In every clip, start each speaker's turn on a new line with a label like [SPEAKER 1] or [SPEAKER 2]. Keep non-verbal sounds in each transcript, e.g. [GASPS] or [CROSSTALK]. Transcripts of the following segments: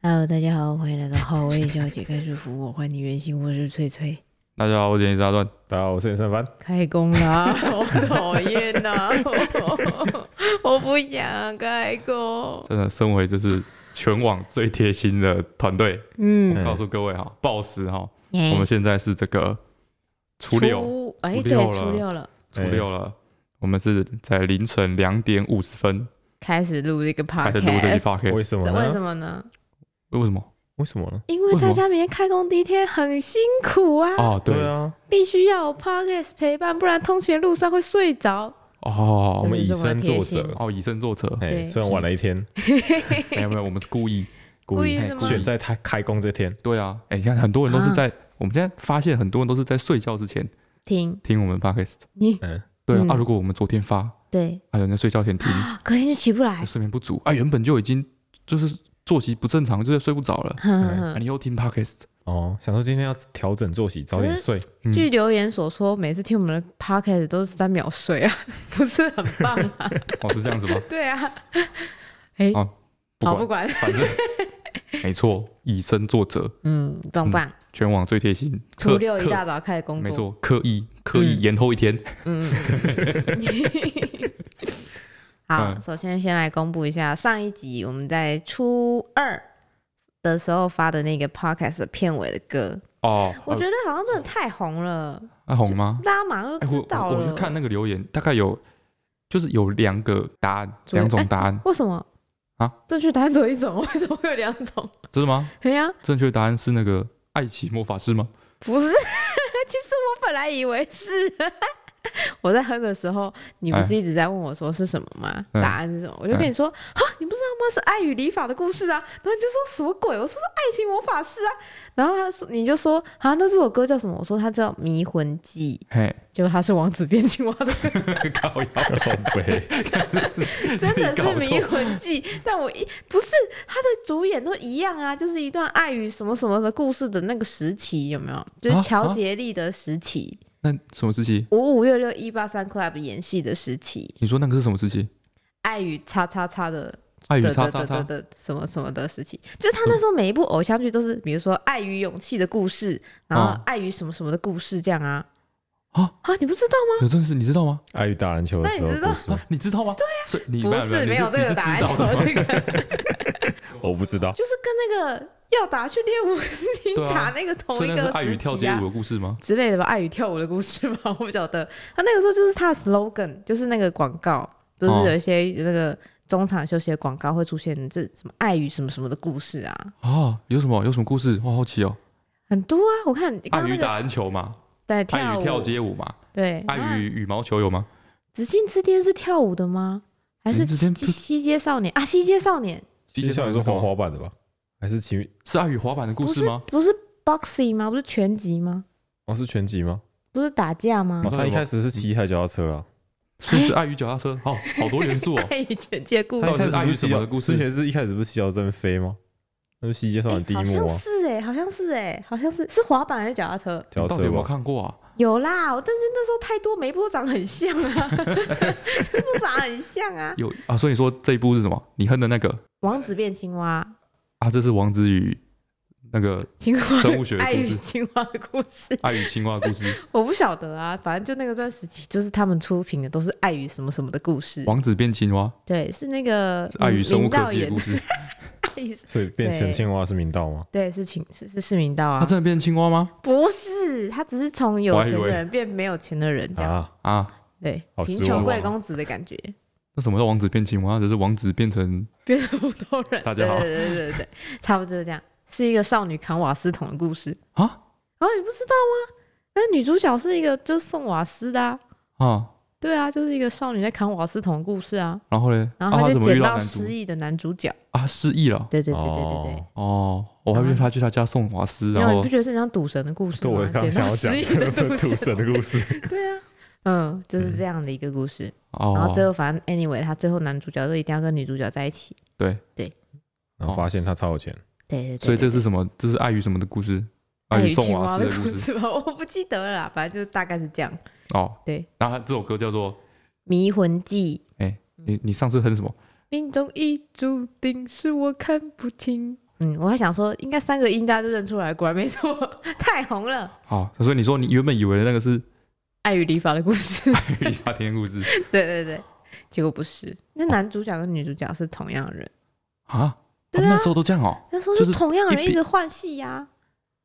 [SPEAKER 1] Hello，大家好，欢迎来到好味小姐开始服务我，还你原形，我是翠翠。
[SPEAKER 2] 大家好，我是演阿段。
[SPEAKER 3] 大家好，我是严胜凡。
[SPEAKER 1] 开工啦！我讨厌 [LAUGHS] 呐，我不想开工。
[SPEAKER 2] 真的，身为就是全网最贴心的团队，
[SPEAKER 1] 嗯，哎
[SPEAKER 3] 嗯
[SPEAKER 2] 告诉各位哈，报时哈，
[SPEAKER 1] 我
[SPEAKER 2] 我们现在是这个初六，
[SPEAKER 1] 哎，
[SPEAKER 2] 初
[SPEAKER 1] 对，
[SPEAKER 2] 六了
[SPEAKER 1] 初六了，
[SPEAKER 2] 初
[SPEAKER 3] 哎
[SPEAKER 2] 六了，我们是在凌晨两点五十分
[SPEAKER 1] 开始录这个
[SPEAKER 2] 开始录这期
[SPEAKER 1] podcast。
[SPEAKER 3] 为
[SPEAKER 2] podcast。
[SPEAKER 3] 什么
[SPEAKER 1] 这
[SPEAKER 3] 呢？
[SPEAKER 1] 为什么呢？
[SPEAKER 2] 为什么？
[SPEAKER 3] 为什么呢？
[SPEAKER 1] 因为
[SPEAKER 2] 为什
[SPEAKER 1] 大
[SPEAKER 2] 么
[SPEAKER 1] 家明天开工第一天很辛苦啊，
[SPEAKER 2] 哦，对
[SPEAKER 3] 对，啊，
[SPEAKER 1] 必须要有 podcast 陪伴，不然通勤的路上会睡着。
[SPEAKER 2] 哦
[SPEAKER 3] 我们
[SPEAKER 1] 是
[SPEAKER 3] 以
[SPEAKER 1] 这么
[SPEAKER 3] 身
[SPEAKER 1] 贴
[SPEAKER 3] 作
[SPEAKER 1] 心 [LAUGHS]
[SPEAKER 3] 则。
[SPEAKER 2] 哦，以身作
[SPEAKER 3] [LAUGHS]
[SPEAKER 2] 则。
[SPEAKER 3] 哎，
[SPEAKER 1] 对
[SPEAKER 3] 虽然晚了一天，
[SPEAKER 2] 没有没有，我们是故意。
[SPEAKER 1] [LAUGHS] 故意
[SPEAKER 2] 嘿
[SPEAKER 1] 是吗
[SPEAKER 2] 故
[SPEAKER 3] 选在他开工这天。
[SPEAKER 2] 对啊，哎，你看很多人都是在，我们现在发现很多人都是在睡觉之前
[SPEAKER 1] 听
[SPEAKER 2] 听我们 podcast。
[SPEAKER 1] 你
[SPEAKER 3] 嗯，
[SPEAKER 2] 对啊
[SPEAKER 1] 嗯
[SPEAKER 2] 啊，如果我们昨天发，啊
[SPEAKER 1] 对，啊
[SPEAKER 2] 还有人在睡觉前听，
[SPEAKER 1] 隔天就起不来。
[SPEAKER 2] 睡眠不足啊，原本就已经就是作息不正常，就是睡不着了。
[SPEAKER 1] [LAUGHS] 哼哼
[SPEAKER 2] 啊
[SPEAKER 1] 哼
[SPEAKER 2] 你又听 podcast，
[SPEAKER 3] 哦，想说今天要调整作息，早
[SPEAKER 1] [LAUGHS]
[SPEAKER 3] 点睡。
[SPEAKER 2] 嗯
[SPEAKER 1] 据留言所说，每次听我们的 podcast 都是三秒睡啊， [LAUGHS] 不是很棒 [LAUGHS] 啊？
[SPEAKER 2] 哦，是这样子吗？
[SPEAKER 1] 对啊，哎、
[SPEAKER 2] 好不
[SPEAKER 1] 好
[SPEAKER 2] 管，
[SPEAKER 1] 不管，
[SPEAKER 2] 反
[SPEAKER 1] [LAUGHS]
[SPEAKER 2] 正没错，以身作则，
[SPEAKER 1] 嗯，棒棒。
[SPEAKER 2] 全网最贴心。
[SPEAKER 1] 初
[SPEAKER 2] 刻
[SPEAKER 1] 六一
[SPEAKER 2] 刻
[SPEAKER 1] 大早开始工
[SPEAKER 2] 没
[SPEAKER 1] 作，
[SPEAKER 2] 错，刻意刻意延后一天。
[SPEAKER 1] 嗯。 [LAUGHS] 好，
[SPEAKER 2] 嗯
[SPEAKER 1] 首先先来公布一下上一集我们在初二的时候发的那个 podcast 的片尾的歌，
[SPEAKER 2] 哦，
[SPEAKER 1] 我觉得好像真的太红了，
[SPEAKER 2] 啊红吗？
[SPEAKER 1] 大家马上就
[SPEAKER 2] 哎，
[SPEAKER 1] 知
[SPEAKER 2] 我
[SPEAKER 1] 道
[SPEAKER 2] 我我
[SPEAKER 1] 了。
[SPEAKER 2] 去看那个留言，大概有就是有两个答案，
[SPEAKER 1] 左右
[SPEAKER 2] 两种答案，
[SPEAKER 1] 为什么
[SPEAKER 2] 啊？
[SPEAKER 1] 正确答案只有一种，为什么 [LAUGHS] 会有两种？
[SPEAKER 2] 真的吗？
[SPEAKER 1] 哎呀，
[SPEAKER 2] 正确答案是那个爱奇魔法师吗？
[SPEAKER 1] 不是， [LAUGHS] 其实我本来以为是。 [LAUGHS] 我在哼的时候，你不
[SPEAKER 2] 哎
[SPEAKER 1] 是一直在问我说是什么吗？
[SPEAKER 2] 嗯
[SPEAKER 1] 答案是什么？我就跟你说啊，你不知道吗？是爱与礼法的故事啊。然后你就说什么鬼？我说是爱情魔法师啊。然后他说你就说啊，那这首歌叫什么？我说它叫《迷魂记
[SPEAKER 2] 嘿，》，
[SPEAKER 1] 结果它是王子变青蛙的
[SPEAKER 2] [LAUGHS]
[SPEAKER 1] 歌，
[SPEAKER 2] 靠腰
[SPEAKER 3] 对，
[SPEAKER 1] 真的是
[SPEAKER 2] 搞错
[SPEAKER 1] 《迷魂记》。但我一不是它的主演都一样啊，就是一段爱与什么什么的故事的那个时期有没有？就是
[SPEAKER 2] 啊
[SPEAKER 1] 乔
[SPEAKER 2] 啊
[SPEAKER 1] 杰利的时期。
[SPEAKER 2] 那什么时期？
[SPEAKER 1] 五五六六一八三 club 演戏的时期，
[SPEAKER 2] 你说那个是什么时期？
[SPEAKER 1] 爱与叉叉叉的
[SPEAKER 2] 爱与
[SPEAKER 1] 的
[SPEAKER 2] 叉
[SPEAKER 1] 的
[SPEAKER 2] 叉
[SPEAKER 1] 的
[SPEAKER 2] 叉
[SPEAKER 1] 的的什么什么的时期，就是他那时候每一部偶像剧都是，比如说爱与勇气的故事，然后
[SPEAKER 2] 哦
[SPEAKER 1] 爱与什么什么的故事这样啊。
[SPEAKER 2] 啊
[SPEAKER 1] 啊！你不知道吗？
[SPEAKER 2] 有这事你知道吗？
[SPEAKER 3] 爱与打篮球的时
[SPEAKER 1] 那
[SPEAKER 3] 候
[SPEAKER 1] 你知道
[SPEAKER 3] 不是，
[SPEAKER 2] 啊你知道吗？对呀，所以你
[SPEAKER 1] 不是没有这个答案，就这个
[SPEAKER 3] 我不知道。
[SPEAKER 1] 就是跟那个要打去练舞星
[SPEAKER 2] 对啊
[SPEAKER 1] 打那个同
[SPEAKER 2] [LAUGHS] 所以
[SPEAKER 1] 一
[SPEAKER 2] 那是
[SPEAKER 1] 个
[SPEAKER 2] 爱
[SPEAKER 1] 时
[SPEAKER 2] 与跳
[SPEAKER 1] 期
[SPEAKER 2] 街
[SPEAKER 1] 啊
[SPEAKER 2] 舞的故事吗？
[SPEAKER 1] 之类的吧，爱与跳舞的故事吧，我不晓得。他那个时候就是他的 slogan，就是那个广告，不是
[SPEAKER 2] 哦
[SPEAKER 1] 有一些那个中场休息的广告会出现这什么爱与什么什么的故事啊，
[SPEAKER 2] 啊，有什么有什么故事？我好奇哦。
[SPEAKER 1] 很多啊。我看你
[SPEAKER 2] 爱
[SPEAKER 1] 刚刚那
[SPEAKER 2] 与
[SPEAKER 1] 个
[SPEAKER 2] 打篮球嘛，
[SPEAKER 1] 在
[SPEAKER 2] 爱
[SPEAKER 1] 跳
[SPEAKER 2] 与
[SPEAKER 1] 舞，
[SPEAKER 2] 跳街舞嘛，
[SPEAKER 1] 对，
[SPEAKER 2] 爱
[SPEAKER 1] 与
[SPEAKER 2] 与羽毛球有吗？
[SPEAKER 1] 紫禁之巅是跳舞的吗？还是
[SPEAKER 2] 紫禁之
[SPEAKER 1] 西西
[SPEAKER 2] 巅
[SPEAKER 1] 街少年啊？西街少年
[SPEAKER 3] 其实像你说
[SPEAKER 2] 啊
[SPEAKER 3] 滑滑板的吧，还是骑？
[SPEAKER 2] 哦是爱与滑板的故
[SPEAKER 1] 不
[SPEAKER 2] 事
[SPEAKER 1] 是
[SPEAKER 2] 吗？
[SPEAKER 1] 不是 boxing 吗？不是拳击吗？
[SPEAKER 3] 哦，是拳击吗？
[SPEAKER 1] 不是打架
[SPEAKER 2] [LAUGHS]
[SPEAKER 1] 吗。
[SPEAKER 2] 嗯？
[SPEAKER 3] 哦，他一开始是骑一台脚踏车啦。
[SPEAKER 2] 所以是爱与脚踏车，好好多元素哦
[SPEAKER 1] [LAUGHS] 爱与拳击的故
[SPEAKER 2] 到
[SPEAKER 1] 事哎
[SPEAKER 2] 底是爱与什么的故事
[SPEAKER 3] 之前是一开始不是骑脚踏车飞吗？那是《西街少年》第一
[SPEAKER 1] 好
[SPEAKER 3] 幕
[SPEAKER 1] 像
[SPEAKER 3] 啊，
[SPEAKER 1] 是哎，好像是哎，好像是是滑板还是脚踏车？
[SPEAKER 3] 脚
[SPEAKER 2] 到
[SPEAKER 3] 踏
[SPEAKER 2] 底有
[SPEAKER 3] 车
[SPEAKER 2] 没有
[SPEAKER 3] 吧？
[SPEAKER 2] 看过啊？
[SPEAKER 1] 有啦，但是那时候太多，每一部都长得很像啊，这部长得很像啊。
[SPEAKER 2] 有啊，所以说这一部是什么？你哼的那个
[SPEAKER 1] 王子变青蛙，
[SPEAKER 2] 啊，这是王子与那个
[SPEAKER 1] 青蛙的
[SPEAKER 2] 生物学的
[SPEAKER 1] 爱
[SPEAKER 2] 故
[SPEAKER 1] 与
[SPEAKER 2] 事，
[SPEAKER 1] 青蛙的故事，
[SPEAKER 2] 爱与青蛙的故事，
[SPEAKER 1] [LAUGHS] 我不晓得啊，反正就那个段时期，就是他们出品的都是爱与什么什么的故事。
[SPEAKER 2] 王子变青蛙，
[SPEAKER 1] 对，是那个
[SPEAKER 2] 是爱与生物
[SPEAKER 1] 明
[SPEAKER 2] 科
[SPEAKER 1] 道
[SPEAKER 2] 技的
[SPEAKER 1] 演
[SPEAKER 2] 故
[SPEAKER 1] 的
[SPEAKER 2] 事。
[SPEAKER 1] 爱与
[SPEAKER 3] 所以变成
[SPEAKER 1] 对
[SPEAKER 3] 青蛙是明道吗？
[SPEAKER 1] 对是秦是是市民道啊，
[SPEAKER 2] 他真的变青蛙吗？
[SPEAKER 1] 不是他只是从有钱的人变没有钱的人这样，
[SPEAKER 3] 啊，
[SPEAKER 2] 啊，
[SPEAKER 1] 对，
[SPEAKER 3] 好
[SPEAKER 1] 贫
[SPEAKER 3] 失望
[SPEAKER 1] 穷
[SPEAKER 3] 啊
[SPEAKER 1] 贵公子的感觉。
[SPEAKER 2] 那什么叫王子变青蛙？只是王子变成
[SPEAKER 1] 变成普通人。
[SPEAKER 2] 大家好
[SPEAKER 1] 对对对对对，差不多就是这样，是一个少女扛瓦斯桶的故事
[SPEAKER 2] 啊。
[SPEAKER 1] 然后你不知道吗？那女主角是一个就是送瓦斯的、啊，
[SPEAKER 2] 啊，
[SPEAKER 1] 对啊，就是一个少女在扛瓦斯桶的故事啊。
[SPEAKER 2] 然后嘞，
[SPEAKER 1] 然
[SPEAKER 2] 啊，
[SPEAKER 1] 后她
[SPEAKER 2] 他
[SPEAKER 1] 就
[SPEAKER 2] 怎么
[SPEAKER 1] 捡
[SPEAKER 2] 遇到
[SPEAKER 1] 到
[SPEAKER 2] 男主
[SPEAKER 1] 失忆的男主角。
[SPEAKER 2] 啊？失忆了。
[SPEAKER 1] 对对对对对对。
[SPEAKER 3] 哦
[SPEAKER 2] 哦，我还以为他去他家送瓦斯，
[SPEAKER 1] 然
[SPEAKER 2] 然
[SPEAKER 1] 后你
[SPEAKER 2] 后
[SPEAKER 1] 不觉得是很像赌神的故事
[SPEAKER 3] 对，我
[SPEAKER 1] 吗？
[SPEAKER 3] 刚
[SPEAKER 1] 捡
[SPEAKER 3] 刚想
[SPEAKER 1] 到
[SPEAKER 3] 要讲
[SPEAKER 1] 失忆
[SPEAKER 3] [LAUGHS]
[SPEAKER 1] 的
[SPEAKER 3] 赌神的故事。
[SPEAKER 1] [LAUGHS] 对啊，嗯，就是这样的一个故事。然后最
[SPEAKER 2] 哦，
[SPEAKER 1] 后反正 anyway，他最后男主角都一定要跟女主角在一起。
[SPEAKER 3] 然后发现他超有钱，
[SPEAKER 1] 对对对对
[SPEAKER 2] 所以这
[SPEAKER 1] 对
[SPEAKER 2] 是什么？这是爱与什么的故事？
[SPEAKER 1] 爱
[SPEAKER 2] 与
[SPEAKER 1] 与
[SPEAKER 2] 送
[SPEAKER 1] 青
[SPEAKER 2] 瓦
[SPEAKER 1] 蛙
[SPEAKER 2] 斯
[SPEAKER 1] 的
[SPEAKER 2] 的故
[SPEAKER 1] 故
[SPEAKER 2] 事。
[SPEAKER 1] 事吧，我不记得了啦，反正就大概是这样。
[SPEAKER 2] 哦，
[SPEAKER 1] [LAUGHS] 对。
[SPEAKER 2] 然后他这首歌叫做
[SPEAKER 1] 迷魂记》。嗯
[SPEAKER 2] 你你上次哼什么？
[SPEAKER 1] 命中已注定是我看不清。嗯，我还想说，应该三个音大家都认出来，果然没 [LAUGHS] 错，太红了。
[SPEAKER 2] 好，所以啊你说你原本以为那个是
[SPEAKER 1] 爱与礼法的故事，
[SPEAKER 2] 理发天故事
[SPEAKER 1] [LAUGHS] 对对对，结果不是。那男主角跟女主角是同样人，
[SPEAKER 2] 啊？哦
[SPEAKER 1] 对啊
[SPEAKER 2] 那时候都这样哦。
[SPEAKER 1] 那时候
[SPEAKER 2] 就是是
[SPEAKER 1] 同样人
[SPEAKER 2] 一
[SPEAKER 1] 一
[SPEAKER 2] 比
[SPEAKER 1] 直换戏呀，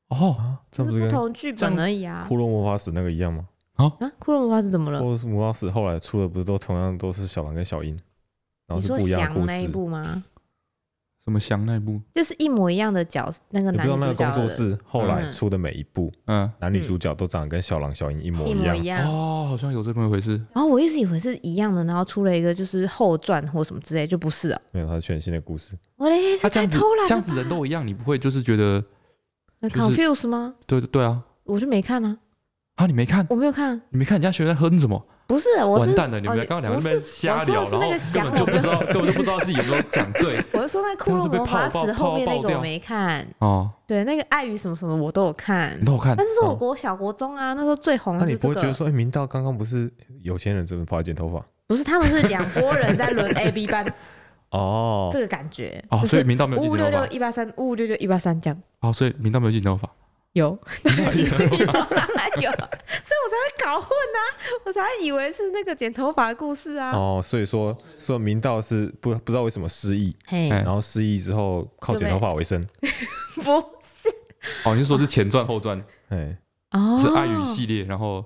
[SPEAKER 2] 哦，
[SPEAKER 3] 啊，这
[SPEAKER 1] 就是
[SPEAKER 3] 样不
[SPEAKER 1] 不
[SPEAKER 3] 是跟
[SPEAKER 1] 同剧本而已啊
[SPEAKER 3] 骷。髅魔法使那个一样吗？
[SPEAKER 1] 啊，骷髅魔法是怎么了？
[SPEAKER 3] 或者是魔法使后来出的不是都同样都是小狼跟小樱，然后
[SPEAKER 1] 你
[SPEAKER 3] 是
[SPEAKER 1] 说
[SPEAKER 3] 不一样的
[SPEAKER 1] 翔
[SPEAKER 3] 故
[SPEAKER 1] 那一
[SPEAKER 3] 事，
[SPEAKER 1] 部吗？
[SPEAKER 2] 什么香那一部？
[SPEAKER 1] 就是一模一样的角，那个
[SPEAKER 3] 你不
[SPEAKER 1] 男
[SPEAKER 3] 知
[SPEAKER 1] 女
[SPEAKER 3] 道
[SPEAKER 1] 主
[SPEAKER 3] 那
[SPEAKER 1] 角
[SPEAKER 3] 个工作
[SPEAKER 1] 的
[SPEAKER 3] 室后来
[SPEAKER 1] 嗯
[SPEAKER 3] 出的每一部
[SPEAKER 2] 嗯，
[SPEAKER 3] 男女主角都长得跟小狼小樱一模
[SPEAKER 1] 一
[SPEAKER 3] 一
[SPEAKER 1] 模
[SPEAKER 3] 样
[SPEAKER 1] 一，样。
[SPEAKER 2] 哦，好像有这么一回事。
[SPEAKER 1] 然后我一直以为是一样的，然后出了一个就是后传或什么之类，就不是啊。
[SPEAKER 3] 没有它是全新的故事。
[SPEAKER 1] 我的意
[SPEAKER 2] 他
[SPEAKER 1] 思
[SPEAKER 2] 啊这
[SPEAKER 1] 太
[SPEAKER 2] 样子
[SPEAKER 1] 偷懒了吧，
[SPEAKER 2] 这样子人都一样，你不会就是觉得
[SPEAKER 1] 很
[SPEAKER 2] 就是
[SPEAKER 1] confuse 吗？
[SPEAKER 2] 对对对啊
[SPEAKER 1] 我就没看啊，
[SPEAKER 2] 啊？你没看？
[SPEAKER 1] 我没有看，
[SPEAKER 2] 你没看人家学生在哼什么？
[SPEAKER 1] 不是，我是
[SPEAKER 2] 完蛋了！你们
[SPEAKER 1] 哦
[SPEAKER 2] 刚刚两个
[SPEAKER 1] 不
[SPEAKER 2] 在
[SPEAKER 1] 是
[SPEAKER 2] 那边瞎
[SPEAKER 1] 我
[SPEAKER 2] 聊，
[SPEAKER 1] 说的
[SPEAKER 2] 然
[SPEAKER 1] 是那
[SPEAKER 2] 后
[SPEAKER 1] 个
[SPEAKER 2] 根
[SPEAKER 1] 翔
[SPEAKER 2] 本
[SPEAKER 1] [LAUGHS]
[SPEAKER 2] 就不知道，根本就不知道自己有没有讲对
[SPEAKER 1] 我是说那《骷
[SPEAKER 2] 刚刚
[SPEAKER 1] 髅
[SPEAKER 2] 就被
[SPEAKER 1] 魔法
[SPEAKER 2] 泡
[SPEAKER 1] 使》
[SPEAKER 2] 爆
[SPEAKER 1] 后面那
[SPEAKER 2] 泡爆
[SPEAKER 1] 个我
[SPEAKER 2] 掉
[SPEAKER 1] 没看，
[SPEAKER 2] [LAUGHS] 哦。
[SPEAKER 1] 对，那个爱与什么什么我都有看
[SPEAKER 2] 你，都有看
[SPEAKER 1] 但是是我
[SPEAKER 3] 哦
[SPEAKER 1] 国小国中啊，那时候最红
[SPEAKER 3] 那
[SPEAKER 1] 的
[SPEAKER 3] 你
[SPEAKER 1] 就
[SPEAKER 3] 不
[SPEAKER 1] 这
[SPEAKER 3] 会觉
[SPEAKER 1] 个，
[SPEAKER 3] 得说，哎，明道刚刚不是有钱人怎么跑来剪头发？
[SPEAKER 1] 不是他们是两拨人在轮 A B
[SPEAKER 2] [LAUGHS]
[SPEAKER 1] 班，
[SPEAKER 3] 哦
[SPEAKER 1] 这，个感觉
[SPEAKER 2] 哦，
[SPEAKER 1] 就
[SPEAKER 2] 所以
[SPEAKER 1] 是
[SPEAKER 2] 明道没有
[SPEAKER 1] 五
[SPEAKER 2] 剪
[SPEAKER 1] 六
[SPEAKER 2] 头
[SPEAKER 1] 六
[SPEAKER 2] 发。
[SPEAKER 1] 一八三，五六六一八三这样。
[SPEAKER 2] 哦，所以明道没有剪头发。
[SPEAKER 1] 有，
[SPEAKER 2] 明道没有剪
[SPEAKER 1] [LAUGHS]
[SPEAKER 2] 头
[SPEAKER 1] 有，
[SPEAKER 2] 发
[SPEAKER 1] 所以我才会搞混啊，我才以为是那个剪头发的故事啊。
[SPEAKER 3] 哦，所以说说明道是不不知道为什么失忆，
[SPEAKER 1] 嘿，
[SPEAKER 2] 哎
[SPEAKER 3] 然后失忆之后靠剪头发为生，
[SPEAKER 1] 不是
[SPEAKER 2] 哦，你是说是前传后传
[SPEAKER 3] 哎，
[SPEAKER 1] 哦
[SPEAKER 2] 是爱与系列，然后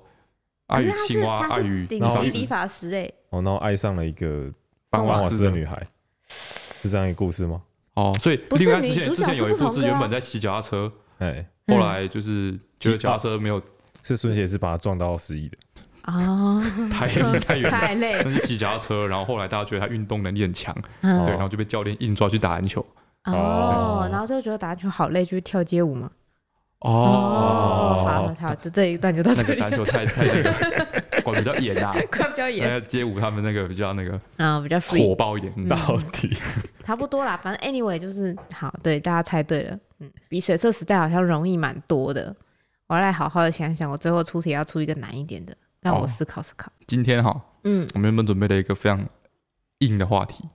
[SPEAKER 2] 爱
[SPEAKER 1] 可
[SPEAKER 2] 与
[SPEAKER 1] 是他是
[SPEAKER 2] 青蛙，
[SPEAKER 1] 他
[SPEAKER 2] 爱
[SPEAKER 1] 是
[SPEAKER 2] 与
[SPEAKER 1] 顶
[SPEAKER 3] 然后
[SPEAKER 1] 级
[SPEAKER 3] 一
[SPEAKER 1] 理发师哎，
[SPEAKER 3] 哦，然后爱上了一个
[SPEAKER 2] 班
[SPEAKER 3] 巴
[SPEAKER 2] 瓦
[SPEAKER 3] 瓦
[SPEAKER 2] 斯
[SPEAKER 3] 斯的女孩，是这样一个故事吗？
[SPEAKER 2] 哦，所以
[SPEAKER 1] 不是
[SPEAKER 2] 另外
[SPEAKER 1] 女
[SPEAKER 2] 之前
[SPEAKER 1] 主
[SPEAKER 2] 之
[SPEAKER 1] 角
[SPEAKER 2] 前
[SPEAKER 1] 是
[SPEAKER 2] 有一
[SPEAKER 1] 不
[SPEAKER 2] 部
[SPEAKER 1] 同
[SPEAKER 2] 是
[SPEAKER 1] 的
[SPEAKER 2] 原
[SPEAKER 1] 啊嗯
[SPEAKER 2] 本在骑脚踏车，
[SPEAKER 3] 哎，
[SPEAKER 2] 后来就是觉得脚踏车没有
[SPEAKER 3] 是孙协是把他撞到失忆的，
[SPEAKER 1] 啊，
[SPEAKER 2] 太 [LAUGHS] 太远了，
[SPEAKER 1] 太累
[SPEAKER 2] 但是骑脚踏车，然后后来大家觉得他运动能力很强，
[SPEAKER 1] 嗯
[SPEAKER 2] 对，然后就被教练硬抓去打篮球。
[SPEAKER 1] 哦，然后就觉得打篮球好累，就去跳街舞嘛。
[SPEAKER 2] 哦，
[SPEAKER 1] 好了，好，就这一段就到
[SPEAKER 2] 那
[SPEAKER 1] 这
[SPEAKER 2] 个
[SPEAKER 1] 里了
[SPEAKER 2] 篮，球太太那个管比较严啊，
[SPEAKER 1] [LAUGHS] 快比较严
[SPEAKER 2] 那个街舞他们那个比较那个
[SPEAKER 1] 啊，比较 free，
[SPEAKER 2] 火爆一点。嗯
[SPEAKER 3] 到底
[SPEAKER 1] 差不多啦。反正 anyway 就是好，对，大家猜对了，嗯，比水色时代好像容易蛮多的。我要来好好的想想，我最后出题要出一个难一点的，让我
[SPEAKER 2] 哦
[SPEAKER 1] 思考思考。
[SPEAKER 2] 今天哈，
[SPEAKER 1] 嗯， [LAUGHS]
[SPEAKER 2] 我们原本准备了一个非常硬的话题，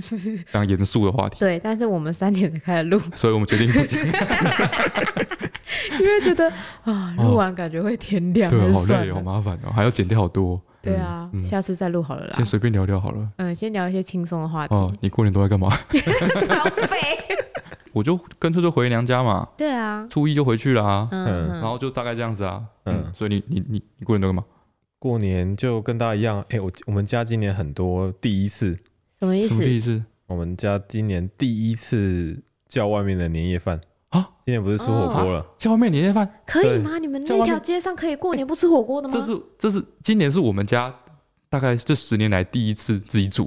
[SPEAKER 2] 非常严肃的话题，
[SPEAKER 1] 对，但是我们三点才开始录，
[SPEAKER 2] 所以我们决定不讲。
[SPEAKER 1] [LAUGHS] 因为觉得啊，录完感觉会天亮，
[SPEAKER 2] 哦对，啊
[SPEAKER 1] 就
[SPEAKER 2] 好
[SPEAKER 1] 算
[SPEAKER 2] 累，好
[SPEAKER 1] 了。
[SPEAKER 2] 麻烦哦，还要剪掉好多哦。
[SPEAKER 1] 对啊，
[SPEAKER 2] 嗯嗯
[SPEAKER 1] 下次再录好了啦
[SPEAKER 2] 先。随便聊聊好了。
[SPEAKER 1] 嗯，先聊一些轻松的话题。
[SPEAKER 2] 哦，你过年都在干嘛？
[SPEAKER 1] 超废。
[SPEAKER 2] [LAUGHS] 我就跟翠翠回娘
[SPEAKER 1] [LAUGHS]
[SPEAKER 2] 家嘛，
[SPEAKER 1] 对啊，
[SPEAKER 2] 初一就回去啦、
[SPEAKER 1] 嗯，
[SPEAKER 2] 然后就大概这样子啊。
[SPEAKER 3] 嗯
[SPEAKER 2] 嗯，所以你你你你过年都干嘛？
[SPEAKER 3] 过年就跟大家一样，哎、我我们家今年很多第一次，
[SPEAKER 1] 什么意
[SPEAKER 2] 什
[SPEAKER 1] 思
[SPEAKER 2] 么？第一次？
[SPEAKER 3] 我们家今年第一次叫外面的年夜饭
[SPEAKER 2] 啊，哦
[SPEAKER 3] 今年不是吃火锅了，
[SPEAKER 2] 叫外面年夜饭？
[SPEAKER 1] 可以
[SPEAKER 3] 对
[SPEAKER 1] 吗？你们
[SPEAKER 2] 在
[SPEAKER 1] 那
[SPEAKER 2] 外
[SPEAKER 1] 条
[SPEAKER 2] 面
[SPEAKER 1] 街上可以过年不吃火锅的吗
[SPEAKER 2] 这？是这是今年是我们家大概这十年来第一次自
[SPEAKER 1] [LAUGHS]
[SPEAKER 2] 己煮。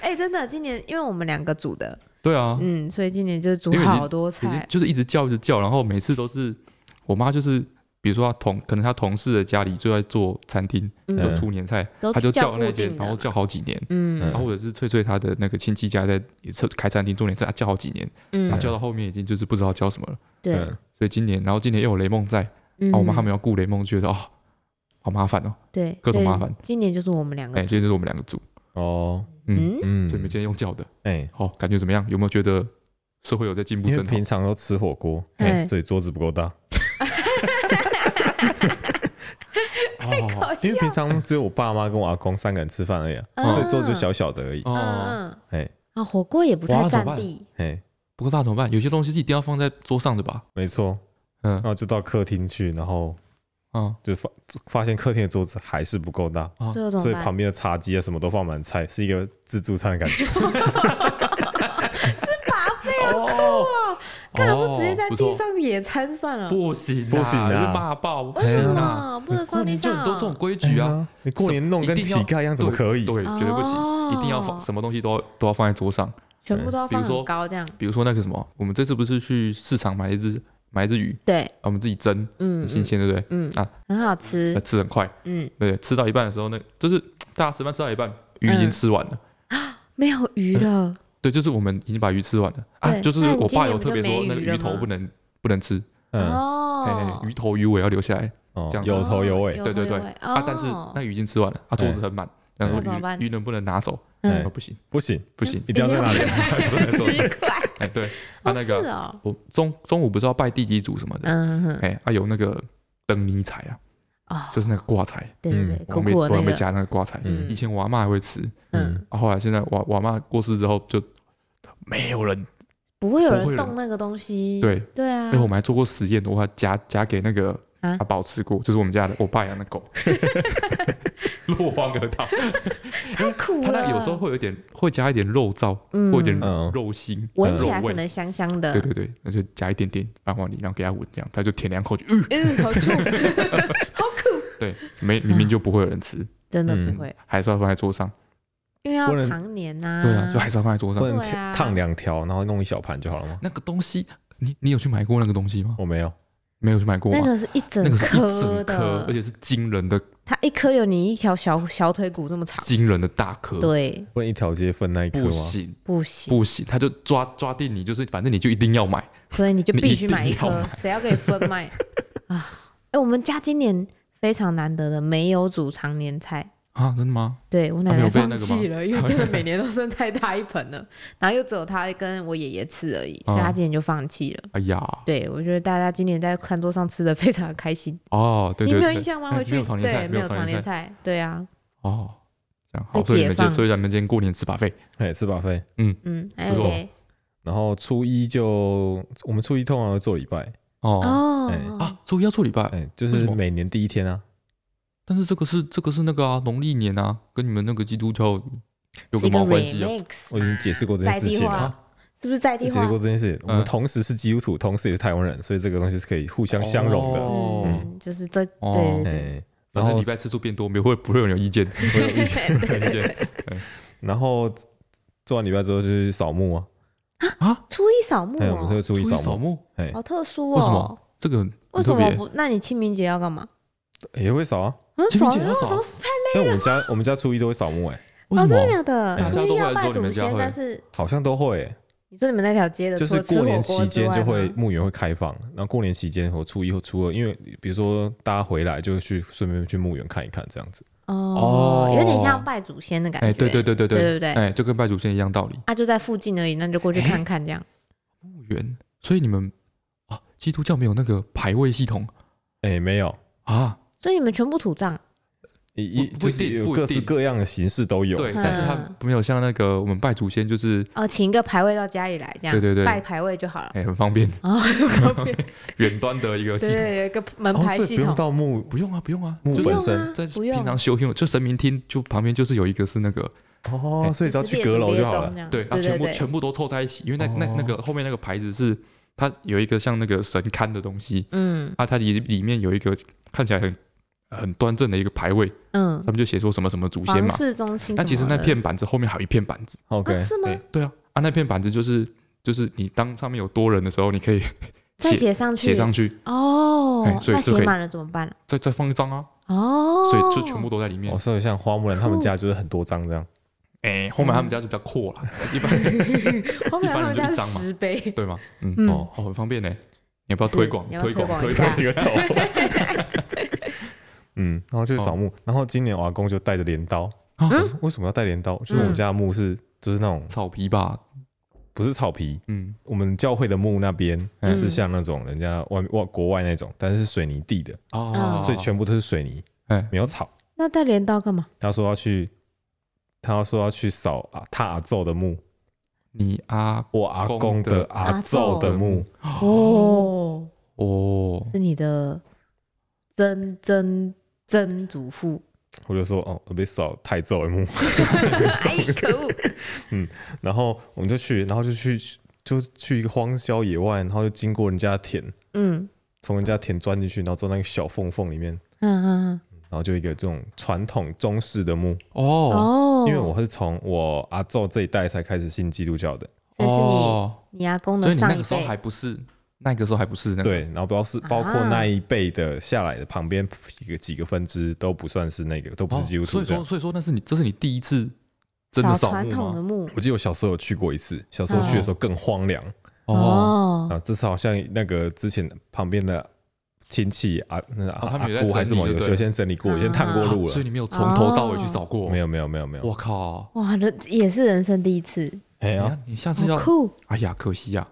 [SPEAKER 1] 哎、真的，今年因为我们两个组的，
[SPEAKER 2] 对啊，
[SPEAKER 1] 嗯，所以今年就煮
[SPEAKER 2] 因为已经
[SPEAKER 1] 好多
[SPEAKER 2] 已经
[SPEAKER 1] 菜。
[SPEAKER 2] 就是一直叫一直叫，然后每次都是我妈就是。比如说她同可能她同事的家里就在做餐厅，
[SPEAKER 1] 嗯
[SPEAKER 2] 有出年菜，
[SPEAKER 1] 都
[SPEAKER 2] 她就
[SPEAKER 1] 叫
[SPEAKER 2] 叫那
[SPEAKER 1] 固
[SPEAKER 2] 间
[SPEAKER 1] 定，的
[SPEAKER 2] 然后叫好几年，
[SPEAKER 1] 嗯
[SPEAKER 3] 嗯
[SPEAKER 2] 然后或者是翠翠她的那个亲戚家在也是开餐厅做年菜，她叫好几年，然后
[SPEAKER 1] 嗯，
[SPEAKER 2] 叫到后面已经就是不知道叫什么了。
[SPEAKER 1] 对，
[SPEAKER 3] 嗯，
[SPEAKER 2] 所以今年，然后今年又有雷梦在，
[SPEAKER 1] 嗯
[SPEAKER 2] 啊，我妈他们要顾雷梦，就觉得哦，好麻烦哦。
[SPEAKER 1] 对
[SPEAKER 2] 各
[SPEAKER 1] 所
[SPEAKER 2] 种
[SPEAKER 1] 以
[SPEAKER 2] 麻烦
[SPEAKER 1] 今年就是我们两个
[SPEAKER 2] 哎，，这就是我们两个组，
[SPEAKER 3] 哦，
[SPEAKER 2] 嗯，
[SPEAKER 1] 嗯，
[SPEAKER 3] 嗯
[SPEAKER 2] 所以我们今天用叫的，
[SPEAKER 3] 哎、
[SPEAKER 2] 好，感觉怎么样？有没有觉得社会有在进步？哦
[SPEAKER 3] 因为
[SPEAKER 2] 真好
[SPEAKER 3] 平常都吃火锅，
[SPEAKER 1] 哎
[SPEAKER 3] 所以桌子不够大，
[SPEAKER 2] 哦
[SPEAKER 1] [LAUGHS] 好
[SPEAKER 3] 因为
[SPEAKER 1] 笑，
[SPEAKER 3] 平常只有我爸妈跟我阿公三个人吃饭而已、啊，
[SPEAKER 1] 嗯
[SPEAKER 3] 所以桌子就小小的而已，
[SPEAKER 2] 哦哦，
[SPEAKER 1] 嗯嗯，
[SPEAKER 3] 哎
[SPEAKER 1] 啊，火锅也不
[SPEAKER 2] 哇
[SPEAKER 1] 太
[SPEAKER 2] 那怎
[SPEAKER 1] 占
[SPEAKER 2] 么办
[SPEAKER 1] 地，
[SPEAKER 3] 哎、
[SPEAKER 2] 不过大家怎么办？有些东西是一定要放在桌上的吧？
[SPEAKER 3] 没错，
[SPEAKER 2] 嗯
[SPEAKER 3] 然后就到客厅去，然后
[SPEAKER 2] 啊
[SPEAKER 3] 就发发现客厅的桌子还是不够大。
[SPEAKER 2] 哦
[SPEAKER 1] 这种
[SPEAKER 3] 所以旁边的茶几啊，什么都放满菜，是一个自助餐
[SPEAKER 2] [LAUGHS]
[SPEAKER 3] 的感觉。
[SPEAKER 2] 哦，
[SPEAKER 1] 干嘛不直接在
[SPEAKER 2] 不
[SPEAKER 1] 地
[SPEAKER 2] 错
[SPEAKER 1] 上野餐算了？
[SPEAKER 2] 不行啊
[SPEAKER 3] 哦不行啊
[SPEAKER 2] 就骂爆，不
[SPEAKER 1] 为什
[SPEAKER 2] 行啊！
[SPEAKER 1] 么不能
[SPEAKER 2] 过
[SPEAKER 1] 放地
[SPEAKER 2] 年就
[SPEAKER 1] 上？
[SPEAKER 2] 很多这种规矩
[SPEAKER 3] 哎
[SPEAKER 2] 啊，
[SPEAKER 3] 呀，你过年弄跟
[SPEAKER 2] 一定
[SPEAKER 3] 乞
[SPEAKER 2] 要
[SPEAKER 3] 丐一样，怎么可以？
[SPEAKER 2] 对，绝对不行，
[SPEAKER 1] 哦嗯
[SPEAKER 2] 一定要放，什么东西都要都要放在桌上。
[SPEAKER 1] 全部都要
[SPEAKER 2] 比如
[SPEAKER 1] 放
[SPEAKER 2] 说
[SPEAKER 1] 很高这样，
[SPEAKER 2] 比如说那个什么，我们这次不是去市场买了一只买了一只鱼，
[SPEAKER 1] 对，
[SPEAKER 2] 啊我们自己蒸，
[SPEAKER 1] 嗯，
[SPEAKER 2] 很新鲜，对不对？
[SPEAKER 1] 嗯，嗯
[SPEAKER 2] 啊，
[SPEAKER 1] 很好吃
[SPEAKER 2] 那，吃很快，
[SPEAKER 1] 嗯，
[SPEAKER 2] 对，吃到一半的时候，那就是大家吃饭吃到一半，鱼已经吃完了。
[SPEAKER 1] 嗯没有鱼了，
[SPEAKER 2] 对，就是我们已经把鱼吃完了啊。
[SPEAKER 1] 对
[SPEAKER 2] 就是
[SPEAKER 1] 那你
[SPEAKER 2] 我
[SPEAKER 1] 今
[SPEAKER 2] 爸
[SPEAKER 1] 年
[SPEAKER 2] 有
[SPEAKER 1] 不
[SPEAKER 2] 特
[SPEAKER 1] 就
[SPEAKER 2] 别
[SPEAKER 1] 没
[SPEAKER 2] 说，那个
[SPEAKER 1] 鱼了
[SPEAKER 2] 鱼头
[SPEAKER 1] 吗
[SPEAKER 2] 不能不能吃，哎、
[SPEAKER 3] 嗯，
[SPEAKER 1] 哦，
[SPEAKER 2] 鱼头鱼尾要留下来。
[SPEAKER 3] 哦
[SPEAKER 2] 这样，子
[SPEAKER 3] 有头有尾，
[SPEAKER 2] 对对对啊，但是
[SPEAKER 1] 哦
[SPEAKER 2] 那鱼已经吃完了，啊，桌子很满，然后
[SPEAKER 1] 那怎么办嗯
[SPEAKER 2] 鱼鱼能不能拿走？
[SPEAKER 3] 哎
[SPEAKER 2] 啊，不行
[SPEAKER 3] 不行，
[SPEAKER 2] 不行，
[SPEAKER 3] 一定要
[SPEAKER 1] [LAUGHS]
[SPEAKER 3] 在那里
[SPEAKER 1] 奇怪，
[SPEAKER 2] 哎对， [LAUGHS] 啊
[SPEAKER 1] 嗯哦
[SPEAKER 2] 那
[SPEAKER 1] 是
[SPEAKER 2] 个
[SPEAKER 1] 哦，
[SPEAKER 2] 我中中午不是要拜地基主什么的，
[SPEAKER 1] 嗯哼
[SPEAKER 2] 哎啊有那个灯泥彩啊，
[SPEAKER 1] 哦，
[SPEAKER 2] 就是那个挂彩，
[SPEAKER 1] 对对对，
[SPEAKER 3] 嗯
[SPEAKER 2] 我
[SPEAKER 1] 苦
[SPEAKER 2] 们
[SPEAKER 1] 苦
[SPEAKER 2] 我
[SPEAKER 1] 的那个，
[SPEAKER 2] 们家那个挂彩，
[SPEAKER 1] 嗯
[SPEAKER 2] 以前我阿妈还会吃，
[SPEAKER 1] 嗯，
[SPEAKER 2] 啊后来现在我我阿妈过世之后就没有人，
[SPEAKER 1] 不会有
[SPEAKER 2] 不会
[SPEAKER 1] 人
[SPEAKER 2] 有人
[SPEAKER 1] 动那个东西，
[SPEAKER 2] 对，
[SPEAKER 1] 对嗯啊
[SPEAKER 2] 因为，我们还做过实验，我还夹夹给那个
[SPEAKER 1] 啊
[SPEAKER 2] 阿宝吃过，就是我们家的我爸养的
[SPEAKER 1] [LAUGHS]
[SPEAKER 2] 狗， [LAUGHS] 落荒而逃。
[SPEAKER 1] 太苦
[SPEAKER 2] 它
[SPEAKER 1] 了。
[SPEAKER 2] 哎那有时候会有一点会加一点肉燥，
[SPEAKER 1] 嗯
[SPEAKER 2] 会有点
[SPEAKER 3] 嗯
[SPEAKER 2] 肉腥、
[SPEAKER 1] 闻起来
[SPEAKER 2] 肉
[SPEAKER 1] 可
[SPEAKER 2] 味。
[SPEAKER 1] 能香香的，
[SPEAKER 2] 对对对，那就加一点点饭碗里，然后给它闻，这样它就舔两
[SPEAKER 1] [LAUGHS]
[SPEAKER 2] 口就，嗯，
[SPEAKER 1] 嗯，好
[SPEAKER 2] [LAUGHS]
[SPEAKER 1] 臭，好苦，
[SPEAKER 2] 对，没明明就不会有人吃，
[SPEAKER 1] 真的
[SPEAKER 3] 嗯
[SPEAKER 1] 不会，
[SPEAKER 2] 还是要放在桌上。
[SPEAKER 1] 因为要
[SPEAKER 3] 不能
[SPEAKER 1] 常年呐，
[SPEAKER 2] 对啊，就还是要放在桌
[SPEAKER 3] 不
[SPEAKER 2] 上。
[SPEAKER 3] 能
[SPEAKER 1] 对啊
[SPEAKER 3] 烫两条，然后弄一小盘就好了吗？
[SPEAKER 2] 那个东西，你你有去买过那个东西吗？
[SPEAKER 3] 我没有，
[SPEAKER 2] 没有去买过啊
[SPEAKER 1] 那
[SPEAKER 2] 吗？
[SPEAKER 1] 个是一整
[SPEAKER 2] 那个是一
[SPEAKER 1] 颗
[SPEAKER 2] 整颗
[SPEAKER 1] 的，
[SPEAKER 2] 而且是惊人的、
[SPEAKER 1] 它一颗有你一条小小腿骨这么长，
[SPEAKER 2] 惊人的大颗。
[SPEAKER 1] 对，
[SPEAKER 3] 不能一条街分那一颗
[SPEAKER 2] 不
[SPEAKER 3] 吗？
[SPEAKER 2] 行
[SPEAKER 1] 不行，
[SPEAKER 2] 不行，他就抓抓定你，就是反正你就一定要买。
[SPEAKER 1] 所以你就
[SPEAKER 2] 你
[SPEAKER 1] 必
[SPEAKER 2] 一
[SPEAKER 1] 须
[SPEAKER 2] 定
[SPEAKER 1] 买一
[SPEAKER 2] 要
[SPEAKER 1] 颗
[SPEAKER 2] 买，
[SPEAKER 1] 谁要给你分
[SPEAKER 2] [LAUGHS]
[SPEAKER 1] 卖啊？哎，我们家今年非常难得的没有煮常年菜。
[SPEAKER 2] 啊，真的吗？
[SPEAKER 1] 对我奶
[SPEAKER 2] 啊没
[SPEAKER 1] 奶
[SPEAKER 2] 有被
[SPEAKER 1] 放
[SPEAKER 2] 那个吗
[SPEAKER 1] 弃
[SPEAKER 2] [LAUGHS]
[SPEAKER 1] 了，因为真的每年都剩太大一盆了，然后又只有她跟我爷爷吃而已，所以她
[SPEAKER 2] 嗯
[SPEAKER 1] 今年就放弃了。
[SPEAKER 2] 哎呀，
[SPEAKER 1] 对，我觉得大家今年在餐桌上吃的非常开心。
[SPEAKER 2] 哦，对
[SPEAKER 1] 你
[SPEAKER 2] 对
[SPEAKER 1] 没有
[SPEAKER 2] 对，
[SPEAKER 1] 印象吗？
[SPEAKER 2] 哎
[SPEAKER 1] 回去
[SPEAKER 2] 没有常年菜，
[SPEAKER 1] 对，没有
[SPEAKER 2] 常
[SPEAKER 1] 常
[SPEAKER 2] 年
[SPEAKER 1] 年菜，对啊，
[SPEAKER 2] 哦，这样
[SPEAKER 1] 被
[SPEAKER 2] 好，所以你们
[SPEAKER 1] 解
[SPEAKER 2] 今
[SPEAKER 1] 放
[SPEAKER 2] 所以咱们今天过年吃把费
[SPEAKER 3] 哎，吃吧费。
[SPEAKER 1] 嗯，还有
[SPEAKER 2] 不错
[SPEAKER 1] 谁？
[SPEAKER 3] 然后初一就我们初一通常会做礼拜，
[SPEAKER 2] 哦
[SPEAKER 1] 哦
[SPEAKER 3] 哎，
[SPEAKER 2] 啊，初一要做礼拜，
[SPEAKER 3] 哎，就
[SPEAKER 2] 为什
[SPEAKER 3] 是
[SPEAKER 2] 么
[SPEAKER 3] 每年第一天啊，
[SPEAKER 2] 但是这个是这个是那个啊农历年啊，跟你们那个基督教有
[SPEAKER 1] 是
[SPEAKER 2] 个
[SPEAKER 1] 一个
[SPEAKER 2] 毛关系啊？
[SPEAKER 1] remix，
[SPEAKER 3] 我已经解释过这件
[SPEAKER 1] 在
[SPEAKER 3] 事
[SPEAKER 1] 地
[SPEAKER 3] 情
[SPEAKER 1] 化
[SPEAKER 3] 了。啊
[SPEAKER 1] 是不是在地
[SPEAKER 3] 解释
[SPEAKER 1] 化
[SPEAKER 3] 过？这件事，我
[SPEAKER 2] 嗯
[SPEAKER 3] 们同时是基督徒，同时也是台湾人，所以这个东西是可以互相相容的。
[SPEAKER 2] 哦
[SPEAKER 1] 嗯，就是这，
[SPEAKER 2] 哦
[SPEAKER 1] 对对
[SPEAKER 3] 哎，
[SPEAKER 2] 反
[SPEAKER 3] 然后
[SPEAKER 2] 正礼拜次数变多，没有会不会有人有
[SPEAKER 3] [LAUGHS]
[SPEAKER 2] 意见？
[SPEAKER 3] 我有意见
[SPEAKER 1] [LAUGHS]
[SPEAKER 3] 哎
[SPEAKER 1] 对对 [LAUGHS]
[SPEAKER 2] 有意
[SPEAKER 1] 对
[SPEAKER 2] 见
[SPEAKER 3] 然后做完礼拜之后就是扫墓啊，
[SPEAKER 2] 啊？
[SPEAKER 1] 初一扫墓
[SPEAKER 3] 哎，我们
[SPEAKER 1] 哦，
[SPEAKER 3] 会注
[SPEAKER 2] 初
[SPEAKER 3] 意
[SPEAKER 2] 一
[SPEAKER 3] 扫
[SPEAKER 2] 扫
[SPEAKER 3] 墓，
[SPEAKER 2] 墓，
[SPEAKER 3] 哎，
[SPEAKER 1] 好特殊
[SPEAKER 2] 为什
[SPEAKER 1] 哦
[SPEAKER 2] 欸么。这个
[SPEAKER 1] 为
[SPEAKER 2] 很
[SPEAKER 1] 什
[SPEAKER 2] 特
[SPEAKER 1] 么
[SPEAKER 2] 别
[SPEAKER 1] 不？那你清明节要干嘛？
[SPEAKER 3] 也会扫啊。
[SPEAKER 1] 嗯，
[SPEAKER 2] 清明节
[SPEAKER 1] 扫
[SPEAKER 2] 要
[SPEAKER 1] 什
[SPEAKER 2] 扫
[SPEAKER 3] 啊
[SPEAKER 1] 么太
[SPEAKER 3] 但我们家我们家初一都会扫墓，哎，
[SPEAKER 2] 为
[SPEAKER 1] 哦，
[SPEAKER 2] 什
[SPEAKER 1] 真的
[SPEAKER 2] 么？哎
[SPEAKER 1] 假的？
[SPEAKER 2] 大家
[SPEAKER 1] 初一
[SPEAKER 2] 都
[SPEAKER 1] 要
[SPEAKER 2] 会
[SPEAKER 1] 拜
[SPEAKER 2] 做你
[SPEAKER 1] 祖
[SPEAKER 2] 们家
[SPEAKER 1] 先，
[SPEAKER 2] 会
[SPEAKER 1] 但是
[SPEAKER 3] 好像都会，哎
[SPEAKER 1] 你说你们那条街的，
[SPEAKER 3] 就是
[SPEAKER 1] 除了
[SPEAKER 3] 过年
[SPEAKER 1] 吃火锅
[SPEAKER 3] 期间
[SPEAKER 1] 之
[SPEAKER 3] 就
[SPEAKER 1] 外
[SPEAKER 3] 会
[SPEAKER 1] 吗
[SPEAKER 3] 墓园会开放，然后过年期间和初一或初二，因为比如说大家回来就去顺便去墓园看一看这样子。
[SPEAKER 1] 哦
[SPEAKER 2] 哦，
[SPEAKER 1] 有点像拜祖先的感觉。
[SPEAKER 2] 哎，对对对对
[SPEAKER 1] 对对对
[SPEAKER 2] 哎，就跟拜祖先一样道理。
[SPEAKER 1] 啊，就在附近而已，那你就过去看看
[SPEAKER 2] 哎
[SPEAKER 1] 这样。
[SPEAKER 2] 墓园，所以你们啊，基督教没有那个排位系统
[SPEAKER 3] 哎，没有，
[SPEAKER 2] 啊？
[SPEAKER 1] 所以你们全部土葬
[SPEAKER 3] 一一
[SPEAKER 2] 不
[SPEAKER 3] 就
[SPEAKER 2] 不一
[SPEAKER 3] 是
[SPEAKER 2] 定
[SPEAKER 3] 有
[SPEAKER 2] 不一
[SPEAKER 3] 各式
[SPEAKER 2] 定
[SPEAKER 3] 各样的形式都有。
[SPEAKER 1] 嗯
[SPEAKER 2] 对，但是它没有像那个我们拜祖先，就是
[SPEAKER 1] 哦，请一个牌位到家里来这样，
[SPEAKER 2] 对对对
[SPEAKER 1] 拜牌位就好了。
[SPEAKER 2] 哎，很方便，
[SPEAKER 1] [LAUGHS] 哦，
[SPEAKER 2] [LAUGHS] 远端的一个
[SPEAKER 1] 对
[SPEAKER 2] 系统。
[SPEAKER 1] 对，有一个门
[SPEAKER 3] 哦，
[SPEAKER 1] 牌
[SPEAKER 3] 所以
[SPEAKER 1] 系
[SPEAKER 3] 不
[SPEAKER 1] 统
[SPEAKER 3] 用，到墓
[SPEAKER 2] 不用啊，不用啊，
[SPEAKER 3] 墓
[SPEAKER 2] 就
[SPEAKER 1] 不
[SPEAKER 2] 是
[SPEAKER 1] 用
[SPEAKER 3] 本
[SPEAKER 1] 啊
[SPEAKER 3] 身
[SPEAKER 2] 在
[SPEAKER 1] 不用
[SPEAKER 2] 平常修行，就神明厅就旁边就是有一个是那个
[SPEAKER 3] 哦
[SPEAKER 2] 哎，
[SPEAKER 3] 所以只要
[SPEAKER 1] 就是
[SPEAKER 3] 去
[SPEAKER 1] 列
[SPEAKER 3] 阁
[SPEAKER 1] 祖
[SPEAKER 3] 楼
[SPEAKER 1] 列
[SPEAKER 3] 就好
[SPEAKER 1] 宗
[SPEAKER 3] 了
[SPEAKER 1] 这。样
[SPEAKER 2] 对，
[SPEAKER 1] 对
[SPEAKER 2] 然后
[SPEAKER 1] 嗯对
[SPEAKER 2] 全部
[SPEAKER 1] 对
[SPEAKER 2] 全部都凑在一起，因为那那
[SPEAKER 3] 哦
[SPEAKER 2] 那个后面那个牌子是它有一个像那个神龛的东西，
[SPEAKER 1] 嗯
[SPEAKER 2] 啊，它里里面有一个看起来很很端正的一个牌位，
[SPEAKER 1] 嗯
[SPEAKER 2] 他，们就写说什么什么祖先
[SPEAKER 1] 皇
[SPEAKER 2] 嘛。
[SPEAKER 1] 室中心什么的。
[SPEAKER 2] 但其实那片板子后面还有一片板子，
[SPEAKER 3] OK，
[SPEAKER 1] 啊是吗？
[SPEAKER 2] 对对啊，啊那片板子就是就是你当上面有多人的时候，你可以
[SPEAKER 1] [LAUGHS] 再写上去，
[SPEAKER 2] 写上去，
[SPEAKER 1] 哦
[SPEAKER 2] 哎，所以
[SPEAKER 1] 那
[SPEAKER 2] 这可
[SPEAKER 1] 写
[SPEAKER 2] 以
[SPEAKER 1] 满了怎么办？
[SPEAKER 2] 再再放一张啊，
[SPEAKER 1] 哦，
[SPEAKER 2] 所以就全部都在里面
[SPEAKER 3] 哦，。所以像花木兰他们
[SPEAKER 1] 酷
[SPEAKER 3] 家就是很多张这样，
[SPEAKER 2] 哎，后面
[SPEAKER 1] 嗯
[SPEAKER 2] 他们家就比较阔了，一般
[SPEAKER 1] [LAUGHS] 后面他们
[SPEAKER 2] 一般
[SPEAKER 1] 家
[SPEAKER 2] 人就一
[SPEAKER 1] 是
[SPEAKER 2] 张嘛
[SPEAKER 1] 十杯。
[SPEAKER 2] 对吗？嗯，
[SPEAKER 1] 嗯
[SPEAKER 2] 哦，哦很方便呢。你要不要推广
[SPEAKER 1] 是你要不
[SPEAKER 2] 推
[SPEAKER 1] 要
[SPEAKER 2] 广
[SPEAKER 1] 推
[SPEAKER 2] 推
[SPEAKER 1] 广
[SPEAKER 3] [LAUGHS]
[SPEAKER 2] 广
[SPEAKER 1] 一
[SPEAKER 2] 你
[SPEAKER 1] 下
[SPEAKER 2] 个头？
[SPEAKER 3] 嗯， [LAUGHS] 然后就去扫墓，然后今年我阿公就带着镰刀，
[SPEAKER 2] 啊
[SPEAKER 1] 嗯
[SPEAKER 3] 我说为什么要带镰刀？就是我们家的墓是就是那种
[SPEAKER 2] 草皮吧，
[SPEAKER 3] 不是草皮，
[SPEAKER 2] 嗯，
[SPEAKER 3] 我们教会的墓那边
[SPEAKER 1] 嗯
[SPEAKER 3] 是像那种人家外外国外那种，但是是水泥地的，
[SPEAKER 1] 嗯
[SPEAKER 2] 哦，
[SPEAKER 3] 所以全部都是水泥
[SPEAKER 2] 哎，
[SPEAKER 3] 没有草。
[SPEAKER 1] 那带镰刀干嘛？
[SPEAKER 3] 他说要去，他说要去扫啊他阿奏的墓，
[SPEAKER 2] 你啊，
[SPEAKER 3] 我阿公的阿奏的墓，
[SPEAKER 1] 哦，
[SPEAKER 2] 哦，
[SPEAKER 1] 是你的曾曾曾祖父。
[SPEAKER 3] 我就说哦，我被扫太奏的
[SPEAKER 1] [LAUGHS]
[SPEAKER 3] 墓，[LAUGHS]
[SPEAKER 1] 哎，可恶！
[SPEAKER 3] 然后我们就去，然后就去就去一个荒郊野外，然后就经过人家的田，
[SPEAKER 1] [LAUGHS] 嗯
[SPEAKER 3] 从人家田钻进去，然后钻到那个小缝缝里面，
[SPEAKER 1] 嗯嗯
[SPEAKER 3] 然后就一个这种传统中式的墓。
[SPEAKER 1] 嗯，
[SPEAKER 2] 哦，
[SPEAKER 1] 哦，
[SPEAKER 3] 因为我是从我阿奏这一代才开始信基督教的，
[SPEAKER 1] 所以是你
[SPEAKER 2] 哦，
[SPEAKER 1] 你阿公的
[SPEAKER 2] 所以你那
[SPEAKER 1] 上
[SPEAKER 2] 个
[SPEAKER 1] 一
[SPEAKER 2] 时候还
[SPEAKER 1] 辈。
[SPEAKER 2] 不是那个时候还不是
[SPEAKER 1] 嗯
[SPEAKER 2] 那个，哦
[SPEAKER 1] 啊
[SPEAKER 3] 对，然后包是包括那一辈的下来的旁边几个几个分支都不算是那个，都不
[SPEAKER 2] 哦
[SPEAKER 3] 是基督
[SPEAKER 2] 所
[SPEAKER 3] 徒
[SPEAKER 2] 以
[SPEAKER 3] 这样
[SPEAKER 2] 说，。所以说那是你这是你第一次真的扫
[SPEAKER 1] 传
[SPEAKER 2] 墓
[SPEAKER 1] 统的
[SPEAKER 2] 吗？
[SPEAKER 1] 墓
[SPEAKER 3] 我记得我小时候有去过一次，小时
[SPEAKER 1] 哦
[SPEAKER 3] 候去的时候更荒凉
[SPEAKER 2] 哦，
[SPEAKER 3] 啊！这次好像那个之前旁边的亲戚啊，那
[SPEAKER 2] 哦
[SPEAKER 3] 阿
[SPEAKER 2] 他们有在
[SPEAKER 3] 阿姑还
[SPEAKER 2] 整理
[SPEAKER 3] 是什么，
[SPEAKER 2] 就
[SPEAKER 3] 有
[SPEAKER 2] 对啊
[SPEAKER 3] 有先整理
[SPEAKER 1] 啊
[SPEAKER 3] 过，有先探过路了
[SPEAKER 2] 所以，你没有从头到尾去扫过？
[SPEAKER 3] 没，有没有没有没有，
[SPEAKER 2] 我靠！
[SPEAKER 1] 哇，这也是人生第一次，
[SPEAKER 3] 哎
[SPEAKER 2] 你
[SPEAKER 3] 呀，
[SPEAKER 2] 看你下次要
[SPEAKER 1] 好，酷！
[SPEAKER 2] 哎呀，可惜呀，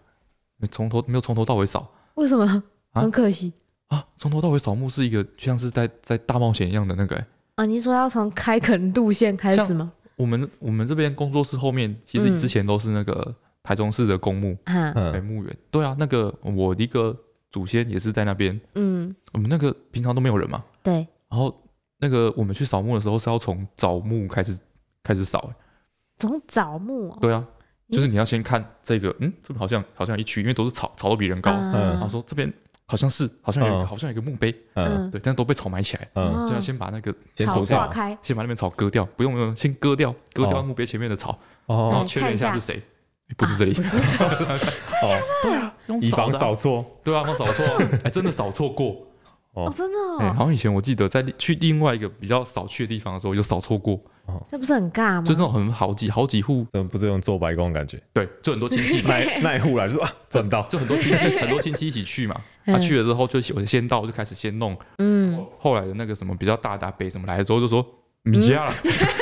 [SPEAKER 2] 没从头没有从头到尾扫
[SPEAKER 1] 为什么？
[SPEAKER 2] 啊
[SPEAKER 1] 很可惜
[SPEAKER 2] 啊，从头到尾扫墓是一个就像是在在大冒险一样的那个、欸。
[SPEAKER 1] 啊！你说要从开垦路线开始吗？
[SPEAKER 2] 我们我们这边工作室后面其实
[SPEAKER 1] 嗯
[SPEAKER 2] 之前都是那个台中市的公墓，
[SPEAKER 1] 哈，
[SPEAKER 2] 哎、
[SPEAKER 3] 嗯，
[SPEAKER 2] 墓园。对啊，那个我的一个祖先也是在那边，
[SPEAKER 1] 嗯，
[SPEAKER 2] 我们那个平常都没有人嘛，
[SPEAKER 1] 对，
[SPEAKER 2] 然后那个我们去扫墓的时候是要从找墓开始开始扫、欸
[SPEAKER 1] 从找墓哦，
[SPEAKER 2] 对啊，就是你要先看这个，嗯，这边好像好像有一区，因为都是草，草都比人高。
[SPEAKER 1] 啊
[SPEAKER 3] 嗯
[SPEAKER 2] 然后说这边好像是，好像有一个，
[SPEAKER 3] 嗯
[SPEAKER 2] 好像有一个墓碑，
[SPEAKER 3] 嗯
[SPEAKER 1] 嗯哦
[SPEAKER 2] 对，但都被草埋起来，
[SPEAKER 3] 嗯，
[SPEAKER 2] 就要先把那个
[SPEAKER 3] 先
[SPEAKER 1] 草
[SPEAKER 3] 除
[SPEAKER 1] 化
[SPEAKER 3] 掉
[SPEAKER 1] 开，
[SPEAKER 2] 先把那边草割掉，不用不用，先割掉，割掉
[SPEAKER 3] 哦
[SPEAKER 2] 墓碑前面的草，
[SPEAKER 3] 哦
[SPEAKER 2] 然
[SPEAKER 1] 哎
[SPEAKER 2] 后确认一下
[SPEAKER 1] 看一
[SPEAKER 2] 是
[SPEAKER 1] 下啊
[SPEAKER 2] 谁，不是这里
[SPEAKER 1] 不，
[SPEAKER 2] [LAUGHS]
[SPEAKER 1] 是
[SPEAKER 3] 哦，
[SPEAKER 2] 对啊，用
[SPEAKER 3] 以
[SPEAKER 2] 扫
[SPEAKER 3] 防
[SPEAKER 2] 的啊
[SPEAKER 3] 扫错
[SPEAKER 2] 对啊，我扫错啊，
[SPEAKER 1] [LAUGHS]
[SPEAKER 2] 还真的扫错过。
[SPEAKER 1] 哦，真的
[SPEAKER 2] 哎，好
[SPEAKER 1] 哦，
[SPEAKER 2] 像以前我记得在去另外一个比较少去的地方的时候，有扫错过，
[SPEAKER 1] 这不是很尬吗？
[SPEAKER 2] 就这种很好几好几户，
[SPEAKER 3] 怎么不是用做白工的
[SPEAKER 1] [LAUGHS]
[SPEAKER 3] 感觉？
[SPEAKER 2] 对，就很多亲戚嘛，
[SPEAKER 3] [LAUGHS] 那那一户来就说啊，赚到，
[SPEAKER 2] 就很多亲戚，很多亲戚一
[SPEAKER 1] [LAUGHS]
[SPEAKER 2] 起去嘛。他、
[SPEAKER 1] 嗯
[SPEAKER 2] 去了之后就我先到，就开始先弄。
[SPEAKER 1] 嗯，
[SPEAKER 2] 后来的那个什么比较大的阿啊北什么来了之后就说你
[SPEAKER 1] [LAUGHS]
[SPEAKER 2] 家
[SPEAKER 1] 啊
[SPEAKER 2] 了， [LAUGHS]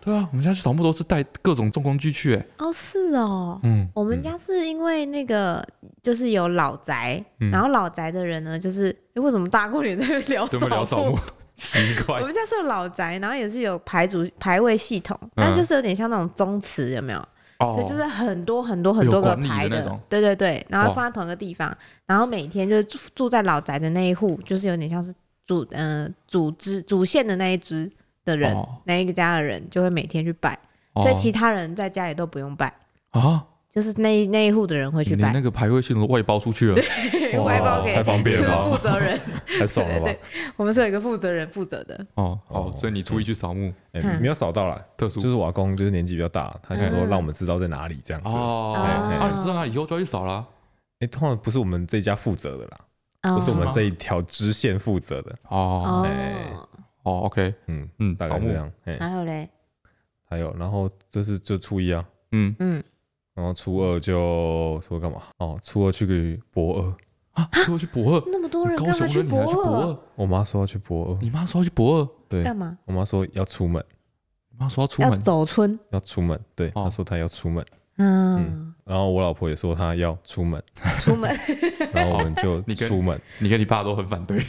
[SPEAKER 2] 对啊，我们家去扫墓都是带各种重工具去、欸，
[SPEAKER 1] 哦，是哦。
[SPEAKER 2] 嗯，
[SPEAKER 1] 我们家是因为那个就是有老宅，
[SPEAKER 2] 嗯
[SPEAKER 1] 然后老宅的人呢，就是诶为什么大过年在那边
[SPEAKER 2] [LAUGHS]
[SPEAKER 1] 聊
[SPEAKER 2] 怎么聊扫墓？奇怪
[SPEAKER 1] 我，们家是有老宅，然后也是有排族排位系统，
[SPEAKER 2] 嗯
[SPEAKER 1] 但就是有点像那种宗祠，有没有？
[SPEAKER 2] 哦
[SPEAKER 1] 所以就是很多很多很多个
[SPEAKER 2] 有管理的
[SPEAKER 1] 排
[SPEAKER 2] 那种
[SPEAKER 1] 对对对，然后
[SPEAKER 2] 哇
[SPEAKER 1] 放在同一个地方，然后每天就是住住在老宅的那一户，就是有点像是主呃组织主线的那一支的人，
[SPEAKER 2] 哦
[SPEAKER 1] 那一个家的人就会每天去拜，
[SPEAKER 2] 哦
[SPEAKER 1] 所以其他人在家里都不用拜，
[SPEAKER 2] 啊，
[SPEAKER 1] 就是那一那一户的人会去
[SPEAKER 2] 连
[SPEAKER 1] 拜
[SPEAKER 2] 那，个排位系统都外包出去了，
[SPEAKER 1] [LAUGHS]
[SPEAKER 3] 哇
[SPEAKER 1] 外包给
[SPEAKER 3] 哦太方便
[SPEAKER 1] 这
[SPEAKER 3] 了
[SPEAKER 1] 个
[SPEAKER 3] 吧
[SPEAKER 1] 负责人，
[SPEAKER 3] [LAUGHS] 太爽了吧
[SPEAKER 1] 对？我们是有一个负责人负责的，
[SPEAKER 2] 哦
[SPEAKER 3] 哦
[SPEAKER 2] 哦，所以你初一去扫墓，
[SPEAKER 3] 哎，没有扫到了，
[SPEAKER 2] 特
[SPEAKER 3] 就
[SPEAKER 2] 殊
[SPEAKER 3] 是我阿公就是年纪比较大，他想说
[SPEAKER 1] 嗯
[SPEAKER 3] 让我们知道在哪里这样子。
[SPEAKER 2] 哦，
[SPEAKER 3] 哎
[SPEAKER 2] 啊，
[SPEAKER 3] 哎
[SPEAKER 2] 你知道他以后就要去扫啦，
[SPEAKER 3] 哎，通常不是我们这一家负责的啦，
[SPEAKER 1] 哦
[SPEAKER 3] 不是我
[SPEAKER 2] 是吗
[SPEAKER 3] 们这一条支线负责的。
[SPEAKER 2] 哦
[SPEAKER 3] 哎
[SPEAKER 1] 哦，
[SPEAKER 2] 哦，OK，
[SPEAKER 3] 嗯，
[SPEAKER 2] 嗯，
[SPEAKER 3] 大
[SPEAKER 2] 扫
[SPEAKER 3] 概是
[SPEAKER 2] 墓
[SPEAKER 3] 这，样。哎，
[SPEAKER 1] 还有嘞，
[SPEAKER 3] 还有，然后这是就初一啊，
[SPEAKER 2] 嗯，
[SPEAKER 1] 嗯，
[SPEAKER 3] 然后初二就初二干嘛？哦，初二去给博二，
[SPEAKER 2] 啊，说去博二，
[SPEAKER 1] 那么多人
[SPEAKER 2] 高
[SPEAKER 1] 干嘛
[SPEAKER 2] 雄
[SPEAKER 1] 去
[SPEAKER 2] 人你还去博
[SPEAKER 1] 博
[SPEAKER 2] 二
[SPEAKER 1] 二？，
[SPEAKER 3] 我妈说要去博二，
[SPEAKER 2] 你妈说要去博二，
[SPEAKER 3] 对
[SPEAKER 1] 干嘛？
[SPEAKER 3] 我妈说要出门，
[SPEAKER 2] 你妈说要出
[SPEAKER 1] 要
[SPEAKER 2] 门，
[SPEAKER 1] 走村，
[SPEAKER 3] 要出门，对，
[SPEAKER 2] 哦
[SPEAKER 3] 她说她要出门，
[SPEAKER 1] 嗯，
[SPEAKER 3] 然后我老婆也说她要出门，
[SPEAKER 1] 出门
[SPEAKER 3] 然后我们就
[SPEAKER 2] [LAUGHS] 你跟
[SPEAKER 3] 出门，
[SPEAKER 2] 你跟你爸都很反
[SPEAKER 3] [LAUGHS]
[SPEAKER 2] 对，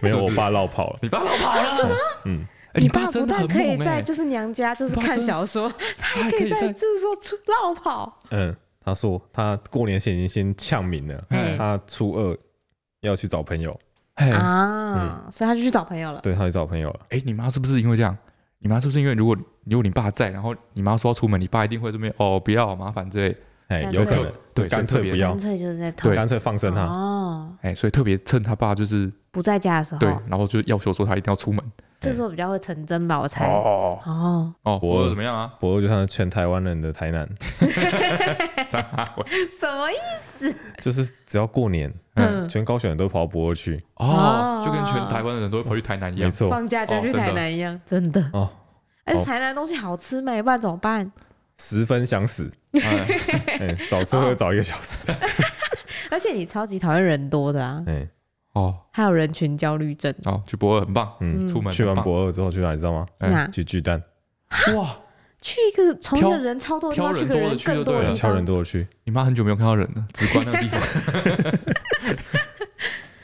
[SPEAKER 3] 没
[SPEAKER 2] 是
[SPEAKER 3] 有
[SPEAKER 2] 不
[SPEAKER 3] 我
[SPEAKER 2] 是
[SPEAKER 3] 爸绕跑了，
[SPEAKER 2] 你爸老跑了，
[SPEAKER 3] 嗯，
[SPEAKER 2] 哎
[SPEAKER 1] 你
[SPEAKER 2] 你
[SPEAKER 1] 爸
[SPEAKER 2] 真
[SPEAKER 1] 不
[SPEAKER 2] 的
[SPEAKER 1] 但
[SPEAKER 2] 很
[SPEAKER 1] 可以
[SPEAKER 2] 猛
[SPEAKER 1] 在
[SPEAKER 2] 哎，
[SPEAKER 1] 就是娘家，就是看小说，
[SPEAKER 2] 他
[SPEAKER 1] 还 [LAUGHS]
[SPEAKER 2] 还
[SPEAKER 1] 可
[SPEAKER 2] 可
[SPEAKER 1] 以
[SPEAKER 2] 以
[SPEAKER 1] 在
[SPEAKER 2] 在
[SPEAKER 1] 就是说出绕跑。
[SPEAKER 3] 嗯，她说她过年前已经先呛明了，
[SPEAKER 1] 哎
[SPEAKER 3] 她初二要去找朋友，
[SPEAKER 2] 哎
[SPEAKER 1] 啊，所以他就去找朋友了。
[SPEAKER 3] 对，她去找朋友了，
[SPEAKER 2] 哎，你妈是不是因为这样？你妈是不是因为如果如果你爸在，然后你妈说要出门，你爸一定会这边哦不要麻烦之类，
[SPEAKER 3] 哎，
[SPEAKER 1] 干脆
[SPEAKER 3] 有可能，
[SPEAKER 2] 对，
[SPEAKER 3] 干
[SPEAKER 2] 所以特
[SPEAKER 3] 脆不
[SPEAKER 2] 别
[SPEAKER 3] 要
[SPEAKER 1] 干，脆就是在
[SPEAKER 2] 哦对
[SPEAKER 1] 偷
[SPEAKER 3] 干脆放生她，
[SPEAKER 1] 哦，
[SPEAKER 2] 哎，所以特别趁他爸就是
[SPEAKER 1] 不在家的时
[SPEAKER 2] 对
[SPEAKER 1] 候，，
[SPEAKER 2] 然后就要求说他一定要出门
[SPEAKER 1] 这时候比较会成真吧，我猜。
[SPEAKER 2] 哦
[SPEAKER 1] 哦，
[SPEAKER 2] 哦，
[SPEAKER 3] 博
[SPEAKER 2] 博
[SPEAKER 3] 二
[SPEAKER 2] 二怎么样啊？
[SPEAKER 3] 博二就像全台湾人的台南，
[SPEAKER 1] [LAUGHS] [LAUGHS] 什么意思？
[SPEAKER 3] 就是只要过年，
[SPEAKER 1] 嗯
[SPEAKER 3] 全高雄人都跑到博二去，
[SPEAKER 2] 哦
[SPEAKER 1] 哦，
[SPEAKER 2] 就跟全台湾的人都会跑去台南一
[SPEAKER 3] 没
[SPEAKER 2] 样，
[SPEAKER 3] 错，
[SPEAKER 1] 放假就去
[SPEAKER 2] 哦真的
[SPEAKER 1] 台南一样，真的。
[SPEAKER 3] 哦，
[SPEAKER 1] 而且台南东西好吃没？不然怎么办？
[SPEAKER 3] 十分想死，
[SPEAKER 2] 哎
[SPEAKER 3] 哎，找车会找一个小时，
[SPEAKER 1] 而且你超级讨厌人多的啊，
[SPEAKER 3] 哎，
[SPEAKER 2] 哦
[SPEAKER 1] 还有人群焦虑症。
[SPEAKER 2] 哦，去博二很棒，
[SPEAKER 3] 嗯
[SPEAKER 1] 嗯
[SPEAKER 2] 出门
[SPEAKER 3] 去完
[SPEAKER 2] 很棒
[SPEAKER 3] 博二之后去哪里知道吗？
[SPEAKER 2] 哎
[SPEAKER 1] 那
[SPEAKER 3] 去巨蛋，
[SPEAKER 2] 哇，
[SPEAKER 1] 去一个从一个
[SPEAKER 2] 挑
[SPEAKER 1] 人超多的地方
[SPEAKER 2] 挑
[SPEAKER 1] 去
[SPEAKER 2] 人
[SPEAKER 1] 个人
[SPEAKER 2] 多的去
[SPEAKER 1] 更
[SPEAKER 2] 就
[SPEAKER 1] 多的
[SPEAKER 2] 对了
[SPEAKER 1] 地
[SPEAKER 3] 敲
[SPEAKER 1] 方
[SPEAKER 3] 人，多的去，
[SPEAKER 2] 你妈很久没有看到人了，只关那个地
[SPEAKER 1] [LAUGHS]
[SPEAKER 2] 方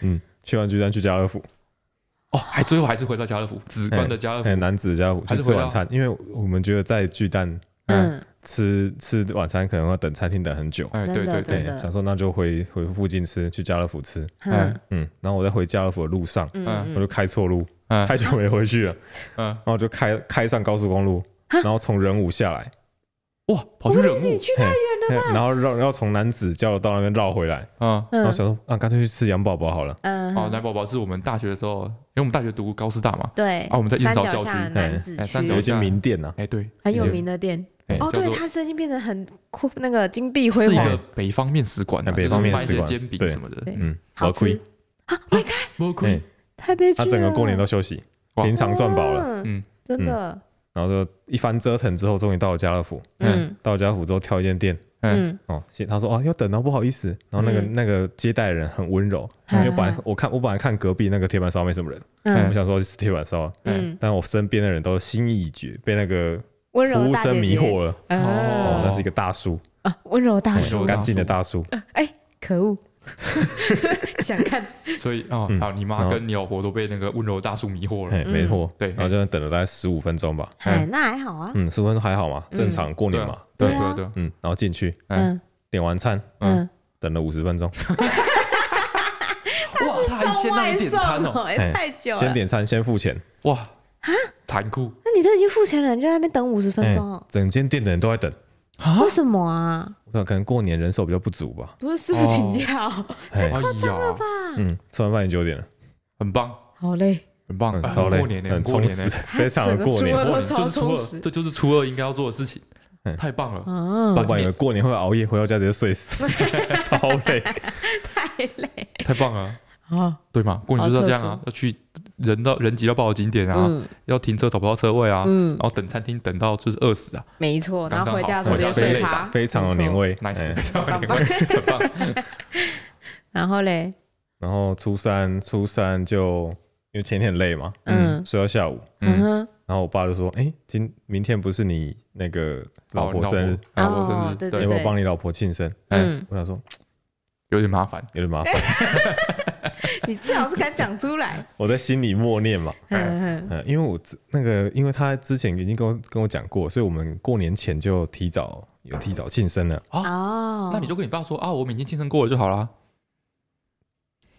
[SPEAKER 3] 嗯，去完巨蛋去家乐福，
[SPEAKER 2] 哦，还最后还是回到家乐福，只关的家乐福
[SPEAKER 3] 哎，男子家乐福
[SPEAKER 2] 还
[SPEAKER 3] 去
[SPEAKER 2] 是
[SPEAKER 3] 吃
[SPEAKER 2] 回到
[SPEAKER 3] 晚餐，因为我们觉得在巨蛋
[SPEAKER 1] 嗯，
[SPEAKER 3] 吃吃晚餐可能要等餐厅等很久，
[SPEAKER 2] 哎，对
[SPEAKER 1] 真的
[SPEAKER 2] 对对，
[SPEAKER 1] 真
[SPEAKER 3] 对
[SPEAKER 1] 的，
[SPEAKER 3] 想说那就回回附近吃，去家乐福吃，
[SPEAKER 2] 哎
[SPEAKER 1] 嗯
[SPEAKER 3] 嗯，然后我在回家乐福的路上，
[SPEAKER 1] 嗯
[SPEAKER 2] 嗯
[SPEAKER 3] 我就开错路，
[SPEAKER 2] 嗯
[SPEAKER 3] 太久没回去了，
[SPEAKER 2] 嗯，
[SPEAKER 3] 然后我就开开上高速公路，然后从仁武下来，
[SPEAKER 2] 哇，跑去忍物
[SPEAKER 1] 你，去
[SPEAKER 3] 嘿嘿然后绕要从男子交流道那边绕回来，
[SPEAKER 2] 嗯，
[SPEAKER 3] 然
[SPEAKER 1] 嗯
[SPEAKER 3] 后想说啊，干脆去吃羊宝宝好了，
[SPEAKER 1] 嗯
[SPEAKER 2] 哦，奶宝宝是我们大学的时候，因为我们大学读高师大嘛，
[SPEAKER 1] 对
[SPEAKER 2] 啊我们在燕
[SPEAKER 1] 山
[SPEAKER 2] 巢
[SPEAKER 1] 脚
[SPEAKER 2] 校
[SPEAKER 1] 下的
[SPEAKER 2] 区
[SPEAKER 1] 男子
[SPEAKER 2] 哎
[SPEAKER 1] 区
[SPEAKER 2] 山脚
[SPEAKER 3] 有一间名店啊呐，
[SPEAKER 2] 哎，对，
[SPEAKER 1] 很有
[SPEAKER 2] 一间
[SPEAKER 1] 名的店
[SPEAKER 2] 哎
[SPEAKER 1] 哦，
[SPEAKER 2] 叫
[SPEAKER 1] 对，
[SPEAKER 2] 做
[SPEAKER 1] 它最近变得很酷，那个金碧辉
[SPEAKER 2] 是一
[SPEAKER 1] 煌，
[SPEAKER 2] 个北方面食馆啊，
[SPEAKER 3] 哎北方面
[SPEAKER 2] 就是卖一
[SPEAKER 3] 食
[SPEAKER 2] 些
[SPEAKER 3] 馆
[SPEAKER 2] 煎饼
[SPEAKER 3] 对
[SPEAKER 2] 什么的，
[SPEAKER 1] 对
[SPEAKER 3] 嗯，
[SPEAKER 1] 好
[SPEAKER 3] 亏
[SPEAKER 1] 吃啊！My God，
[SPEAKER 2] 不
[SPEAKER 3] 哎
[SPEAKER 2] 亏，
[SPEAKER 1] 太悲剧
[SPEAKER 3] 他
[SPEAKER 1] 了，
[SPEAKER 3] 整个过年都休息，
[SPEAKER 1] 哦
[SPEAKER 2] 哇
[SPEAKER 3] 平常赚饱了，
[SPEAKER 1] 了
[SPEAKER 2] 嗯，
[SPEAKER 1] 真的，
[SPEAKER 3] 然后就一番折腾之后，终于到了家乐福。
[SPEAKER 1] 嗯
[SPEAKER 2] 嗯
[SPEAKER 3] 到了家乐福之后，挑一间店，
[SPEAKER 2] 嗯
[SPEAKER 1] 嗯，
[SPEAKER 3] 哦，先他说哦要等哦，不好意思。然后那个、
[SPEAKER 1] 嗯
[SPEAKER 3] 那个接待的人很温柔，因
[SPEAKER 1] 嗯
[SPEAKER 3] 为本来我看我本来看隔壁那个铁板烧没什么人，
[SPEAKER 1] 嗯
[SPEAKER 3] 我想说是铁板烧，
[SPEAKER 1] 嗯，
[SPEAKER 3] 但我身边的人都心意已决，被那个
[SPEAKER 1] 温柔
[SPEAKER 3] 服
[SPEAKER 1] 的
[SPEAKER 3] 务
[SPEAKER 1] 大姐
[SPEAKER 3] 生
[SPEAKER 1] 姐
[SPEAKER 3] 迷惑了。哦，那
[SPEAKER 1] 哦
[SPEAKER 3] 是一个大叔，
[SPEAKER 1] 啊，温柔大
[SPEAKER 2] 温柔
[SPEAKER 1] 叔，
[SPEAKER 2] 大叔
[SPEAKER 3] 干净的大叔。
[SPEAKER 1] 哎，可恶，想看，
[SPEAKER 2] 所以哦
[SPEAKER 3] 嗯，
[SPEAKER 2] 好，你
[SPEAKER 3] 然
[SPEAKER 2] 妈
[SPEAKER 3] 后
[SPEAKER 2] 跟你老婆都被那个温柔大叔迷惑了。
[SPEAKER 3] 嘿，没错。
[SPEAKER 2] 对
[SPEAKER 3] 然后就等了大概十五分钟吧。
[SPEAKER 1] 哎，那还好啊，
[SPEAKER 3] 嗯，十五分钟还好嘛，正常过
[SPEAKER 2] 对啊
[SPEAKER 3] 年嘛。
[SPEAKER 2] 对
[SPEAKER 1] 对啊
[SPEAKER 2] 对对，
[SPEAKER 3] 嗯，然后进去
[SPEAKER 1] 嗯
[SPEAKER 3] 点完餐，
[SPEAKER 1] 嗯，
[SPEAKER 3] 等了五十分钟，
[SPEAKER 2] 哇，他还先让你点餐
[SPEAKER 1] 送外送啊
[SPEAKER 2] 哦，
[SPEAKER 1] 哎
[SPEAKER 3] 哎
[SPEAKER 1] 太久
[SPEAKER 3] 先
[SPEAKER 1] 了。
[SPEAKER 3] 点餐，先付钱。
[SPEAKER 2] 哇，残酷
[SPEAKER 1] 那你都已经付钱了，你就在那边等五十分
[SPEAKER 3] 哎
[SPEAKER 1] 钟哦，
[SPEAKER 3] 整间店的人都在等，
[SPEAKER 2] 啊
[SPEAKER 1] 为什么啊？
[SPEAKER 3] 我想可能过年人手比较不足吧。
[SPEAKER 1] 不是师傅请假哦，
[SPEAKER 2] 哎
[SPEAKER 3] 哎，
[SPEAKER 2] 呀，
[SPEAKER 1] 爸，
[SPEAKER 3] 嗯，吃完饭也九点了，
[SPEAKER 2] 很棒，
[SPEAKER 1] 好累，
[SPEAKER 2] 很棒
[SPEAKER 3] 嗯，，
[SPEAKER 2] 哎
[SPEAKER 3] 超累，
[SPEAKER 2] 过年呢，
[SPEAKER 3] 很
[SPEAKER 2] 过
[SPEAKER 3] 充
[SPEAKER 2] 年
[SPEAKER 3] 实，
[SPEAKER 2] 呢，
[SPEAKER 1] 他
[SPEAKER 3] 非常的
[SPEAKER 1] 整个
[SPEAKER 3] 过
[SPEAKER 1] 初二
[SPEAKER 3] 年。
[SPEAKER 2] 过
[SPEAKER 1] 都
[SPEAKER 2] 年
[SPEAKER 1] 超
[SPEAKER 2] 就是初
[SPEAKER 1] 充
[SPEAKER 2] 二，
[SPEAKER 1] 实，
[SPEAKER 2] 这就是初二应该要做的事情，
[SPEAKER 3] 嗯
[SPEAKER 2] 太棒了，
[SPEAKER 1] 嗯，
[SPEAKER 3] 我本来以为过年会熬夜，回到家直接
[SPEAKER 1] [LAUGHS]
[SPEAKER 3] 睡死，超累。
[SPEAKER 1] 太累
[SPEAKER 2] 太棒了，
[SPEAKER 1] 啊，
[SPEAKER 2] 对嘛？过年就是要这样啊
[SPEAKER 1] 好特，
[SPEAKER 2] 要去人到人挤到爆的景点啊，
[SPEAKER 1] 嗯
[SPEAKER 2] 要停车找不到车位啊，
[SPEAKER 1] 嗯
[SPEAKER 2] 然，后等餐厅等到就是饿死啊
[SPEAKER 1] 没错，然后
[SPEAKER 2] 刚刚
[SPEAKER 1] 回家的时候
[SPEAKER 2] 好
[SPEAKER 1] 直接
[SPEAKER 2] 回家
[SPEAKER 1] 睡
[SPEAKER 2] 睡
[SPEAKER 1] 趴，
[SPEAKER 3] 非常有
[SPEAKER 1] 没错
[SPEAKER 3] 年味。
[SPEAKER 2] ，nice，[LAUGHS]
[SPEAKER 3] 哎
[SPEAKER 2] 非常
[SPEAKER 1] 棒
[SPEAKER 2] 有
[SPEAKER 1] 棒
[SPEAKER 2] 味很棒，
[SPEAKER 1] 然后嘞，
[SPEAKER 3] 然后初三，初三就因为前天很累嘛，
[SPEAKER 1] 嗯
[SPEAKER 3] 睡到下午。
[SPEAKER 1] 嗯
[SPEAKER 2] 嗯，
[SPEAKER 1] 哼，
[SPEAKER 3] 然后我爸就说：“哎，今明天不是你那个老婆生日，
[SPEAKER 2] 老婆
[SPEAKER 1] 哦
[SPEAKER 2] 生日，
[SPEAKER 1] 对对
[SPEAKER 3] 要不要帮你老婆庆生
[SPEAKER 2] 哎
[SPEAKER 1] 嗯？”，
[SPEAKER 3] 我想说
[SPEAKER 2] 有点麻烦，
[SPEAKER 3] 有点麻烦，
[SPEAKER 1] 你最好是敢讲出
[SPEAKER 3] [LAUGHS]
[SPEAKER 1] 来，
[SPEAKER 3] 我在心里默念嘛。
[SPEAKER 1] 嗯
[SPEAKER 3] 嗯，因为我之那个，因为他之前已经跟我跟我讲过，所以我们过年前就提早有提早庆生了。
[SPEAKER 1] 哼，哦，
[SPEAKER 2] 那你就跟你爸说啊，我们已经庆生过了就好啦。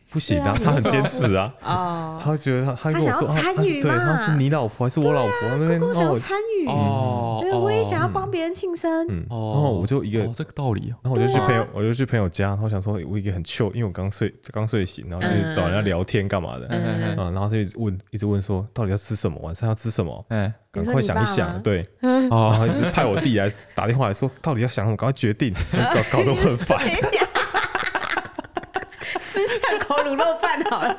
[SPEAKER 3] 不行啊，
[SPEAKER 1] 对啊
[SPEAKER 3] 他很坚持啊，
[SPEAKER 1] 哦，
[SPEAKER 3] 他觉得他他跟我说，
[SPEAKER 1] 他想要
[SPEAKER 3] 啊
[SPEAKER 1] 参与
[SPEAKER 3] 啊对，
[SPEAKER 1] 嘛啊
[SPEAKER 3] 他是你老婆还是我老婆那边
[SPEAKER 1] 我想要
[SPEAKER 3] 哦，
[SPEAKER 1] 参与，
[SPEAKER 2] 哦，
[SPEAKER 1] 对，
[SPEAKER 2] 哦
[SPEAKER 1] 我也想要帮别人庆生，
[SPEAKER 3] 嗯，然
[SPEAKER 2] 哦
[SPEAKER 3] 后我就一个，
[SPEAKER 2] 哦，这个道理哦，
[SPEAKER 3] 然后我就去朋
[SPEAKER 1] 啊
[SPEAKER 3] 友，我就去朋友家，然后想说我一个很 chill，因为我刚睡 [LAUGHS] 刚睡醒，然后就去找人家聊天干嘛的，
[SPEAKER 1] 嗯
[SPEAKER 3] 啊，然后就一直问一直问说到底要吃什么，晚上要吃什么，
[SPEAKER 2] 哎，
[SPEAKER 1] 你
[SPEAKER 3] 赶
[SPEAKER 1] 说
[SPEAKER 3] 快
[SPEAKER 1] 你
[SPEAKER 3] 想一
[SPEAKER 1] 爸
[SPEAKER 3] 想
[SPEAKER 1] [LAUGHS] 吗，
[SPEAKER 3] 对，
[SPEAKER 1] 嗯
[SPEAKER 3] 然
[SPEAKER 2] 哦，
[SPEAKER 3] 后一直派我弟来打电话来说到底要想什么，赶快
[SPEAKER 1] [LAUGHS]
[SPEAKER 3] 决定，搞搞得我很烦。
[SPEAKER 1] 谁想吃巷口卤肉饭好了，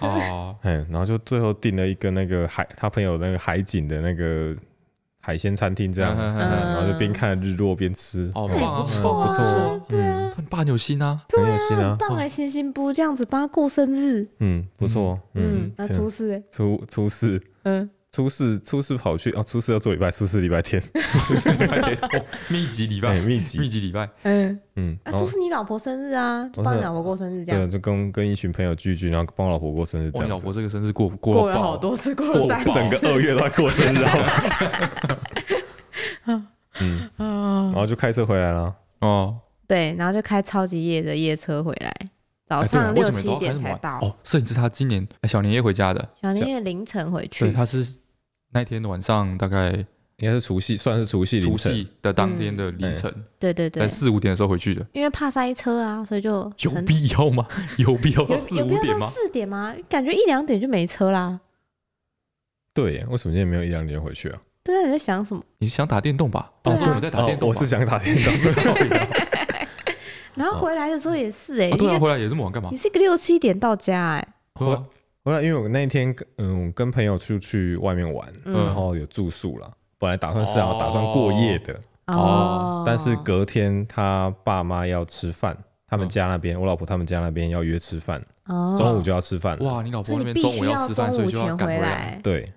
[SPEAKER 2] 哦，
[SPEAKER 3] 嗯，然后就最后订了一个那个海，他朋友那个海景的那个海鲜餐厅这样，
[SPEAKER 2] 嗯嗯嗯
[SPEAKER 3] 嗯然后就边看日落边吃，
[SPEAKER 2] 哦，
[SPEAKER 1] 那也
[SPEAKER 2] 棒啊，
[SPEAKER 1] 不错啊，
[SPEAKER 3] 不错啊
[SPEAKER 1] 对啊，
[SPEAKER 2] 他爸很有心啊，
[SPEAKER 3] 很有心啊
[SPEAKER 1] 很，棒哎，星星不这样子帮他过生日，
[SPEAKER 3] 嗯，不错，
[SPEAKER 1] 嗯
[SPEAKER 3] 嗯，，
[SPEAKER 1] 那
[SPEAKER 3] 对
[SPEAKER 1] 出事哎，
[SPEAKER 3] 初初四，
[SPEAKER 1] 嗯，
[SPEAKER 3] 初四初四跑去哦，初四要做礼拜，初四礼拜 [LAUGHS] 天，
[SPEAKER 2] 密集礼
[SPEAKER 3] 哎，
[SPEAKER 2] 拜，
[SPEAKER 3] 密
[SPEAKER 2] 密
[SPEAKER 3] 集，
[SPEAKER 2] 集礼拜，
[SPEAKER 1] 嗯，
[SPEAKER 3] 嗯，
[SPEAKER 1] 啊，
[SPEAKER 3] 然后
[SPEAKER 1] 就是你老婆生日啊，就帮你老婆过生日这
[SPEAKER 3] 对，啊
[SPEAKER 1] 样。
[SPEAKER 3] 就跟跟一群朋友聚一聚，然后帮我老婆过生日这
[SPEAKER 2] 哇，你
[SPEAKER 3] 样
[SPEAKER 2] 老
[SPEAKER 3] 子，
[SPEAKER 2] 婆这个生日过
[SPEAKER 1] 过
[SPEAKER 2] 过
[SPEAKER 1] 了
[SPEAKER 2] 了
[SPEAKER 1] 好
[SPEAKER 2] 爆，
[SPEAKER 1] 多次，过了
[SPEAKER 3] 过
[SPEAKER 1] 三
[SPEAKER 3] 整
[SPEAKER 1] 次
[SPEAKER 3] 个二月都在过 [LAUGHS] 生日，好吧嗯，
[SPEAKER 1] [LAUGHS] 啊
[SPEAKER 3] 然后就开车回来了，
[SPEAKER 2] 哦，
[SPEAKER 1] 对，然后就开超级夜的夜车回来，早
[SPEAKER 2] 哎对啊
[SPEAKER 1] 上
[SPEAKER 2] 为
[SPEAKER 1] 六
[SPEAKER 2] 什么你
[SPEAKER 1] 七
[SPEAKER 2] 都要开
[SPEAKER 1] 点
[SPEAKER 2] 那么
[SPEAKER 1] 才
[SPEAKER 2] 晚
[SPEAKER 1] 到，
[SPEAKER 2] 哦，摄影师他今年哎小年夜回家的，
[SPEAKER 1] 小年夜凌晨回
[SPEAKER 2] 对，
[SPEAKER 1] 去。
[SPEAKER 2] 他是那天晚上大概
[SPEAKER 3] 应该是除夕，算是除夕凌
[SPEAKER 2] 除
[SPEAKER 3] 晨，
[SPEAKER 2] 夕的当天的凌晨，
[SPEAKER 1] 对嗯对对
[SPEAKER 2] 在，四五点的时候回去的，
[SPEAKER 1] 因为怕塞车啊，所以就
[SPEAKER 2] 有
[SPEAKER 1] 很
[SPEAKER 2] 必要吗？有必要
[SPEAKER 1] 有
[SPEAKER 2] 到四
[SPEAKER 1] 有
[SPEAKER 2] 五
[SPEAKER 1] 必
[SPEAKER 2] 点
[SPEAKER 1] 要到
[SPEAKER 2] 吗？
[SPEAKER 1] 四点吗？感觉一两点就没车啦。
[SPEAKER 3] 对耶，为什么今天没有一两点就回去啊？
[SPEAKER 1] 对啊，你在想什么？
[SPEAKER 2] 你想打电动吧？
[SPEAKER 1] 对啊
[SPEAKER 2] 我们在打电动
[SPEAKER 3] 哦，我
[SPEAKER 2] 吧
[SPEAKER 3] 是想打电 [LAUGHS]
[SPEAKER 2] [LAUGHS]
[SPEAKER 3] 动。
[SPEAKER 1] 然后回来的时候也是哎、
[SPEAKER 2] 啊，
[SPEAKER 1] 你
[SPEAKER 2] 哦对啊，回来也这么晚干嘛
[SPEAKER 1] 你？是个六七点到家哎、
[SPEAKER 2] 对啊
[SPEAKER 3] 后来因为我那一天跟嗯我跟朋友出去外面玩，
[SPEAKER 1] 嗯
[SPEAKER 3] 然后有住宿啦，本来打算是好打算过夜的，
[SPEAKER 2] 哦
[SPEAKER 3] 但是隔天他爸妈要吃饭，他们家那边、
[SPEAKER 2] 嗯
[SPEAKER 3] 我老婆他们家那边要约吃饭，
[SPEAKER 1] 哦
[SPEAKER 3] 中午就要吃饭了。
[SPEAKER 2] 哇，你老
[SPEAKER 1] 所
[SPEAKER 2] 婆
[SPEAKER 1] 以
[SPEAKER 2] 那
[SPEAKER 1] 你
[SPEAKER 2] 边
[SPEAKER 1] 必
[SPEAKER 2] 中午
[SPEAKER 1] 须
[SPEAKER 2] 要吃饭，所
[SPEAKER 1] 中
[SPEAKER 2] 以
[SPEAKER 1] 午
[SPEAKER 2] 就要
[SPEAKER 1] 前
[SPEAKER 2] 赶
[SPEAKER 1] 回
[SPEAKER 2] 来。
[SPEAKER 1] 来。
[SPEAKER 3] 对，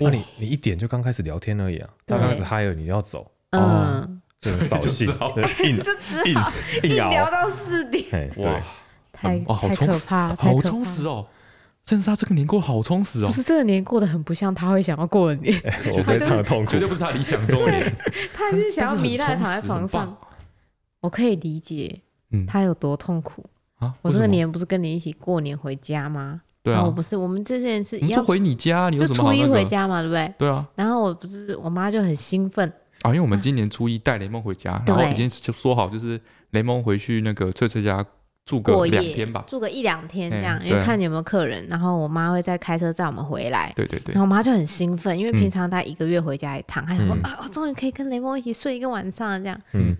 [SPEAKER 3] 哇你你一点就刚开始聊天而已啊，
[SPEAKER 1] 对
[SPEAKER 3] 他刚开始嗨了你就要走，
[SPEAKER 2] 哦
[SPEAKER 1] 嗯，
[SPEAKER 3] 就很扫兴
[SPEAKER 2] [LAUGHS] 就知啊道，
[SPEAKER 3] 对硬
[SPEAKER 1] 就只
[SPEAKER 2] [LAUGHS]
[SPEAKER 1] 好一
[SPEAKER 3] 硬硬
[SPEAKER 1] 聊
[SPEAKER 3] 熬，
[SPEAKER 1] 到四点，
[SPEAKER 3] 哎对
[SPEAKER 2] 哇，，
[SPEAKER 1] [LAUGHS] 太
[SPEAKER 2] 哦好
[SPEAKER 1] 太
[SPEAKER 2] 充
[SPEAKER 1] 可
[SPEAKER 2] 实
[SPEAKER 1] 怕，太
[SPEAKER 2] 好
[SPEAKER 1] 可
[SPEAKER 2] 充
[SPEAKER 1] 怕
[SPEAKER 2] 实哦！甚至他这个年过得好充实哦
[SPEAKER 1] 不，是这个年过得很不 [LAUGHS] 像他会想要过的年，
[SPEAKER 2] [LAUGHS]
[SPEAKER 3] 哎我非常的痛苦
[SPEAKER 2] 绝，对不是他理想中的年。
[SPEAKER 1] 他还是想要糜烂
[SPEAKER 2] 但是很充实
[SPEAKER 1] 躺在床
[SPEAKER 2] 很
[SPEAKER 1] 上。我可以理解
[SPEAKER 2] 嗯
[SPEAKER 1] 他有多痛苦。
[SPEAKER 2] 啊，
[SPEAKER 1] 我这个
[SPEAKER 2] 为什么
[SPEAKER 1] 年不是跟你一起过年回家吗？
[SPEAKER 2] 对
[SPEAKER 1] 然
[SPEAKER 2] 啊
[SPEAKER 1] 后我，不是我们之前是
[SPEAKER 2] 你
[SPEAKER 1] 一
[SPEAKER 2] 就
[SPEAKER 1] 样，
[SPEAKER 2] 回你家，你有
[SPEAKER 1] 就
[SPEAKER 2] 什么好
[SPEAKER 1] 初一
[SPEAKER 2] 那
[SPEAKER 1] 回
[SPEAKER 2] 个？
[SPEAKER 1] 家嘛，对不对？
[SPEAKER 2] 对啊，
[SPEAKER 1] 然后我不是我妈就很兴奋，
[SPEAKER 2] 啊，因为我们今年初一带雷蒙回家，然后
[SPEAKER 1] 嗯对
[SPEAKER 2] 已经就说好，就是雷蒙回去那个翠翠家住个
[SPEAKER 1] 过
[SPEAKER 2] 两
[SPEAKER 1] 夜
[SPEAKER 2] 天吧。
[SPEAKER 1] 住个一两天这样，
[SPEAKER 2] 嗯
[SPEAKER 1] 因为
[SPEAKER 2] 哦对
[SPEAKER 1] 看有没有客人。然后我妈会再开车载我们回来。
[SPEAKER 2] 对对对
[SPEAKER 1] 然，后我妈就很兴奋，因为
[SPEAKER 2] 嗯
[SPEAKER 1] 平常大概一个月回家一趟，她想说
[SPEAKER 3] 嗯
[SPEAKER 1] 啊，我终于可以跟雷蒙一起睡一个晚上了这样。
[SPEAKER 3] 嗯，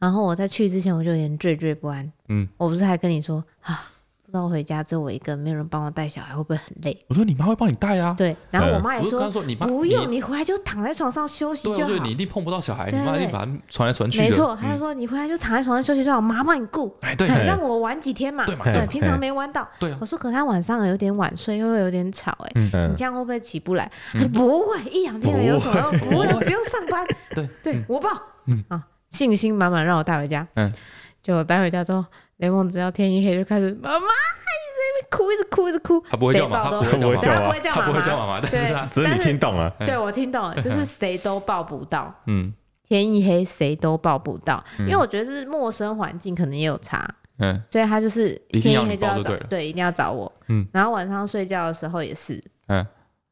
[SPEAKER 1] 然后我在去之前我就有点惴惴不安。
[SPEAKER 2] 嗯，
[SPEAKER 1] 我不是还跟你说啊，知道回家之后我一个人没有人帮我带小孩会不会很累？
[SPEAKER 2] 我说你妈会帮你带啊，
[SPEAKER 1] 对，然后我
[SPEAKER 3] 嗯
[SPEAKER 1] 妈也
[SPEAKER 2] 我就
[SPEAKER 1] 说
[SPEAKER 2] 跟他说你妈
[SPEAKER 1] 不用，
[SPEAKER 2] 啊你。
[SPEAKER 1] 你回来就躺在床上休息
[SPEAKER 2] 对
[SPEAKER 1] 就
[SPEAKER 2] 啊，
[SPEAKER 1] 好
[SPEAKER 2] 对，。你一定碰不到小孩，你
[SPEAKER 1] 对
[SPEAKER 2] 妈一定
[SPEAKER 1] 对
[SPEAKER 2] 把他传来传去的。
[SPEAKER 1] 没错，他
[SPEAKER 2] 嗯
[SPEAKER 1] 就说你回来就躺在床上休息就好，妈帮你顾，
[SPEAKER 2] 哎，对，
[SPEAKER 1] 哎
[SPEAKER 3] 嘿
[SPEAKER 1] 让我玩几天嘛。
[SPEAKER 2] 对嘛
[SPEAKER 3] 对
[SPEAKER 1] 对，
[SPEAKER 3] 嘛
[SPEAKER 1] 平常
[SPEAKER 3] 嘿
[SPEAKER 1] 没玩到。
[SPEAKER 2] 对啊
[SPEAKER 1] 我，说可他晚上有点晚睡，又有点吵，哎，你
[SPEAKER 3] 嗯，
[SPEAKER 1] 这样会不会起不来？[LAUGHS]
[SPEAKER 2] 嗯
[SPEAKER 1] 不会，一两天而已有什么？不会，不用上班。
[SPEAKER 2] [LAUGHS] 对
[SPEAKER 1] 对
[SPEAKER 2] 嗯，
[SPEAKER 1] 我抱。
[SPEAKER 2] 嗯
[SPEAKER 1] 啊，信心满满让我带回家。
[SPEAKER 2] 嗯，
[SPEAKER 1] 就我带回家之后，雷梦只要天一黑就开始妈妈一直在那边哭，一直哭，一直哭。
[SPEAKER 2] 他不会
[SPEAKER 1] 谁
[SPEAKER 2] 叫妈，
[SPEAKER 1] 抱
[SPEAKER 2] 他
[SPEAKER 1] 都
[SPEAKER 2] 不会
[SPEAKER 3] 我
[SPEAKER 2] 叫
[SPEAKER 3] 叫
[SPEAKER 1] 他不
[SPEAKER 2] 妈妈
[SPEAKER 1] 会，叫
[SPEAKER 2] 他不会叫
[SPEAKER 1] 妈
[SPEAKER 2] 妈
[SPEAKER 1] 妈。
[SPEAKER 2] 妈，但
[SPEAKER 1] 对
[SPEAKER 2] 是 [LAUGHS] 他，
[SPEAKER 3] 只是你听懂了，
[SPEAKER 2] 哎
[SPEAKER 1] 对，我听懂了，就是谁都抱不到，
[SPEAKER 2] 嗯
[SPEAKER 1] 天一黑谁都抱不到，因为
[SPEAKER 2] 嗯
[SPEAKER 1] 我觉得是陌生环境可能也有差。
[SPEAKER 2] 嗯，
[SPEAKER 1] 所以他就是
[SPEAKER 2] 一定
[SPEAKER 1] 天
[SPEAKER 2] 要
[SPEAKER 1] 一黑
[SPEAKER 2] 你
[SPEAKER 1] 就
[SPEAKER 2] 抱
[SPEAKER 1] 要
[SPEAKER 2] 就
[SPEAKER 1] 找
[SPEAKER 2] 对了
[SPEAKER 1] 对，一定要找我。
[SPEAKER 2] 嗯
[SPEAKER 1] 然后晚上睡觉的时候也是，
[SPEAKER 2] 嗯，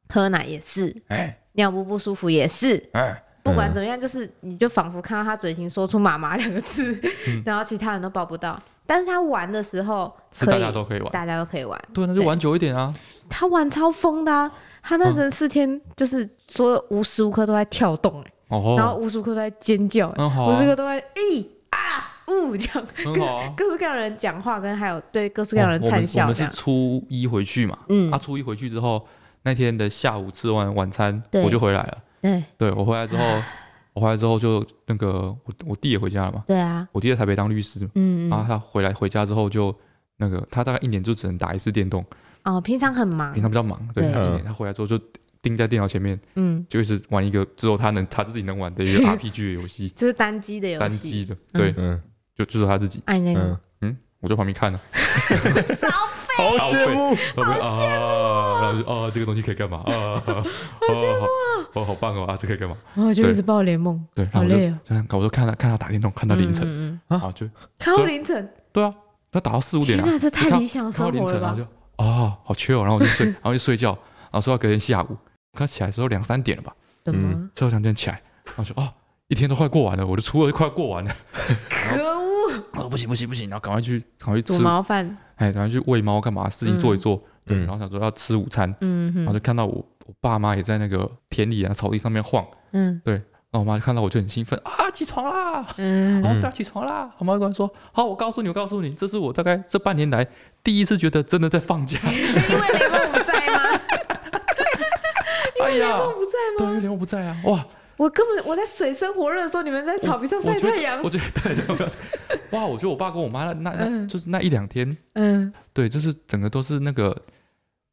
[SPEAKER 1] 喝奶也是，
[SPEAKER 2] 哎
[SPEAKER 1] 尿布不舒服也是，
[SPEAKER 2] 哎，
[SPEAKER 1] 不管怎么样，就是你就仿佛看到他嘴型说出“妈妈”两个字，
[SPEAKER 2] 嗯
[SPEAKER 1] 然后其他人都抱不到。但是他玩的时候
[SPEAKER 2] 是
[SPEAKER 1] 可
[SPEAKER 2] 大
[SPEAKER 1] 以
[SPEAKER 2] 家，都可以玩。
[SPEAKER 1] 大家都可以玩。
[SPEAKER 2] 对，那就玩久一点啊。
[SPEAKER 1] 他玩超疯的、啊，他
[SPEAKER 2] 嗯
[SPEAKER 1] 那阵四天就是所有无时无刻都在跳动、欸，然后
[SPEAKER 2] 哦，
[SPEAKER 1] 无时无刻都在尖叫、欸，
[SPEAKER 2] 很好
[SPEAKER 1] 无
[SPEAKER 2] 啊
[SPEAKER 1] 时，无刻都在咦啊呜这样，
[SPEAKER 2] 很
[SPEAKER 1] [LAUGHS]
[SPEAKER 2] 好啊。
[SPEAKER 1] 各式各样的人讲话，跟还有对各式各
[SPEAKER 2] 我
[SPEAKER 1] 样的
[SPEAKER 2] 们
[SPEAKER 1] 人
[SPEAKER 2] 哦我
[SPEAKER 1] 灿
[SPEAKER 2] 们我
[SPEAKER 1] 笑
[SPEAKER 2] 们
[SPEAKER 1] 这
[SPEAKER 2] 是
[SPEAKER 1] 样。
[SPEAKER 2] 初啊一回去嘛，
[SPEAKER 1] 嗯
[SPEAKER 2] 他，初一回去之后，那天的下午吃完晚餐，
[SPEAKER 1] 对
[SPEAKER 2] 我就回来了。
[SPEAKER 1] 对
[SPEAKER 2] 对我回来之
[SPEAKER 1] [SIGHS]
[SPEAKER 2] 后，我回来之后就那个我我弟也回家了嘛，
[SPEAKER 1] 对啊，
[SPEAKER 2] 我弟在台北当律师嘛，
[SPEAKER 1] 嗯
[SPEAKER 2] 然后
[SPEAKER 1] 嗯
[SPEAKER 2] 他回来回家之后就那个他大概一年就只能打一次电动，
[SPEAKER 1] 哦，平常很忙
[SPEAKER 2] 平，常比较忙，对，
[SPEAKER 1] 对
[SPEAKER 2] 他一年他回来之后就盯在电脑前面，
[SPEAKER 1] 嗯，
[SPEAKER 2] 就一直玩一个只有他能他自己能玩的一个
[SPEAKER 1] [LAUGHS]
[SPEAKER 2] RPG 的游戏，
[SPEAKER 1] 就是单机的游戏，
[SPEAKER 2] 单机的，对，
[SPEAKER 3] 嗯
[SPEAKER 2] 就就是他自己，
[SPEAKER 1] 哎那
[SPEAKER 3] 嗯
[SPEAKER 1] 个，，
[SPEAKER 2] 我就旁边看了，
[SPEAKER 3] 好羡慕，
[SPEAKER 2] 我旁边啊，然后就哦这个东西可以干嘛啊，好羡慕啊，哦好棒哦啊这可以干嘛？
[SPEAKER 1] 然后就
[SPEAKER 2] 对
[SPEAKER 1] 一直抱联梦，
[SPEAKER 2] 对，然后
[SPEAKER 1] 好
[SPEAKER 2] 我就
[SPEAKER 1] 累哦，
[SPEAKER 2] 就看我就看他看他打电动看到凌晨，
[SPEAKER 1] 嗯，嗯嗯
[SPEAKER 2] 然后就
[SPEAKER 1] 看到凌晨，
[SPEAKER 2] 对啊，他打到四五点
[SPEAKER 1] 天
[SPEAKER 2] 啊，
[SPEAKER 1] 哪，这太
[SPEAKER 2] 看
[SPEAKER 1] 理想
[SPEAKER 2] 看
[SPEAKER 1] 生
[SPEAKER 2] 到凌
[SPEAKER 1] 活了
[SPEAKER 2] 晨，然后
[SPEAKER 1] 吧？
[SPEAKER 2] 就哦，好缺哦，然后我就睡，然后就睡觉，然后睡到隔天下午，刚起来的时候两三点了吧，
[SPEAKER 1] 什么？
[SPEAKER 2] 睡到两点起来，然后就哦，一天都快过完了，我的初二快过 [LAUGHS] 完了，嗯
[SPEAKER 1] 可恶，
[SPEAKER 2] 然哦后不行不行不行，然后赶快去赶快去
[SPEAKER 1] 煮
[SPEAKER 2] 吃，
[SPEAKER 1] 毛饭，
[SPEAKER 2] 哎，赶快去喂猫干嘛，事情做一做，对，
[SPEAKER 3] 嗯
[SPEAKER 2] 然后想说要吃午餐，
[SPEAKER 1] 嗯
[SPEAKER 2] 然后
[SPEAKER 1] 哼
[SPEAKER 2] 就看到我我爸妈也在那个田里啊草地上面晃，
[SPEAKER 1] 嗯
[SPEAKER 2] 然后我妈看到我就很兴奋啊，起床啦！
[SPEAKER 1] 嗯，
[SPEAKER 2] 然后大家起床啦！我妈就跟我说：“好，我告诉你，我告诉你，这是我大概这半年来第一次觉得真的在放
[SPEAKER 1] [LAUGHS]
[SPEAKER 2] 假。
[SPEAKER 1] 因为雷梦不在吗？
[SPEAKER 2] 哎
[SPEAKER 1] 雷
[SPEAKER 2] 呀，
[SPEAKER 1] 梦不在
[SPEAKER 2] [LAUGHS] 对，
[SPEAKER 1] 吗？
[SPEAKER 2] 因为连我不在啊，哇！
[SPEAKER 1] 我根本我在水深火热的时候，你们在草皮上
[SPEAKER 2] 我
[SPEAKER 1] 晒
[SPEAKER 2] 觉得
[SPEAKER 1] 太阳
[SPEAKER 2] 我，觉得 [LAUGHS] 对，对对哇！我觉得我爸跟我妈那那那
[SPEAKER 1] 嗯
[SPEAKER 2] 就是那一两天，
[SPEAKER 1] 嗯，
[SPEAKER 2] 对，就是整个都是那个，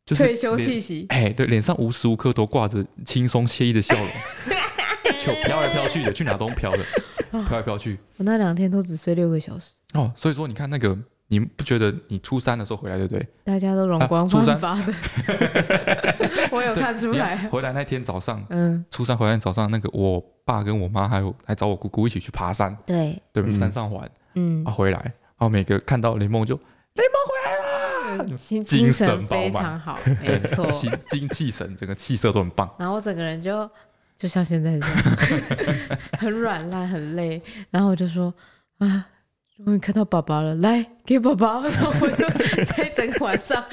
[SPEAKER 2] 就是
[SPEAKER 1] 退休
[SPEAKER 2] 脸
[SPEAKER 1] 气息，
[SPEAKER 2] 哎，对，脸上无时无刻都挂着轻松惬意的笑容，就飘来飘去的，去哪都飘的，
[SPEAKER 1] [LAUGHS] 哦
[SPEAKER 2] 飘来飘去。
[SPEAKER 1] 我那两天都只睡六个小时，
[SPEAKER 2] 哦，所以说你看那个，你不觉得你初三的时候回来，对不对？
[SPEAKER 1] 大家都容光
[SPEAKER 2] 啊初
[SPEAKER 1] 焕
[SPEAKER 2] 三
[SPEAKER 1] 发的， [LAUGHS] 我有
[SPEAKER 2] 对
[SPEAKER 1] 看出
[SPEAKER 2] 你
[SPEAKER 1] 来，
[SPEAKER 2] 回来那天早上，
[SPEAKER 1] 嗯，
[SPEAKER 2] 初三回来早上，那个我爸跟我妈还有还找我姑姑一起去爬山，
[SPEAKER 1] [LAUGHS] 对，
[SPEAKER 2] 对吧？
[SPEAKER 3] 嗯
[SPEAKER 2] 山上玩
[SPEAKER 1] 嗯
[SPEAKER 2] 啊，，回来，然后每个看到雷梦就
[SPEAKER 1] 精
[SPEAKER 2] 精
[SPEAKER 1] 精
[SPEAKER 2] 神
[SPEAKER 1] 神
[SPEAKER 2] 饱
[SPEAKER 1] 非
[SPEAKER 2] 满
[SPEAKER 1] 常
[SPEAKER 2] [LAUGHS]
[SPEAKER 1] 好，没错。
[SPEAKER 2] 精精气神，整个气色都很棒。
[SPEAKER 1] 然后我整个人就就像现在这
[SPEAKER 2] [LAUGHS]
[SPEAKER 1] 样，很软烂，很累。然后我就说啊，终于看到爸爸了，来给爸爸。 [LAUGHS] 然后我就在整个晚上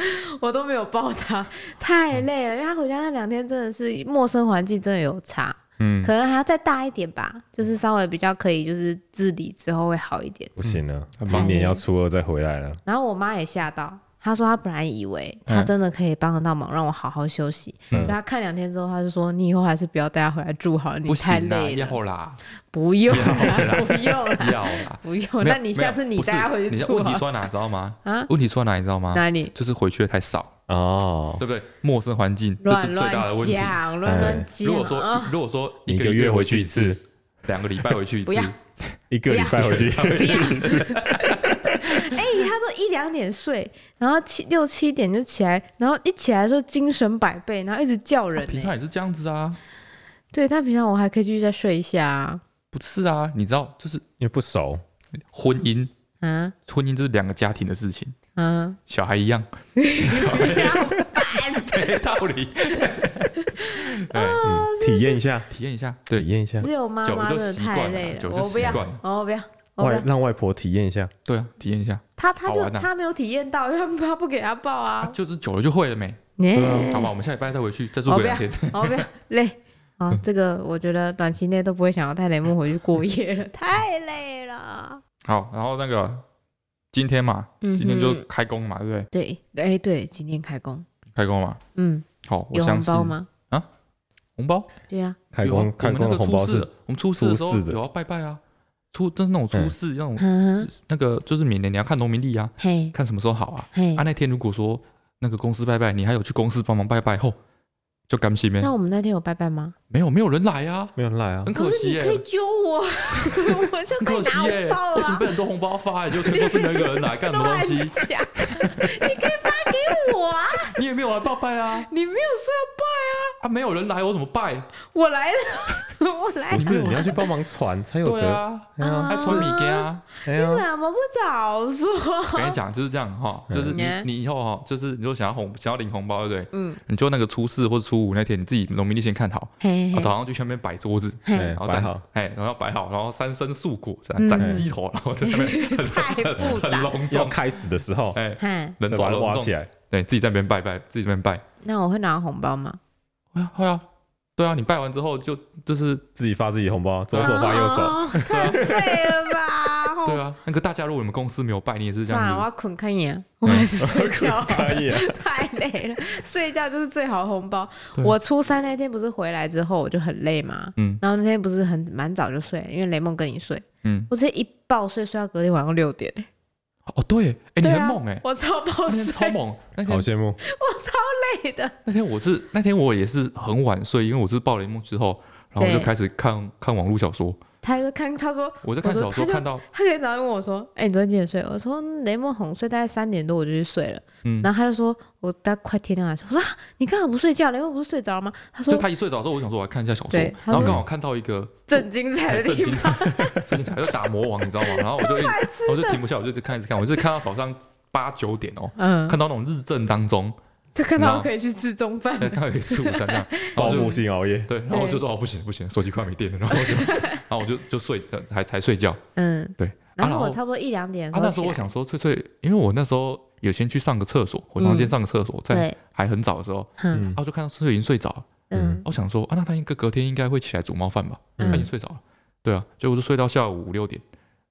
[SPEAKER 1] 我都没有抱他，太累了。因为他回家那两天真的是陌生环境，真的有差，
[SPEAKER 2] 嗯，
[SPEAKER 1] 可能还要再大一点吧，就是稍微比较可以，就是自理之后会好一点。
[SPEAKER 3] 不行了，
[SPEAKER 2] 很
[SPEAKER 3] 明
[SPEAKER 2] 忙
[SPEAKER 3] 年要初二再回来了，
[SPEAKER 1] 然后我妈也吓到，她说她本来以为她
[SPEAKER 2] 嗯
[SPEAKER 1] 真的可以帮得到忙，让我好好休息。
[SPEAKER 3] 嗯
[SPEAKER 1] 然后她看两天之后，她就说：“你以后还是不要带她回来住好了，你
[SPEAKER 2] 不
[SPEAKER 1] 太
[SPEAKER 2] 行啦，
[SPEAKER 1] 累了，
[SPEAKER 2] 要啦，
[SPEAKER 1] 不用啦， [LAUGHS] 不用啦，。
[SPEAKER 2] [LAUGHS] 要啦
[SPEAKER 1] 不用。
[SPEAKER 2] 没有
[SPEAKER 1] 哦那你
[SPEAKER 2] 没
[SPEAKER 1] 下
[SPEAKER 2] 有
[SPEAKER 1] 次你
[SPEAKER 2] 不是
[SPEAKER 1] 带她回去
[SPEAKER 2] 你知道
[SPEAKER 1] 住
[SPEAKER 2] 问题
[SPEAKER 1] 好
[SPEAKER 2] 出在哪，你知道吗？
[SPEAKER 1] 啊？
[SPEAKER 2] 问题出在哪，你知道吗？
[SPEAKER 1] 哪里？
[SPEAKER 2] 就是回去的太少，
[SPEAKER 3] 哦，
[SPEAKER 2] 对不对？陌生环境，这
[SPEAKER 1] 乱
[SPEAKER 2] 是最大的
[SPEAKER 1] 乱
[SPEAKER 2] 问题。哎
[SPEAKER 1] 讲，啊乱乱讲。
[SPEAKER 2] 如果说
[SPEAKER 1] 啊
[SPEAKER 2] 如果说
[SPEAKER 3] 一
[SPEAKER 2] 一
[SPEAKER 3] 个
[SPEAKER 2] 个
[SPEAKER 3] 月
[SPEAKER 2] 月
[SPEAKER 3] 回
[SPEAKER 2] 回
[SPEAKER 3] 去
[SPEAKER 2] 去
[SPEAKER 3] 一
[SPEAKER 2] 一
[SPEAKER 3] 次
[SPEAKER 2] 次，，两个礼拜回去一
[SPEAKER 1] 不
[SPEAKER 2] 次
[SPEAKER 1] 要，
[SPEAKER 3] 一个礼拜回去，
[SPEAKER 1] 不要， [LAUGHS] 哎，她都一两点睡，然后七六七点就起来，然后一起来的时候精神百倍，然后一直叫人
[SPEAKER 2] 平
[SPEAKER 1] 呢。
[SPEAKER 2] 常也是这样子啊。
[SPEAKER 1] 对她平常我还可以继续再睡一下啊
[SPEAKER 2] 不是啊，你知道，就是
[SPEAKER 3] [LAUGHS] 因为不熟，
[SPEAKER 2] 婚姻，
[SPEAKER 1] 啊
[SPEAKER 2] 婚姻就是两个家庭的事情。 [LAUGHS]
[SPEAKER 1] 啊！
[SPEAKER 2] 小孩一
[SPEAKER 1] [LAUGHS]
[SPEAKER 2] 样，没道
[SPEAKER 1] [LAUGHS]
[SPEAKER 2] 理。哎，
[SPEAKER 3] 嗯体验一下，
[SPEAKER 2] 体验一下，
[SPEAKER 3] 体
[SPEAKER 2] 对，
[SPEAKER 3] 验一下，
[SPEAKER 1] 只有妈
[SPEAKER 2] 久
[SPEAKER 1] 妈
[SPEAKER 2] 了
[SPEAKER 1] 真
[SPEAKER 2] 就
[SPEAKER 1] 的
[SPEAKER 2] 习
[SPEAKER 1] 太
[SPEAKER 2] 惯
[SPEAKER 1] 累
[SPEAKER 2] 了，久
[SPEAKER 1] 了，
[SPEAKER 2] 了
[SPEAKER 1] 我
[SPEAKER 2] 就
[SPEAKER 1] 不
[SPEAKER 2] 习
[SPEAKER 1] 要，
[SPEAKER 2] 惯了。
[SPEAKER 1] 我不要，我不
[SPEAKER 3] 外
[SPEAKER 1] 要。
[SPEAKER 3] 让外婆体验一下，
[SPEAKER 2] 对啊，体验一下，
[SPEAKER 1] 他他
[SPEAKER 2] 好
[SPEAKER 1] 就
[SPEAKER 2] 玩啊
[SPEAKER 1] 他没有体验到，因为他他不给他抱
[SPEAKER 2] 啊 [LAUGHS]
[SPEAKER 1] 啊。
[SPEAKER 2] 就是久了就会了没？
[SPEAKER 1] 耶
[SPEAKER 2] 啊好吧，我们下礼拜再回去，再住
[SPEAKER 1] 哎我不
[SPEAKER 2] 个两
[SPEAKER 1] 要
[SPEAKER 2] 天。，
[SPEAKER 1] 我不要累。啊，这个我觉得短期内都不会想要带雷梦回去过夜了，太累了。
[SPEAKER 2] 好，然后那个今天嘛，
[SPEAKER 1] 嗯哼
[SPEAKER 2] 今天就开工嘛，对不对？
[SPEAKER 1] 对，哎对，今天开工，
[SPEAKER 2] 开工嘛，
[SPEAKER 1] 嗯，
[SPEAKER 2] 好，我
[SPEAKER 1] 有
[SPEAKER 2] 相
[SPEAKER 1] 红
[SPEAKER 2] 信
[SPEAKER 1] 包吗？
[SPEAKER 2] 红包
[SPEAKER 1] 对 [LAUGHS] 呀、
[SPEAKER 3] 开
[SPEAKER 2] 有啊
[SPEAKER 3] 工开
[SPEAKER 2] 我们那
[SPEAKER 3] 工的
[SPEAKER 2] 个
[SPEAKER 3] 红
[SPEAKER 2] 初
[SPEAKER 3] 包
[SPEAKER 2] 四
[SPEAKER 3] 是
[SPEAKER 2] 的，我们初四的时候
[SPEAKER 3] 初四的
[SPEAKER 2] 有要拜拜啊，初就是那种初四那种
[SPEAKER 1] 嗯
[SPEAKER 2] 那个就是每年你要看农民历啊，
[SPEAKER 1] 嘿
[SPEAKER 2] 看什么时候好啊。
[SPEAKER 1] 嘿
[SPEAKER 2] 啊，，那天如果说那个公司拜拜，你还有去公司帮忙拜拜后，就甘心呗
[SPEAKER 1] 那。我们那天有拜拜吗？
[SPEAKER 2] 没有没有人来啊，
[SPEAKER 3] 没有人来啊
[SPEAKER 2] 很，可
[SPEAKER 1] 可是
[SPEAKER 2] 惜
[SPEAKER 1] 你
[SPEAKER 2] 耶、
[SPEAKER 1] 可以揪我， [LAUGHS] 我就
[SPEAKER 2] 很
[SPEAKER 1] 可以
[SPEAKER 2] 可
[SPEAKER 1] 拿
[SPEAKER 2] 惜耶、
[SPEAKER 1] 红包
[SPEAKER 2] 我
[SPEAKER 1] 了
[SPEAKER 2] 准
[SPEAKER 1] 啊
[SPEAKER 2] 备。很多红包发、欸，就全都是没有一个人来，干什么
[SPEAKER 1] [LAUGHS]
[SPEAKER 2] 东
[SPEAKER 1] 乱
[SPEAKER 2] 西？
[SPEAKER 1] 讲，你可以发给我啊！
[SPEAKER 2] 你也没有来拜拜啊，
[SPEAKER 1] 你没有说
[SPEAKER 2] 啊，没有人来，我怎么拜？
[SPEAKER 1] 要拜，我来了，我来
[SPEAKER 2] 哎
[SPEAKER 1] 了。
[SPEAKER 3] 不是你要去帮忙传才有
[SPEAKER 2] 啊对
[SPEAKER 3] 的，
[SPEAKER 2] 啊，
[SPEAKER 3] 哎呀
[SPEAKER 2] 还传米给啊。
[SPEAKER 3] 哎呀，
[SPEAKER 1] 怎么不早
[SPEAKER 2] 我
[SPEAKER 1] 说？
[SPEAKER 2] 跟你讲，就是这样哈，
[SPEAKER 3] [LAUGHS] 嗯
[SPEAKER 2] 就是你
[SPEAKER 1] 嗯
[SPEAKER 2] 你以后哈，就是你如果想要红想要领红包，对不对？
[SPEAKER 1] 嗯，
[SPEAKER 2] 你就那个初四或者初五那天，你自己农民历先看好，
[SPEAKER 1] 嘿
[SPEAKER 2] 然后
[SPEAKER 1] 嘿
[SPEAKER 2] 早上去那边摆桌子，
[SPEAKER 3] [LAUGHS] 哎
[SPEAKER 1] 嘿，
[SPEAKER 2] 然后
[SPEAKER 3] 摆
[SPEAKER 2] 斩
[SPEAKER 3] 好，
[SPEAKER 2] 哎，然后要摆好，然后三牲素果，
[SPEAKER 1] 嗯
[SPEAKER 2] 斩斩鸡头，然后在那
[SPEAKER 3] [LAUGHS]
[SPEAKER 2] 边很
[SPEAKER 1] 太复
[SPEAKER 2] 很
[SPEAKER 1] 杂
[SPEAKER 2] 隆
[SPEAKER 3] 要
[SPEAKER 2] 重，
[SPEAKER 3] 开始的时候
[SPEAKER 2] 哎，
[SPEAKER 1] 嘿，
[SPEAKER 2] 人
[SPEAKER 3] 再
[SPEAKER 2] 多
[SPEAKER 3] 把它
[SPEAKER 2] 隆
[SPEAKER 3] 挖
[SPEAKER 2] 重
[SPEAKER 3] 起，来，
[SPEAKER 2] 对自己在那边拜拜，自己在那边拜，
[SPEAKER 1] 那我会拿红包吗？
[SPEAKER 2] 会啊会啊，对啊，你拜完之后就就是
[SPEAKER 3] 自己发自己红
[SPEAKER 1] 啊
[SPEAKER 3] 包，左手发右手，。
[SPEAKER 1] 哦，太废了吧！
[SPEAKER 2] [LAUGHS] 对啊，那个大家如果你们公司没有拜，你也是这
[SPEAKER 1] 算了，我
[SPEAKER 2] 样
[SPEAKER 1] 要捆看一
[SPEAKER 2] 嗯
[SPEAKER 1] 眼，我还是睡觉
[SPEAKER 2] [LAUGHS]
[SPEAKER 3] [LAUGHS] 可
[SPEAKER 1] [LAUGHS]
[SPEAKER 3] 以啊，
[SPEAKER 1] 太累了，睡觉就是最好的红包。
[SPEAKER 2] 对
[SPEAKER 1] 我初三那天不是回来之后我就很累嘛，
[SPEAKER 2] 嗯
[SPEAKER 1] 然后那天不是很蛮早就睡，因为雷梦跟你睡，
[SPEAKER 2] 嗯，
[SPEAKER 1] 我直接一爆睡睡到隔天晚上六
[SPEAKER 2] [LAUGHS]
[SPEAKER 1] 点。
[SPEAKER 2] 哦对，哎你
[SPEAKER 1] 对
[SPEAKER 2] 很
[SPEAKER 1] 啊
[SPEAKER 2] 猛哎，
[SPEAKER 1] 我超爆
[SPEAKER 2] 那天
[SPEAKER 1] 睡
[SPEAKER 2] 超，猛，那
[SPEAKER 3] 好
[SPEAKER 2] 天
[SPEAKER 3] 羡慕，
[SPEAKER 1] [LAUGHS] 我超累的。
[SPEAKER 2] 那天我是那天我也是很晚睡，因为我是爆雷梦之后，然后我就
[SPEAKER 1] 对
[SPEAKER 2] 开始看看网络小说，
[SPEAKER 1] 他就看，他说
[SPEAKER 2] 我在看
[SPEAKER 1] 我说
[SPEAKER 2] 小说
[SPEAKER 1] 他就
[SPEAKER 2] 看到
[SPEAKER 1] 他可以早上问我说：“哎、你昨天几点睡？”我说：“嗯雷梦哄睡，大概三点多我就去睡了。
[SPEAKER 2] 嗯
[SPEAKER 1] 然。后他就说：“我大概快天亮了。”我说：“啊，你刚好不睡觉，雷梦不是睡着了吗？”他说
[SPEAKER 2] 就他一睡着之后，我想说我来看一下小说，
[SPEAKER 1] 对
[SPEAKER 2] 然
[SPEAKER 1] 他
[SPEAKER 2] 后
[SPEAKER 1] 说嗯
[SPEAKER 2] 刚好看到一个：“
[SPEAKER 1] 正精彩的
[SPEAKER 2] 震
[SPEAKER 1] 地
[SPEAKER 2] 惊
[SPEAKER 1] 方，
[SPEAKER 2] 才， [LAUGHS] 震惊才就打魔王，你知
[SPEAKER 1] [LAUGHS]
[SPEAKER 2] 道吗？然后我就一直，我就停不下，我就一直看，一直看，我就看到早上八九点哦，
[SPEAKER 1] 嗯，
[SPEAKER 2] 看到那种日正当中，
[SPEAKER 1] 就看
[SPEAKER 2] 然
[SPEAKER 1] 到
[SPEAKER 2] 后
[SPEAKER 1] 我可以去吃中饭
[SPEAKER 2] 再看到有一次午餐这
[SPEAKER 1] [LAUGHS]
[SPEAKER 2] 样，然
[SPEAKER 3] 报
[SPEAKER 2] 后
[SPEAKER 3] 复
[SPEAKER 2] 我就
[SPEAKER 3] 性熬夜，
[SPEAKER 2] 对，然后我就说哦不行不行，手机快没电了，然后
[SPEAKER 1] [LAUGHS]
[SPEAKER 2] 我就，然后我就就睡，才才睡觉。啊，
[SPEAKER 1] 嗯，
[SPEAKER 2] 对。
[SPEAKER 1] 然
[SPEAKER 2] 然
[SPEAKER 1] 后
[SPEAKER 2] 后啊
[SPEAKER 1] 我差不多一两点的时候
[SPEAKER 2] 那
[SPEAKER 1] 起
[SPEAKER 2] 时
[SPEAKER 1] 来，
[SPEAKER 2] 候我想说翠翠，因为我那时候有先去上个厕所，回房间上个厕所，在
[SPEAKER 1] 对，
[SPEAKER 2] 还很早的时候，
[SPEAKER 1] 嗯
[SPEAKER 2] 然后就看到翠翠已经睡着了，
[SPEAKER 1] 嗯
[SPEAKER 2] 我想说啊，那她应该隔天应该会起来煮猫饭吧？她已经
[SPEAKER 1] 嗯，
[SPEAKER 2] 睡着了，对啊，结果我就睡到下午五六点。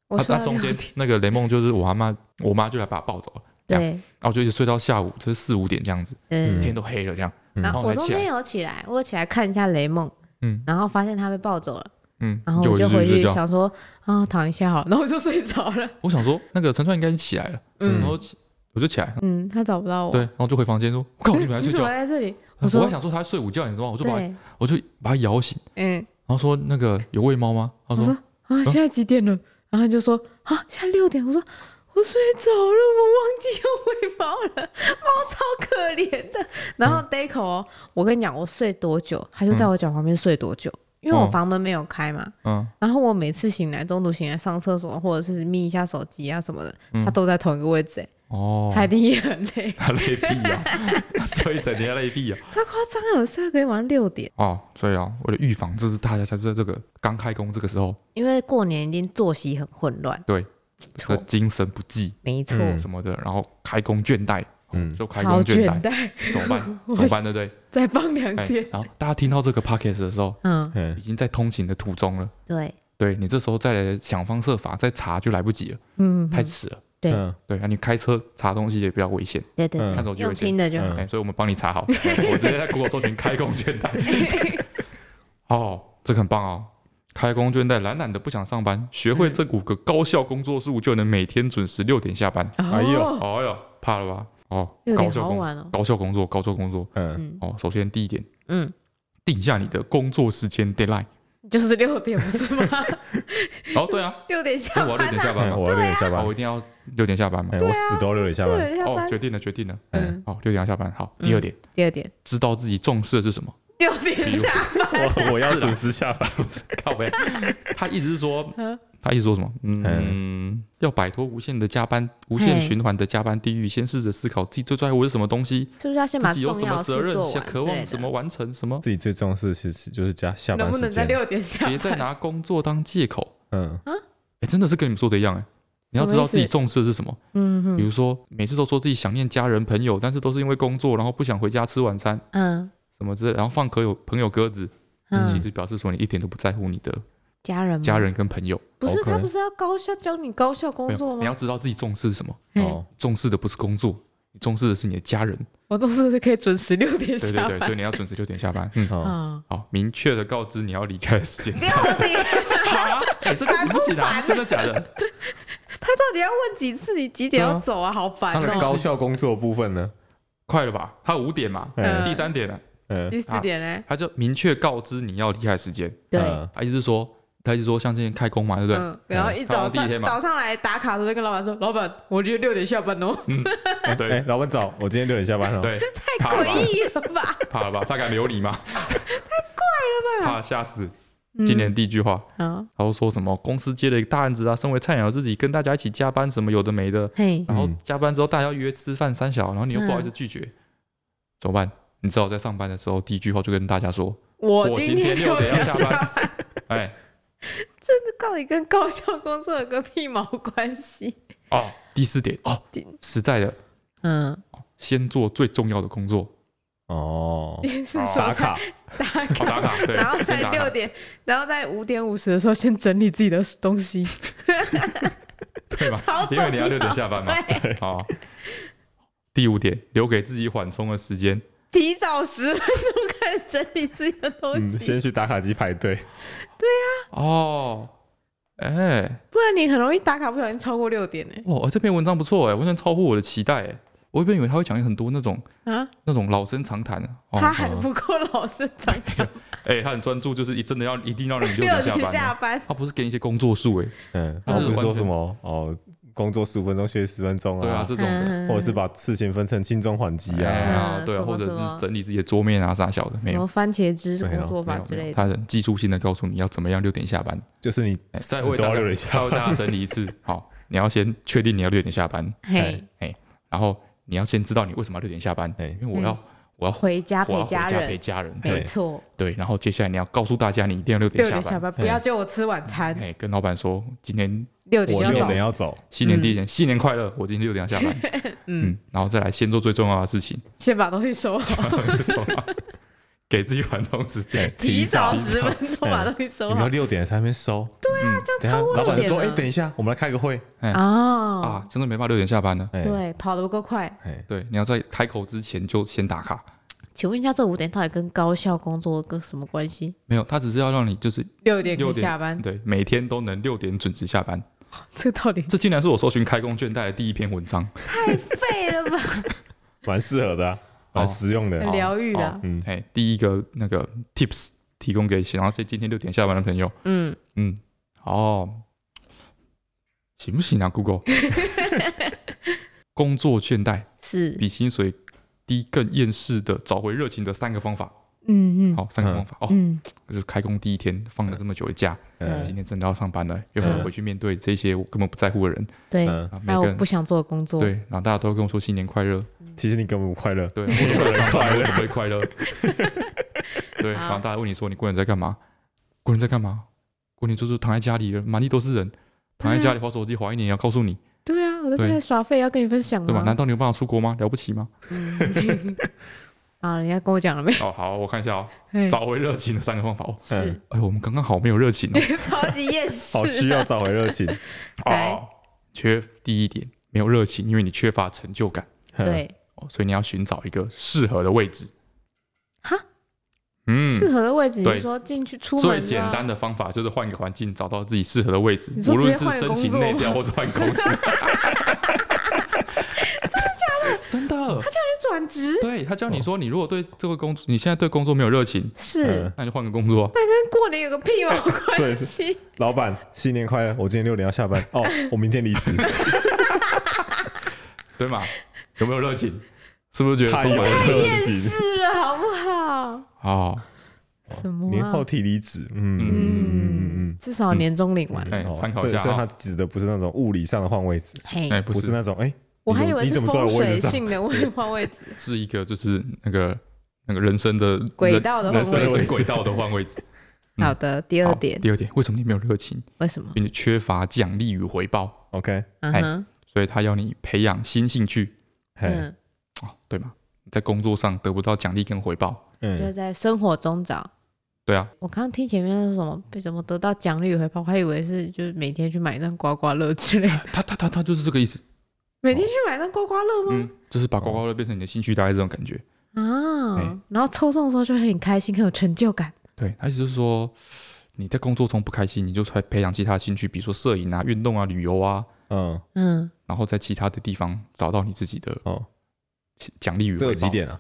[SPEAKER 1] 我
[SPEAKER 2] 他
[SPEAKER 1] 睡
[SPEAKER 2] 他
[SPEAKER 1] 到
[SPEAKER 2] 中
[SPEAKER 1] 六
[SPEAKER 2] 间
[SPEAKER 1] 点
[SPEAKER 2] 那个雷梦就是我阿妈，我妈就来把他抱走了，这样
[SPEAKER 1] 对，
[SPEAKER 2] 然后我就一直睡到下午，就是四五点这样子，
[SPEAKER 1] 嗯
[SPEAKER 3] 嗯。
[SPEAKER 2] 天都黑了这样。
[SPEAKER 3] 嗯
[SPEAKER 1] 然
[SPEAKER 2] 然
[SPEAKER 1] 后
[SPEAKER 2] 后
[SPEAKER 1] 我
[SPEAKER 2] 才
[SPEAKER 1] 中
[SPEAKER 2] 起
[SPEAKER 1] 间
[SPEAKER 2] 来，
[SPEAKER 1] 有起来，我有起来看一下雷梦，
[SPEAKER 2] 嗯
[SPEAKER 1] 然后发现他被抱走了，
[SPEAKER 2] 嗯，
[SPEAKER 1] 然后
[SPEAKER 2] 就
[SPEAKER 1] 我就
[SPEAKER 2] 回
[SPEAKER 1] 回
[SPEAKER 2] 去睡
[SPEAKER 1] 去
[SPEAKER 2] 觉。
[SPEAKER 1] 想说啊，躺一下好了，然后我就睡着了。
[SPEAKER 2] 我想说那个陈川应该是起来了，然
[SPEAKER 1] 嗯
[SPEAKER 2] 后起我就起来，
[SPEAKER 1] 嗯，他找不到我。
[SPEAKER 2] 对，然后就回房间说：“
[SPEAKER 1] [LAUGHS]
[SPEAKER 2] 我靠，你们还
[SPEAKER 1] 你
[SPEAKER 2] 睡
[SPEAKER 1] 怎
[SPEAKER 2] 觉
[SPEAKER 1] 么在这里？？”我
[SPEAKER 2] 我
[SPEAKER 1] 说
[SPEAKER 2] 还想说他睡午觉，你知道吗？我就把他
[SPEAKER 1] 对，
[SPEAKER 2] 我就把他摇醒，
[SPEAKER 1] 嗯，
[SPEAKER 2] 然后说那个有喂猫吗？他
[SPEAKER 1] 我
[SPEAKER 2] 说
[SPEAKER 1] 说啊，现在几点了？然后他就说啊，现在六点。我说我睡着了，我忘记要喂猫了， [LAUGHS] 猫超可怜的。然
[SPEAKER 2] 嗯
[SPEAKER 1] 后 Deco，、哦、我跟你讲，我睡多久，他就在我脚旁边睡多久，因为我
[SPEAKER 2] 哦
[SPEAKER 1] 房门没有开嘛。：“
[SPEAKER 2] 嗯
[SPEAKER 1] 然后我每次醒来，中途醒来上厕所或者是眯一下手机啊什么的，
[SPEAKER 2] 嗯
[SPEAKER 1] 他都在同一个位置、欸，
[SPEAKER 2] 哦，
[SPEAKER 1] 他一定也很累，
[SPEAKER 2] 他累屁呀， [LAUGHS] 所以整天累屁呀。
[SPEAKER 1] 超夸张啊！我睡到可以晚上六点，
[SPEAKER 2] 哦，所以啊，为了预防，就是大家才知道这个刚开工这个时候，
[SPEAKER 1] 因为过年一定作息很混乱，
[SPEAKER 2] 对，
[SPEAKER 1] 错
[SPEAKER 2] 这个精神不济
[SPEAKER 1] 没错，
[SPEAKER 3] 嗯
[SPEAKER 2] 什么的，然后开工倦怠，哦
[SPEAKER 3] 嗯，
[SPEAKER 2] 就开
[SPEAKER 1] 超
[SPEAKER 2] 工倦
[SPEAKER 1] 倦
[SPEAKER 2] 怠。”
[SPEAKER 1] 怠，
[SPEAKER 2] 怎么办？
[SPEAKER 1] [LAUGHS] 我
[SPEAKER 2] 怎么办？对不对？
[SPEAKER 1] 再放两
[SPEAKER 2] 哎
[SPEAKER 1] 天，，
[SPEAKER 2] 然后大家听到这个 podcast 的时候，
[SPEAKER 1] 嗯，
[SPEAKER 3] 嗯
[SPEAKER 2] 已，经在通勤的途中了。
[SPEAKER 1] 对，
[SPEAKER 2] 对你这时候再想方设法再查就来不及了，
[SPEAKER 1] 嗯，
[SPEAKER 2] 太迟了。
[SPEAKER 1] 对
[SPEAKER 3] 嗯
[SPEAKER 2] 对啊，你开车查东西也比较危险，
[SPEAKER 1] 对对对，
[SPEAKER 3] 嗯
[SPEAKER 2] 看手机
[SPEAKER 1] 用
[SPEAKER 2] 危险
[SPEAKER 1] 听。的就好，
[SPEAKER 3] 嗯
[SPEAKER 2] 哎，所以我们帮你查
[SPEAKER 3] [LAUGHS]
[SPEAKER 2] 好。哎我直接在 Google 搜寻开工倦怠。哦，这个很棒哦。开工倦怠，懒懒的不想上班，学
[SPEAKER 3] 嗯
[SPEAKER 2] 会这五个高效工作术，就能每天准时六点下班。
[SPEAKER 3] 哎呦
[SPEAKER 1] 哦，
[SPEAKER 2] 哎呦，怕了吧？哦，
[SPEAKER 1] 有
[SPEAKER 2] 高
[SPEAKER 1] 点
[SPEAKER 2] 效
[SPEAKER 1] 好
[SPEAKER 2] 工，
[SPEAKER 1] 玩哦，
[SPEAKER 2] 高效工作，高效工作。
[SPEAKER 3] 嗯，
[SPEAKER 1] 嗯
[SPEAKER 2] 哦，首先第一点，
[SPEAKER 1] 嗯，
[SPEAKER 2] 定下你的工作时间 deadline。
[SPEAKER 1] 就是六点不是吗？
[SPEAKER 2] 哦，对啊，
[SPEAKER 1] 六点下
[SPEAKER 2] 因为 [LAUGHS] 我要六
[SPEAKER 1] 班
[SPEAKER 2] 点下
[SPEAKER 1] 啊，
[SPEAKER 2] 班
[SPEAKER 3] 嗯
[SPEAKER 2] 嘛，
[SPEAKER 3] 我要六点下
[SPEAKER 2] 哦
[SPEAKER 3] 班
[SPEAKER 2] 我一，定要六点下班嘛
[SPEAKER 3] 哎。我死都要六点下
[SPEAKER 1] 六
[SPEAKER 3] 班，哎
[SPEAKER 1] 点下
[SPEAKER 2] 哦，
[SPEAKER 1] 班，啊
[SPEAKER 2] 决定了，决定了。 [LAUGHS]
[SPEAKER 1] 嗯，
[SPEAKER 2] 哦，六点要下班。好，
[SPEAKER 1] 嗯
[SPEAKER 2] 第二点，
[SPEAKER 1] 第二点
[SPEAKER 2] 知道自己重视的是什么。
[SPEAKER 1] 六点下
[SPEAKER 3] 我我要准时下班，
[SPEAKER 2] [LAUGHS] 靠呗，他一直是说
[SPEAKER 1] 嗯，
[SPEAKER 2] 他一直说什么？嗯，要摆脱无限的加班、无限循环的加班地狱，先试着思考自己最在乎的是什么东西，
[SPEAKER 1] 是不是要先把
[SPEAKER 2] 自己有
[SPEAKER 1] 重
[SPEAKER 2] 什
[SPEAKER 1] 要
[SPEAKER 2] 么
[SPEAKER 1] 的
[SPEAKER 2] 责
[SPEAKER 1] 事
[SPEAKER 2] 任
[SPEAKER 1] 做，
[SPEAKER 2] 想
[SPEAKER 1] 完之
[SPEAKER 2] 渴
[SPEAKER 1] 类
[SPEAKER 2] 望什么
[SPEAKER 1] 的？
[SPEAKER 2] 完成什么，
[SPEAKER 3] 自己最重视是是就是加下
[SPEAKER 1] 能
[SPEAKER 3] 班
[SPEAKER 1] 不
[SPEAKER 3] 时
[SPEAKER 1] 能在
[SPEAKER 3] 间，
[SPEAKER 1] 六点下
[SPEAKER 2] 别再
[SPEAKER 1] 班？
[SPEAKER 2] 拿工作当借口。
[SPEAKER 3] 嗯
[SPEAKER 2] 哎，真的是跟你们说的一样哎。你要知
[SPEAKER 1] 什
[SPEAKER 2] 道
[SPEAKER 1] 么意思
[SPEAKER 2] 自己重视的是什么，
[SPEAKER 1] 嗯
[SPEAKER 2] 比
[SPEAKER 1] 哼
[SPEAKER 2] 如说每次都说自己想念家人朋友，但是都是因为工作，然后不想回家吃晚餐，
[SPEAKER 1] 嗯
[SPEAKER 2] 什么之类，然后放可友朋友鸽子，
[SPEAKER 1] 嗯
[SPEAKER 2] 其实表示说你一点都不在乎你的
[SPEAKER 1] 家人吗
[SPEAKER 2] 家人跟朋友。
[SPEAKER 1] 不是
[SPEAKER 3] OK
[SPEAKER 1] 他不是要高效教你高效嗯
[SPEAKER 2] 没
[SPEAKER 1] 工作
[SPEAKER 2] 有，你
[SPEAKER 1] 吗
[SPEAKER 2] 要？知道自己重视什么，
[SPEAKER 1] 嘿
[SPEAKER 3] 哦，
[SPEAKER 2] 重视的不是工作，你重视的是你的家人。
[SPEAKER 1] 我总是可以准时六点
[SPEAKER 2] 对
[SPEAKER 1] 下
[SPEAKER 2] 对对，所
[SPEAKER 1] 班
[SPEAKER 2] 以你要准时六点下班。嗯，
[SPEAKER 3] 好，
[SPEAKER 1] 啊。
[SPEAKER 2] 好，明确的告知你要离开
[SPEAKER 1] [LAUGHS]
[SPEAKER 2] 的时间。
[SPEAKER 1] 六点，
[SPEAKER 2] 好啊， [LAUGHS] 哎，这个行不行啊？
[SPEAKER 1] 烦不烦
[SPEAKER 2] 真的假的？
[SPEAKER 1] 他到底要问几次？你几点
[SPEAKER 3] 对
[SPEAKER 1] 要
[SPEAKER 3] 啊
[SPEAKER 1] 走啊？好烦
[SPEAKER 3] 他的
[SPEAKER 1] 哦！
[SPEAKER 3] 高效工作部分呢？
[SPEAKER 2] 快了吧？他五点嘛，
[SPEAKER 1] 嗯
[SPEAKER 2] 第三点了，
[SPEAKER 3] 嗯，
[SPEAKER 1] 第四点嘞？
[SPEAKER 2] 他就明确告知你要离开的时间。
[SPEAKER 1] 对，
[SPEAKER 3] 嗯
[SPEAKER 2] 他就是说，他就是说像今天开工嘛，对不对？
[SPEAKER 1] 嗯，然后一早
[SPEAKER 2] 上到地铁
[SPEAKER 1] 上
[SPEAKER 2] 嘛
[SPEAKER 1] 早上来打卡的时候，跟老板说：“老板，我觉得六点下
[SPEAKER 2] [LAUGHS]
[SPEAKER 1] 班哦。
[SPEAKER 2] 啊对
[SPEAKER 3] 哎，老板早，我今天六点下班了。
[SPEAKER 2] 对，”
[SPEAKER 1] 太
[SPEAKER 2] 怕了吧
[SPEAKER 1] 诡异了 [LAUGHS] 吧？
[SPEAKER 2] 怕了吧？他敢留
[SPEAKER 1] [LAUGHS]
[SPEAKER 2] 你吗？太怪了吧！怕吓死。
[SPEAKER 1] 嗯
[SPEAKER 2] 今年第一句话，
[SPEAKER 1] 啊，
[SPEAKER 2] 然后说什么公司接了一个大案子啊，身为菜鸟自己跟大家一起加班，什么有的没的，
[SPEAKER 1] 嘿，
[SPEAKER 2] 然后
[SPEAKER 3] 嗯
[SPEAKER 2] 加班之后大家要约吃饭三小，然后你又不好意思
[SPEAKER 1] 嗯
[SPEAKER 2] 拒绝，怎么办？你知道我在上班的时候第一句话就跟大家说， [LAUGHS]
[SPEAKER 1] 我
[SPEAKER 2] 我
[SPEAKER 1] 今
[SPEAKER 2] 今天
[SPEAKER 1] 六
[SPEAKER 2] 六点要下班
[SPEAKER 1] [LAUGHS] 班，
[SPEAKER 2] 哎
[SPEAKER 1] 这到底跟高效工作有个屁毛关系？
[SPEAKER 2] 哦，第四点哦
[SPEAKER 1] 第，
[SPEAKER 2] 实在的，
[SPEAKER 1] 嗯，
[SPEAKER 2] 先做最重要的工作，
[SPEAKER 3] 哦，
[SPEAKER 1] 是
[SPEAKER 3] 打
[SPEAKER 1] 说
[SPEAKER 3] 卡，
[SPEAKER 1] 打
[SPEAKER 2] 好打
[SPEAKER 1] 卡， [LAUGHS]
[SPEAKER 2] 卡， [LAUGHS] 对，
[SPEAKER 1] 然后
[SPEAKER 2] 先
[SPEAKER 1] 在
[SPEAKER 2] 打
[SPEAKER 1] 六
[SPEAKER 2] 卡，
[SPEAKER 1] 点，然后在五点五十的时候先整理自己的东西，
[SPEAKER 2] 对吧？
[SPEAKER 1] 超重
[SPEAKER 2] 因为你要
[SPEAKER 1] 要
[SPEAKER 2] 六点下班嘛，
[SPEAKER 1] 对，
[SPEAKER 2] 好、第五点，留给自己缓冲的时间，
[SPEAKER 1] 提早十分钟开始整理自己的东
[SPEAKER 3] 嗯，
[SPEAKER 1] 西，
[SPEAKER 3] 先去打卡机排队。嗯
[SPEAKER 2] 哦，哎、
[SPEAKER 1] 不然你很容易打卡不小心超过六点欸呢。
[SPEAKER 2] 哦，这篇文章不错哎，完全超乎我的期待哎。我原本以为他会讲很多那种
[SPEAKER 1] 啊，
[SPEAKER 2] 那种老生常谈哦，
[SPEAKER 1] 他还不够老实讲，
[SPEAKER 2] 哎、他很专注，就是一真的要一定要让你六
[SPEAKER 1] 六
[SPEAKER 2] 点下
[SPEAKER 1] 点
[SPEAKER 2] 班
[SPEAKER 1] 下
[SPEAKER 2] 啊。
[SPEAKER 1] 班，
[SPEAKER 2] 他不是给你一些工作数哎，
[SPEAKER 3] 嗯，
[SPEAKER 2] 他
[SPEAKER 3] 然后
[SPEAKER 2] 是
[SPEAKER 3] 不是说
[SPEAKER 2] 完全
[SPEAKER 3] 什么哦，工作十五分钟，休息十分钟
[SPEAKER 2] 对啊，这种的，
[SPEAKER 1] 嗯
[SPEAKER 3] 或者是把事情分成轻重缓急
[SPEAKER 2] 哎
[SPEAKER 3] 啊。
[SPEAKER 2] 呀，
[SPEAKER 1] 嗯
[SPEAKER 2] 对啊，
[SPEAKER 1] 什么
[SPEAKER 2] 或者
[SPEAKER 1] 什么
[SPEAKER 2] 是整理自己的桌面啊啥小的，
[SPEAKER 1] 什
[SPEAKER 2] 没有
[SPEAKER 1] 么，番茄汁
[SPEAKER 3] 没有
[SPEAKER 1] 工作
[SPEAKER 2] 没
[SPEAKER 1] 法
[SPEAKER 2] 有，
[SPEAKER 1] 之
[SPEAKER 2] 没
[SPEAKER 1] 类
[SPEAKER 2] 有，
[SPEAKER 1] 的，
[SPEAKER 2] 他很技术性的告诉你要怎么样六点下班，
[SPEAKER 3] 就是你
[SPEAKER 2] 哎
[SPEAKER 3] 死
[SPEAKER 2] 再为大
[SPEAKER 3] 都要
[SPEAKER 2] 家
[SPEAKER 3] 六点下
[SPEAKER 2] 再为大家整理一次，好，你要先确定你要六点下班，
[SPEAKER 1] 嘿，
[SPEAKER 2] 然后你要先知道你为什么要六点下班，
[SPEAKER 3] 哎
[SPEAKER 2] 因为我要、我要
[SPEAKER 1] 回家
[SPEAKER 2] 我
[SPEAKER 1] 陪
[SPEAKER 2] 要回
[SPEAKER 1] 嗯家
[SPEAKER 2] 家陪
[SPEAKER 1] 人，
[SPEAKER 2] 家人，
[SPEAKER 3] 对
[SPEAKER 1] 没错，
[SPEAKER 2] 对，然后接下来你要告诉大家你一定要六点
[SPEAKER 1] 六
[SPEAKER 2] 下
[SPEAKER 1] 点
[SPEAKER 2] 班
[SPEAKER 1] 下，班不要叫我吃晚餐，
[SPEAKER 2] 哎，跟老板说今天
[SPEAKER 1] 六点
[SPEAKER 3] 我
[SPEAKER 1] 要
[SPEAKER 3] 六
[SPEAKER 1] 早
[SPEAKER 3] 点，要走，
[SPEAKER 2] 新年第一天，新年快乐！我今天六点要
[SPEAKER 1] [LAUGHS]
[SPEAKER 2] 下班，
[SPEAKER 1] 嗯
[SPEAKER 2] 嗯，，然后再来先做最重要的事情，
[SPEAKER 1] 先把东西收 [LAUGHS] 好，
[SPEAKER 2] 给自己缓冲时间，
[SPEAKER 1] [LAUGHS] 提早
[SPEAKER 2] 提哎
[SPEAKER 1] 十分钟把东西收
[SPEAKER 3] 你们要
[SPEAKER 1] 好啊
[SPEAKER 3] 六点才那边收，
[SPEAKER 1] 这
[SPEAKER 3] 等
[SPEAKER 1] 样
[SPEAKER 3] 一下
[SPEAKER 1] 啊超过
[SPEAKER 3] 老
[SPEAKER 1] 六
[SPEAKER 3] 板就
[SPEAKER 1] 点
[SPEAKER 3] 说，哎，
[SPEAKER 1] 了
[SPEAKER 3] 等一下，我们来开个会。
[SPEAKER 1] 啊
[SPEAKER 2] 啊，，真的没办法六点下班了。
[SPEAKER 3] 哎，
[SPEAKER 1] 对，跑得不够快。
[SPEAKER 3] 哎，
[SPEAKER 2] 对，你要在开口之前就先打卡。
[SPEAKER 1] 请问一下，这五点到底跟高效工作跟什么关系？
[SPEAKER 2] 没有，他只是要让你就是
[SPEAKER 1] 六点可
[SPEAKER 2] 六
[SPEAKER 1] 以
[SPEAKER 2] 点
[SPEAKER 1] 下班，
[SPEAKER 2] 对，每天都能六点准时下班。
[SPEAKER 1] 这到底
[SPEAKER 2] 这竟然是我搜寻开工倦怠的第一篇文章。
[SPEAKER 1] [LAUGHS] 废了吧？
[SPEAKER 3] 蛮适合的啊，蛮实用的
[SPEAKER 1] 很。疗愈啦
[SPEAKER 2] 哦，
[SPEAKER 3] 嗯，
[SPEAKER 2] 哎，第一个那个 tips 提供给想要在今天六点下班的朋友，
[SPEAKER 1] [LAUGHS] 嗯，
[SPEAKER 2] 嗯，哦，行不行啊，Google？工作倦怠
[SPEAKER 1] [LAUGHS] 是，
[SPEAKER 2] 比薪水低更厌世的找回热情的三个方法，
[SPEAKER 1] [LAUGHS] 嗯嗯
[SPEAKER 2] 好，三个方法哦，
[SPEAKER 1] 嗯，
[SPEAKER 2] 就是开工第一天放了这么久的假，
[SPEAKER 3] 哎
[SPEAKER 2] 呃
[SPEAKER 1] 嗯
[SPEAKER 2] 今天真的要上班了，又要回去面对这些我根本不在乎的人
[SPEAKER 1] 对，
[SPEAKER 3] 嗯，
[SPEAKER 2] 啊，每
[SPEAKER 1] 还有
[SPEAKER 2] 个
[SPEAKER 1] 我
[SPEAKER 2] 人
[SPEAKER 1] 不想做的工作，
[SPEAKER 2] 对，然后大家都跟我说新年快乐，
[SPEAKER 3] 其实你根本不快乐。
[SPEAKER 2] 对，我都不能上班，我怎么会
[SPEAKER 1] [LAUGHS]
[SPEAKER 2] 快乐？对，然后大家问你说你过年在干嘛？过年在干嘛？过年就是躺在家里了，满地都是人，躺在家里划手机划一年，也要告诉你，
[SPEAKER 1] 对啊，我在这
[SPEAKER 2] 对
[SPEAKER 1] 里耍废，要跟你分享
[SPEAKER 2] 对吧？难
[SPEAKER 1] 啊。
[SPEAKER 2] 道你有办法出国吗？了不起吗？
[SPEAKER 1] 嗯 [LAUGHS]
[SPEAKER 2] [LAUGHS]
[SPEAKER 1] 啊，人家跟我讲了没？
[SPEAKER 2] 哦，好，我看一下哦，
[SPEAKER 1] 嘿
[SPEAKER 2] 找回热情的三个方法哦。
[SPEAKER 1] 是
[SPEAKER 2] 哎，我们刚刚好没有热情哦。
[SPEAKER 1] 超级厌世，
[SPEAKER 3] 好需要找回热情。
[SPEAKER 1] [LAUGHS] 来
[SPEAKER 2] 哦，缺第一点没有热情，因为你缺乏成就感
[SPEAKER 3] 嗯
[SPEAKER 1] 对
[SPEAKER 2] 哦，所以你要寻找一个适合的位置。
[SPEAKER 1] 哈，
[SPEAKER 2] 嗯，
[SPEAKER 1] 适合的位置，你
[SPEAKER 2] 对
[SPEAKER 1] 是说进去出门
[SPEAKER 2] 最
[SPEAKER 1] 就
[SPEAKER 2] 简
[SPEAKER 1] 要
[SPEAKER 2] 单的方法就是换个环境，找到自己适合的位置
[SPEAKER 1] 你，说
[SPEAKER 2] 无
[SPEAKER 1] 直接
[SPEAKER 2] 论是
[SPEAKER 1] 换个
[SPEAKER 2] 申
[SPEAKER 1] 工
[SPEAKER 2] 请
[SPEAKER 1] 作
[SPEAKER 2] 内
[SPEAKER 1] 吗
[SPEAKER 2] 调或是换公
[SPEAKER 1] [LAUGHS]
[SPEAKER 2] 司。 [LAUGHS] 真的假的？真的。
[SPEAKER 1] 去转职，
[SPEAKER 2] 对他叫
[SPEAKER 3] 哦
[SPEAKER 2] 你说，你如果对这个工作，你现在对工作没有热情，
[SPEAKER 1] 是
[SPEAKER 3] 嗯
[SPEAKER 2] 那你就换个工作啊。
[SPEAKER 1] 跟过年有个屁毛关系？
[SPEAKER 3] 老板，新年快乐！我今天六点要下班哦，我明天离职，
[SPEAKER 2] 对嘛？有没有热情？是不是觉得
[SPEAKER 3] 太
[SPEAKER 2] 充
[SPEAKER 3] 有
[SPEAKER 2] 满了热
[SPEAKER 3] 热
[SPEAKER 2] 情？
[SPEAKER 3] 情，
[SPEAKER 1] 是了，好不好？
[SPEAKER 2] 哦，
[SPEAKER 1] 什么
[SPEAKER 3] 年
[SPEAKER 1] 啊
[SPEAKER 3] 后提离职，嗯
[SPEAKER 2] 嗯
[SPEAKER 1] 嗯，
[SPEAKER 3] 嗯嗯嗯
[SPEAKER 1] 至少年终领完了。
[SPEAKER 2] 哎
[SPEAKER 3] 嗯，哦
[SPEAKER 2] 参考
[SPEAKER 3] 所
[SPEAKER 2] 一
[SPEAKER 3] 以所以
[SPEAKER 2] 下
[SPEAKER 3] 他
[SPEAKER 2] 啊。
[SPEAKER 3] 指的不是那种物理上的换位置，
[SPEAKER 1] 嘿，
[SPEAKER 2] 哎，不
[SPEAKER 3] 不是
[SPEAKER 2] 是，
[SPEAKER 3] 那种哎，
[SPEAKER 1] 我还
[SPEAKER 3] 你
[SPEAKER 1] 以为是
[SPEAKER 3] 怎么你怎么坐
[SPEAKER 1] 风
[SPEAKER 3] 在我位
[SPEAKER 1] 水
[SPEAKER 3] 置上？
[SPEAKER 1] 性的位换位置，
[SPEAKER 2] 是一个就是那个那个人生的
[SPEAKER 1] 轨
[SPEAKER 2] 人
[SPEAKER 1] 道的换
[SPEAKER 2] 人生
[SPEAKER 1] 位
[SPEAKER 2] 人生
[SPEAKER 1] 置。
[SPEAKER 2] 轨道的换位置。嗯
[SPEAKER 1] 好的，第二
[SPEAKER 2] 好
[SPEAKER 1] 点，
[SPEAKER 2] 第二点，为什么你没有热情？
[SPEAKER 1] 为什么？
[SPEAKER 2] 因为你缺乏奖励与回报。
[SPEAKER 3] OK，
[SPEAKER 1] 嗯哼，
[SPEAKER 2] 所以他要你培养新兴趣，
[SPEAKER 3] 嘿，
[SPEAKER 1] 嗯，
[SPEAKER 2] 对吗？你在工作上得不到奖励跟回报，
[SPEAKER 1] 就
[SPEAKER 3] 嗯，
[SPEAKER 1] 在生活中找
[SPEAKER 2] 对啊，
[SPEAKER 1] 我刚刚听前面那是什么被什么得到奖励回报，我还以为是就是每天去买一张刮刮乐之类的，
[SPEAKER 2] 他他他他就是这个意思，
[SPEAKER 1] 每天去买一张刮刮乐吗
[SPEAKER 2] 嗯？，就是把刮刮乐变成你的兴趣，大概这种感觉。哎
[SPEAKER 1] 啊，然后抽中的时候就会很开心，很有成就感。
[SPEAKER 2] 对，他意思就是说，你在工作中不开心，你就才培养其他兴趣，比如说摄影啊、运动啊、旅游啊，
[SPEAKER 3] 嗯，
[SPEAKER 1] 嗯，
[SPEAKER 2] 然后在其他的地方找到你自己的
[SPEAKER 3] 哦，
[SPEAKER 2] 奖励与
[SPEAKER 3] 这有
[SPEAKER 2] 回
[SPEAKER 3] 几
[SPEAKER 2] 报。
[SPEAKER 3] 点啊？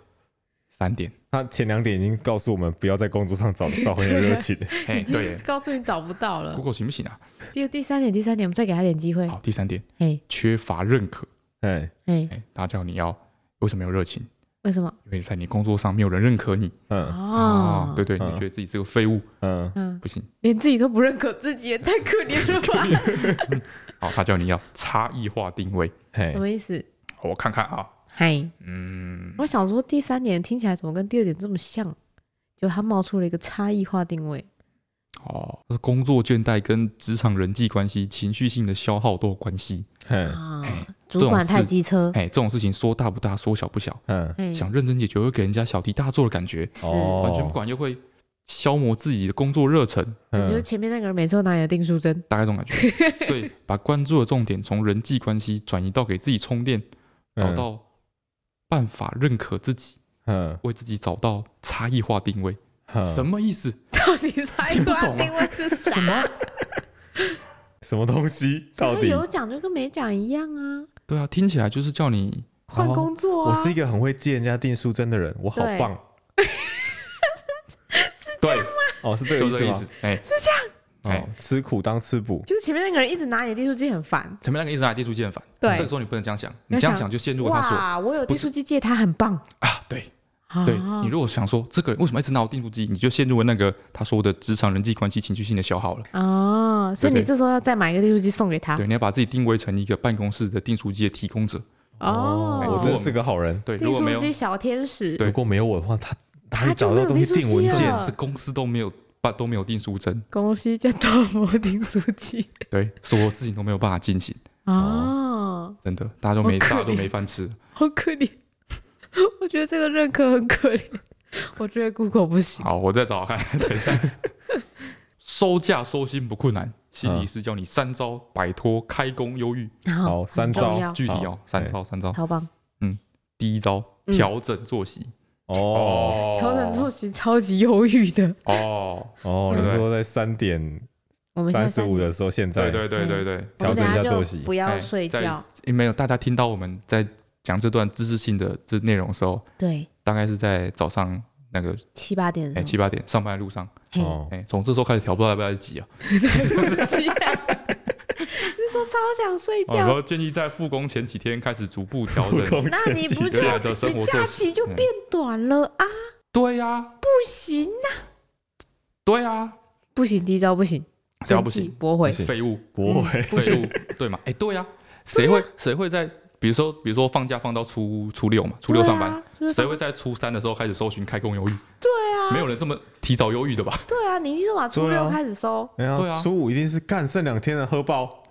[SPEAKER 1] [LAUGHS]
[SPEAKER 2] 三点。
[SPEAKER 3] 他前两点已经告诉我们不要在工作上找找回你的
[SPEAKER 1] [LAUGHS]
[SPEAKER 3] 热情，
[SPEAKER 2] 嘿，
[SPEAKER 1] 已经
[SPEAKER 2] 哎对耶
[SPEAKER 1] 告诉你找不到了。
[SPEAKER 2] ，Google 行不行啊？
[SPEAKER 1] 第第三点，第三点，我们再给他点机会。
[SPEAKER 2] 好，第三点，
[SPEAKER 1] 嘿，
[SPEAKER 2] 缺乏认可。
[SPEAKER 3] 哎，
[SPEAKER 1] 嘿，
[SPEAKER 2] 哎，大家叫你要为什么没有热情？
[SPEAKER 1] 为什么？
[SPEAKER 2] 因为在你工作上没有人认可你
[SPEAKER 3] 嗯
[SPEAKER 1] 哦，
[SPEAKER 2] 对对，你
[SPEAKER 3] 嗯
[SPEAKER 2] 觉得自己是个废物，
[SPEAKER 3] 嗯，
[SPEAKER 1] 嗯，
[SPEAKER 2] 不行。
[SPEAKER 1] 连自己都不认可自己，也太可怜了
[SPEAKER 2] [LAUGHS]
[SPEAKER 1] 吧？
[SPEAKER 2] 好，哦他叫你要差异化定位。
[SPEAKER 3] 嘿
[SPEAKER 1] 什，么意思？
[SPEAKER 2] 好我看看啊，
[SPEAKER 1] 嗨，
[SPEAKER 2] 嗯，
[SPEAKER 1] 我想说第三点听起来怎么跟第二点这么像？就他冒出了一个差异化定位。
[SPEAKER 2] 哦，工作倦怠跟职场人际关系、情绪性的消耗都有关系。
[SPEAKER 3] 嘿，
[SPEAKER 1] 啊
[SPEAKER 2] 哎，
[SPEAKER 1] 主管
[SPEAKER 2] 这种事
[SPEAKER 1] 太机车，
[SPEAKER 2] 哎，这种事情说大不大，说小不小，
[SPEAKER 3] 嗯，
[SPEAKER 1] 哎，
[SPEAKER 2] 想认真解决会给人家小题大做的感觉，
[SPEAKER 1] 是，
[SPEAKER 3] 哦
[SPEAKER 2] 完全不管又会消磨自己的工作热忱，
[SPEAKER 1] 你就是
[SPEAKER 3] 嗯，
[SPEAKER 1] 前面那个人每次都拿你的订书 [LAUGHS] 针，
[SPEAKER 2] 大概这种感觉。所以把关注的重点从人际关系转移到给自己充电，找
[SPEAKER 3] 嗯，
[SPEAKER 2] 到办法认可自己，
[SPEAKER 3] 嗯，
[SPEAKER 2] 为自己找到差异化定位。
[SPEAKER 3] 嗯
[SPEAKER 2] 什么意思？
[SPEAKER 1] 到底差异化定位是啥？
[SPEAKER 2] 啊什么？
[SPEAKER 3] 什么东西？
[SPEAKER 1] 他
[SPEAKER 3] 到底
[SPEAKER 1] 有讲就跟没讲一样啊，
[SPEAKER 2] 对啊，听起来就是叫你
[SPEAKER 1] 换工作啊。
[SPEAKER 3] 我是一个很会记人家订书针的人，我好
[SPEAKER 1] 对
[SPEAKER 3] 棒
[SPEAKER 2] 对，
[SPEAKER 3] 哦，是这个
[SPEAKER 2] 就
[SPEAKER 3] 意
[SPEAKER 2] 这
[SPEAKER 3] 思
[SPEAKER 2] 个意
[SPEAKER 3] 吗
[SPEAKER 2] 思？。哎，哎
[SPEAKER 3] 哦，吃苦当吃补，
[SPEAKER 1] 就是前面那个人一直拿你的订书机很烦。
[SPEAKER 2] 前面那个一直拿地主机很烦。
[SPEAKER 1] 对
[SPEAKER 2] 这个时候你不能这样想，
[SPEAKER 1] 你
[SPEAKER 2] 你
[SPEAKER 1] 要
[SPEAKER 2] 这样
[SPEAKER 1] 想
[SPEAKER 2] 想就陷入了他所
[SPEAKER 1] 哇，我有
[SPEAKER 2] 不
[SPEAKER 1] 订
[SPEAKER 2] 是
[SPEAKER 1] 书机借他很棒。
[SPEAKER 2] 啊，对。对
[SPEAKER 1] 啊
[SPEAKER 2] 你如果想说这个人为什么一直拿我订书机，你就陷入了那个他说的职场人际关系情绪性的消耗了。
[SPEAKER 1] 哦，所以你
[SPEAKER 2] 对对
[SPEAKER 1] 这时候要再买一个订书机送给他。
[SPEAKER 2] 对，你要把自己定位成一个办公室的订书机的提供者。
[SPEAKER 1] 哦，
[SPEAKER 3] 我真是个好人。
[SPEAKER 2] 对，如
[SPEAKER 1] 订
[SPEAKER 2] 果没
[SPEAKER 1] 书
[SPEAKER 2] 有
[SPEAKER 1] 机小天使。
[SPEAKER 2] 对
[SPEAKER 3] 如果没有我的话，他
[SPEAKER 1] 他
[SPEAKER 3] 哪里
[SPEAKER 1] 就
[SPEAKER 3] 找
[SPEAKER 1] 没
[SPEAKER 3] 到
[SPEAKER 1] 有啊
[SPEAKER 3] 东西
[SPEAKER 1] 订书
[SPEAKER 3] 订文
[SPEAKER 1] 机了
[SPEAKER 3] 件？
[SPEAKER 2] 是公司都没有办都没有订书针，
[SPEAKER 1] 恭喜叫多摩订书机。
[SPEAKER 2] 对，所有事情都没有办法进行，
[SPEAKER 1] 哦，
[SPEAKER 2] 真的，大家都
[SPEAKER 1] 好
[SPEAKER 2] 没
[SPEAKER 1] 可
[SPEAKER 2] 大家都
[SPEAKER 1] 怜
[SPEAKER 2] 没饭吃。
[SPEAKER 1] 好可怜。 [LAUGHS] 我觉得这个认可很可怜。我觉得 Google 不行。
[SPEAKER 2] 好，我再找看，
[SPEAKER 3] [LAUGHS]
[SPEAKER 2] 等一下。收假收心不困难，心理
[SPEAKER 3] 嗯
[SPEAKER 2] 师教你三招摆脱开工忧郁。
[SPEAKER 3] 好，三
[SPEAKER 1] 重
[SPEAKER 3] 招
[SPEAKER 1] 要
[SPEAKER 2] 具体哦
[SPEAKER 3] 好，
[SPEAKER 2] 三
[SPEAKER 3] 哎
[SPEAKER 2] 招，三招。
[SPEAKER 1] 超棒！
[SPEAKER 2] 第一招，
[SPEAKER 1] 嗯
[SPEAKER 2] 调整作息。
[SPEAKER 3] 哦
[SPEAKER 1] 调整作息超级忧郁的。
[SPEAKER 2] 哦，
[SPEAKER 3] 哦，
[SPEAKER 2] 对
[SPEAKER 3] 你
[SPEAKER 2] 不对
[SPEAKER 3] 说在三点
[SPEAKER 1] 我们现在
[SPEAKER 3] 三十五的时候，现在
[SPEAKER 2] 对对对对对，
[SPEAKER 1] 我们
[SPEAKER 3] 调整一下
[SPEAKER 1] 等
[SPEAKER 3] 作
[SPEAKER 1] 就
[SPEAKER 3] 息
[SPEAKER 1] 不要
[SPEAKER 2] 哎
[SPEAKER 1] 睡
[SPEAKER 2] 在
[SPEAKER 1] 觉。
[SPEAKER 2] 诶没有大家听到我们在讲这段知识性的这内容的时候，
[SPEAKER 1] 对，
[SPEAKER 2] 大概是在早上那个
[SPEAKER 1] 七八
[SPEAKER 3] 嗯
[SPEAKER 1] 点的
[SPEAKER 2] 哎
[SPEAKER 1] 时
[SPEAKER 2] 七
[SPEAKER 1] 候。
[SPEAKER 2] 八点上班的路上，
[SPEAKER 1] 嘿
[SPEAKER 3] 哦，
[SPEAKER 2] 哎，从这时候开始调，不知道要不要急啊。 [LAUGHS]
[SPEAKER 1] 起来。你说超想睡
[SPEAKER 2] 哦
[SPEAKER 1] 觉，
[SPEAKER 2] 然后建议在复工前几天开始逐步调
[SPEAKER 3] 不
[SPEAKER 2] 整
[SPEAKER 3] 空
[SPEAKER 1] 那你不
[SPEAKER 2] 原
[SPEAKER 1] 就
[SPEAKER 2] 来的生
[SPEAKER 1] 你
[SPEAKER 2] 活
[SPEAKER 1] 假
[SPEAKER 2] 作息。
[SPEAKER 1] 期就
[SPEAKER 2] 嗯
[SPEAKER 1] 变短了啊？
[SPEAKER 2] 对呀，
[SPEAKER 1] 不行啊，
[SPEAKER 2] 对呀，
[SPEAKER 1] 不行，第一招不行，
[SPEAKER 2] 只要不
[SPEAKER 1] 生气
[SPEAKER 2] 行，
[SPEAKER 1] 驳回
[SPEAKER 3] 不。行
[SPEAKER 2] 哎废物，嗯
[SPEAKER 3] 不会，
[SPEAKER 1] 不啊
[SPEAKER 2] 废物，对嘛？哎，对呀，谁会谁会在比如说比如说放假放到初初六嘛，初六上班。
[SPEAKER 1] 对啊，
[SPEAKER 2] 谁会在初三的时候开始搜寻开工忧郁？
[SPEAKER 1] 对啊，
[SPEAKER 2] 没有人这么提早忧郁
[SPEAKER 1] [LAUGHS]
[SPEAKER 2] 的吧？
[SPEAKER 1] 对啊，你一定是把初
[SPEAKER 3] 对
[SPEAKER 1] 六
[SPEAKER 3] 啊
[SPEAKER 1] 开始收，
[SPEAKER 3] 哎
[SPEAKER 2] 对
[SPEAKER 3] 呀，
[SPEAKER 2] 啊
[SPEAKER 3] 初五一定是干剩两天的喝爆，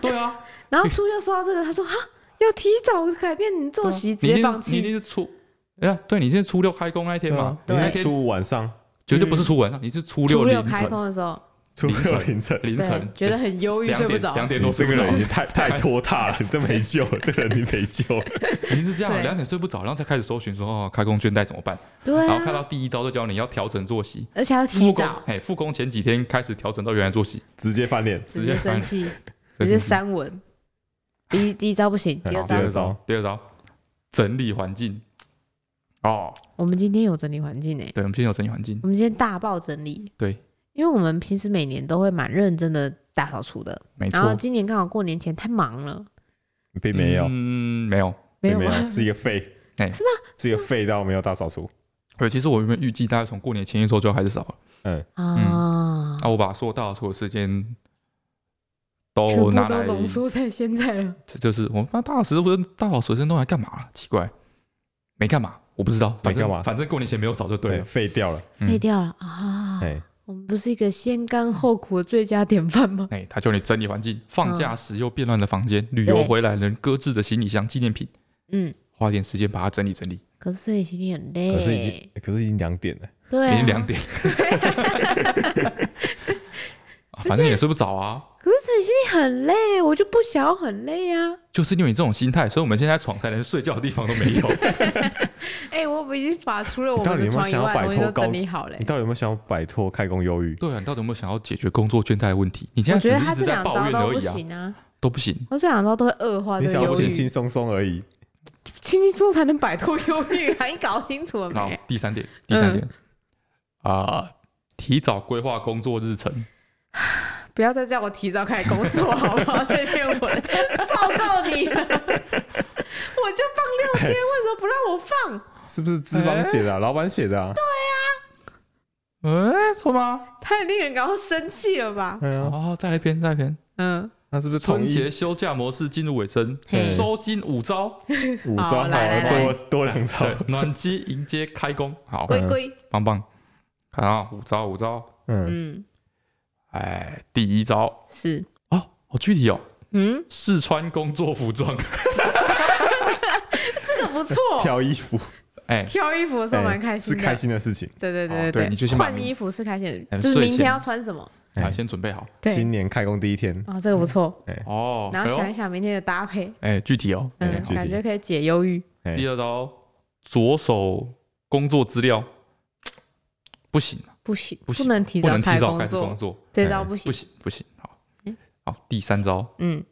[SPEAKER 2] 对啊，
[SPEAKER 1] 然后初六收到这个，他说啊，要提早改变你作息，直
[SPEAKER 2] 你一
[SPEAKER 1] 接
[SPEAKER 2] 定
[SPEAKER 1] 放
[SPEAKER 2] 是你一定
[SPEAKER 1] 弃。
[SPEAKER 2] 是初，哎呀，对，你是初六开工那一天嘛？
[SPEAKER 3] 你
[SPEAKER 1] 啊
[SPEAKER 2] 你那
[SPEAKER 3] 看
[SPEAKER 2] 天
[SPEAKER 3] 嗯初五晚上，
[SPEAKER 2] 绝对不是初晚上，你是初
[SPEAKER 1] 嗯初
[SPEAKER 2] 六
[SPEAKER 1] 六
[SPEAKER 2] 凌
[SPEAKER 1] 开
[SPEAKER 2] 晨
[SPEAKER 1] 工的时候，
[SPEAKER 3] 初
[SPEAKER 2] 凌晨
[SPEAKER 3] 六凌晨。
[SPEAKER 2] 凌
[SPEAKER 1] 对
[SPEAKER 2] 晨，，
[SPEAKER 1] 觉得很忧郁，
[SPEAKER 2] 两
[SPEAKER 1] 睡不
[SPEAKER 2] 点
[SPEAKER 1] 着。
[SPEAKER 2] 两点
[SPEAKER 3] 你
[SPEAKER 2] 多
[SPEAKER 3] 这
[SPEAKER 2] 睡
[SPEAKER 3] 个
[SPEAKER 2] 不着
[SPEAKER 3] 人，也太太拖
[SPEAKER 2] [LAUGHS]
[SPEAKER 3] 沓了，你这没救，这个人你没救了。
[SPEAKER 2] 你是这样啊
[SPEAKER 1] 对
[SPEAKER 2] 两点睡不着，然后才开始搜寻说哦，开工倦怠怎么办？
[SPEAKER 1] 对
[SPEAKER 2] 然后看
[SPEAKER 1] 啊，
[SPEAKER 2] 到第一招就教你要调整作息，
[SPEAKER 1] 而且还要提
[SPEAKER 2] 复工
[SPEAKER 1] 早，
[SPEAKER 2] 哎，复工前几天开始调整到原来作息，
[SPEAKER 3] 直接翻脸。
[SPEAKER 1] 直
[SPEAKER 2] 直接
[SPEAKER 1] 接生
[SPEAKER 2] 翻
[SPEAKER 1] 气，直接删文。第一第一招不行，第二
[SPEAKER 3] 好
[SPEAKER 1] 招
[SPEAKER 3] 第二招，
[SPEAKER 2] 第二招，整理环境。哦，
[SPEAKER 1] 我们今天有整理环境诶、
[SPEAKER 2] 对，我们现在有整理环境，
[SPEAKER 1] 我们今天大爆整理。
[SPEAKER 2] 对，
[SPEAKER 1] 因为我们平时每年都会蛮认真的大扫除的，
[SPEAKER 2] 没
[SPEAKER 1] 然后
[SPEAKER 2] 错，
[SPEAKER 1] 今年刚好过年前太忙了，
[SPEAKER 3] 并没有，
[SPEAKER 2] 嗯，没有。
[SPEAKER 1] 没
[SPEAKER 3] 并
[SPEAKER 1] 有
[SPEAKER 3] 没
[SPEAKER 1] 吗？
[SPEAKER 3] 有，是一个废，
[SPEAKER 2] 哎
[SPEAKER 1] 是吗？
[SPEAKER 3] 是一个废到没有大扫除。
[SPEAKER 2] 对，其实我原本预计大概从过年前一周就要开始扫了，
[SPEAKER 1] 嗯啊，
[SPEAKER 2] 那、我把所有大扫除的时间
[SPEAKER 1] 全部
[SPEAKER 2] 都拿
[SPEAKER 1] 都
[SPEAKER 2] 来，
[SPEAKER 1] 浓缩在现在了。
[SPEAKER 2] 这就是我那大扫除大扫除的时间都来干嘛了？奇怪，没干嘛，我不知道，反
[SPEAKER 3] 没
[SPEAKER 2] 正
[SPEAKER 3] 干嘛
[SPEAKER 2] 反正过年前没有扫就对了。
[SPEAKER 3] 哎废掉了。
[SPEAKER 2] 嗯
[SPEAKER 1] 废掉了啊！
[SPEAKER 3] 哎，
[SPEAKER 1] 我们不是一个先甘后苦的最佳典范吗？
[SPEAKER 2] 哎，他叫你整理环境，放假时又变乱的房间，旅游
[SPEAKER 1] 嗯对
[SPEAKER 2] 回来人搁置的行李箱、纪念品，
[SPEAKER 1] 嗯，
[SPEAKER 2] 花点时间把它整理整理。
[SPEAKER 1] 可是这里行李很累，
[SPEAKER 3] 哎可是已经，可是已经两点了。
[SPEAKER 1] 对、
[SPEAKER 2] 已
[SPEAKER 1] 啊 [LAUGHS]
[SPEAKER 2] 经，两点，啊反正也睡不着啊。
[SPEAKER 1] 可是晨曦很累，我就不想要很累啊。
[SPEAKER 2] 就是因为你这种心态，所以我们现在床才连睡觉的地方都
[SPEAKER 1] [LAUGHS]
[SPEAKER 2] 没有。
[SPEAKER 1] 哎、我们已经把除了我
[SPEAKER 3] 你到
[SPEAKER 1] 们
[SPEAKER 3] 底
[SPEAKER 1] 的
[SPEAKER 3] 有没有
[SPEAKER 1] 床以
[SPEAKER 3] 想要
[SPEAKER 1] 外
[SPEAKER 3] 摆
[SPEAKER 1] 的东西都
[SPEAKER 3] 脱高
[SPEAKER 1] 整理好了、
[SPEAKER 3] 你到底有没有想要摆脱开工忧郁？
[SPEAKER 2] 对啊，你到底有没有想要解决工作倦怠的问题？你现
[SPEAKER 1] 我
[SPEAKER 2] 在只
[SPEAKER 1] 觉得
[SPEAKER 2] 是
[SPEAKER 1] 他
[SPEAKER 2] 一
[SPEAKER 1] 这
[SPEAKER 2] 直在
[SPEAKER 1] 两
[SPEAKER 2] 抱
[SPEAKER 1] 招
[SPEAKER 2] 怨
[SPEAKER 1] 都
[SPEAKER 2] 而
[SPEAKER 1] 不
[SPEAKER 2] 已啊，
[SPEAKER 1] 行啊，
[SPEAKER 2] 都不行。
[SPEAKER 1] 我这两招都会恶化
[SPEAKER 3] 你
[SPEAKER 1] 这
[SPEAKER 3] 想
[SPEAKER 1] 个
[SPEAKER 3] 要
[SPEAKER 1] 忧
[SPEAKER 3] 轻
[SPEAKER 1] 郁，
[SPEAKER 3] 轻松松而已。
[SPEAKER 1] 轻轻松才能摆脱忧郁啊！你搞清楚了
[SPEAKER 2] 好
[SPEAKER 1] 没？，
[SPEAKER 2] 第三点，
[SPEAKER 1] 嗯
[SPEAKER 2] 第三点啊、提早规划工作日程。
[SPEAKER 1] 不要再叫我提早开始工作，好不
[SPEAKER 2] [LAUGHS]
[SPEAKER 1] 好？这篇文受够你了， [LAUGHS] 我就放六天，为什么不让我放？
[SPEAKER 3] 是不是资方写
[SPEAKER 1] 哎
[SPEAKER 3] 的、啊？老板写的啊？
[SPEAKER 2] 嗯、错吗？
[SPEAKER 1] 太令人感到生气了吧？
[SPEAKER 3] 对啊，
[SPEAKER 2] 哦，再来一篇，再来一篇。
[SPEAKER 1] 嗯，
[SPEAKER 3] 那是不是统
[SPEAKER 2] 春
[SPEAKER 3] 一
[SPEAKER 2] 节休假模式进入尾声
[SPEAKER 1] 嘿，
[SPEAKER 2] 收心五招，
[SPEAKER 3] 五
[SPEAKER 1] 好
[SPEAKER 3] 招？好
[SPEAKER 1] 啊来来
[SPEAKER 3] 多多两招
[SPEAKER 2] 对。，暖机迎接开工，好，
[SPEAKER 1] 龟龟，
[SPEAKER 2] 棒棒。看啊，五招，五招。
[SPEAKER 3] 嗯，
[SPEAKER 1] 嗯，
[SPEAKER 2] 哎，第一招
[SPEAKER 1] 是，
[SPEAKER 2] 哦，好具体哦，
[SPEAKER 1] 嗯，
[SPEAKER 2] 试穿工作服装。 [LAUGHS]
[SPEAKER 1] 这个不错。
[SPEAKER 3] 挑衣服，
[SPEAKER 2] 哎，
[SPEAKER 1] 挑衣服的时候
[SPEAKER 3] 哎
[SPEAKER 1] 蛮开心
[SPEAKER 3] 是
[SPEAKER 1] 的，
[SPEAKER 3] 开心的事情。
[SPEAKER 1] 对对
[SPEAKER 2] 哦
[SPEAKER 1] 对
[SPEAKER 2] 对
[SPEAKER 1] 对
[SPEAKER 2] 你就先把
[SPEAKER 1] 换
[SPEAKER 2] 明
[SPEAKER 1] 衣服是开心的，
[SPEAKER 2] 嗯
[SPEAKER 1] 就是
[SPEAKER 2] 睡
[SPEAKER 1] 明
[SPEAKER 2] 前
[SPEAKER 1] 哎要穿什么。
[SPEAKER 2] 哎，
[SPEAKER 3] 哎
[SPEAKER 2] 先准备好
[SPEAKER 1] 对
[SPEAKER 3] 新，年开工第一天，
[SPEAKER 1] 哦，这个不错。
[SPEAKER 2] 哦。
[SPEAKER 1] 然后
[SPEAKER 2] 哎
[SPEAKER 1] 想一
[SPEAKER 2] 呦
[SPEAKER 1] 想明天的搭配，
[SPEAKER 2] 哎，具体哦。
[SPEAKER 1] 嗯
[SPEAKER 3] 哎，具
[SPEAKER 1] 感
[SPEAKER 3] 体
[SPEAKER 1] 觉可以解忧郁。
[SPEAKER 3] 哎
[SPEAKER 2] 第二招，左手工作资料不行，
[SPEAKER 1] 不行，
[SPEAKER 2] 不行
[SPEAKER 1] 能提
[SPEAKER 2] 不
[SPEAKER 1] 早
[SPEAKER 2] 能提早
[SPEAKER 1] 工
[SPEAKER 2] 开始工
[SPEAKER 1] 作，
[SPEAKER 2] 作，
[SPEAKER 1] 这招不
[SPEAKER 2] 哎不
[SPEAKER 1] 行。
[SPEAKER 2] 行不行。好
[SPEAKER 1] 嗯，
[SPEAKER 2] 好，第三招，
[SPEAKER 1] 嗯，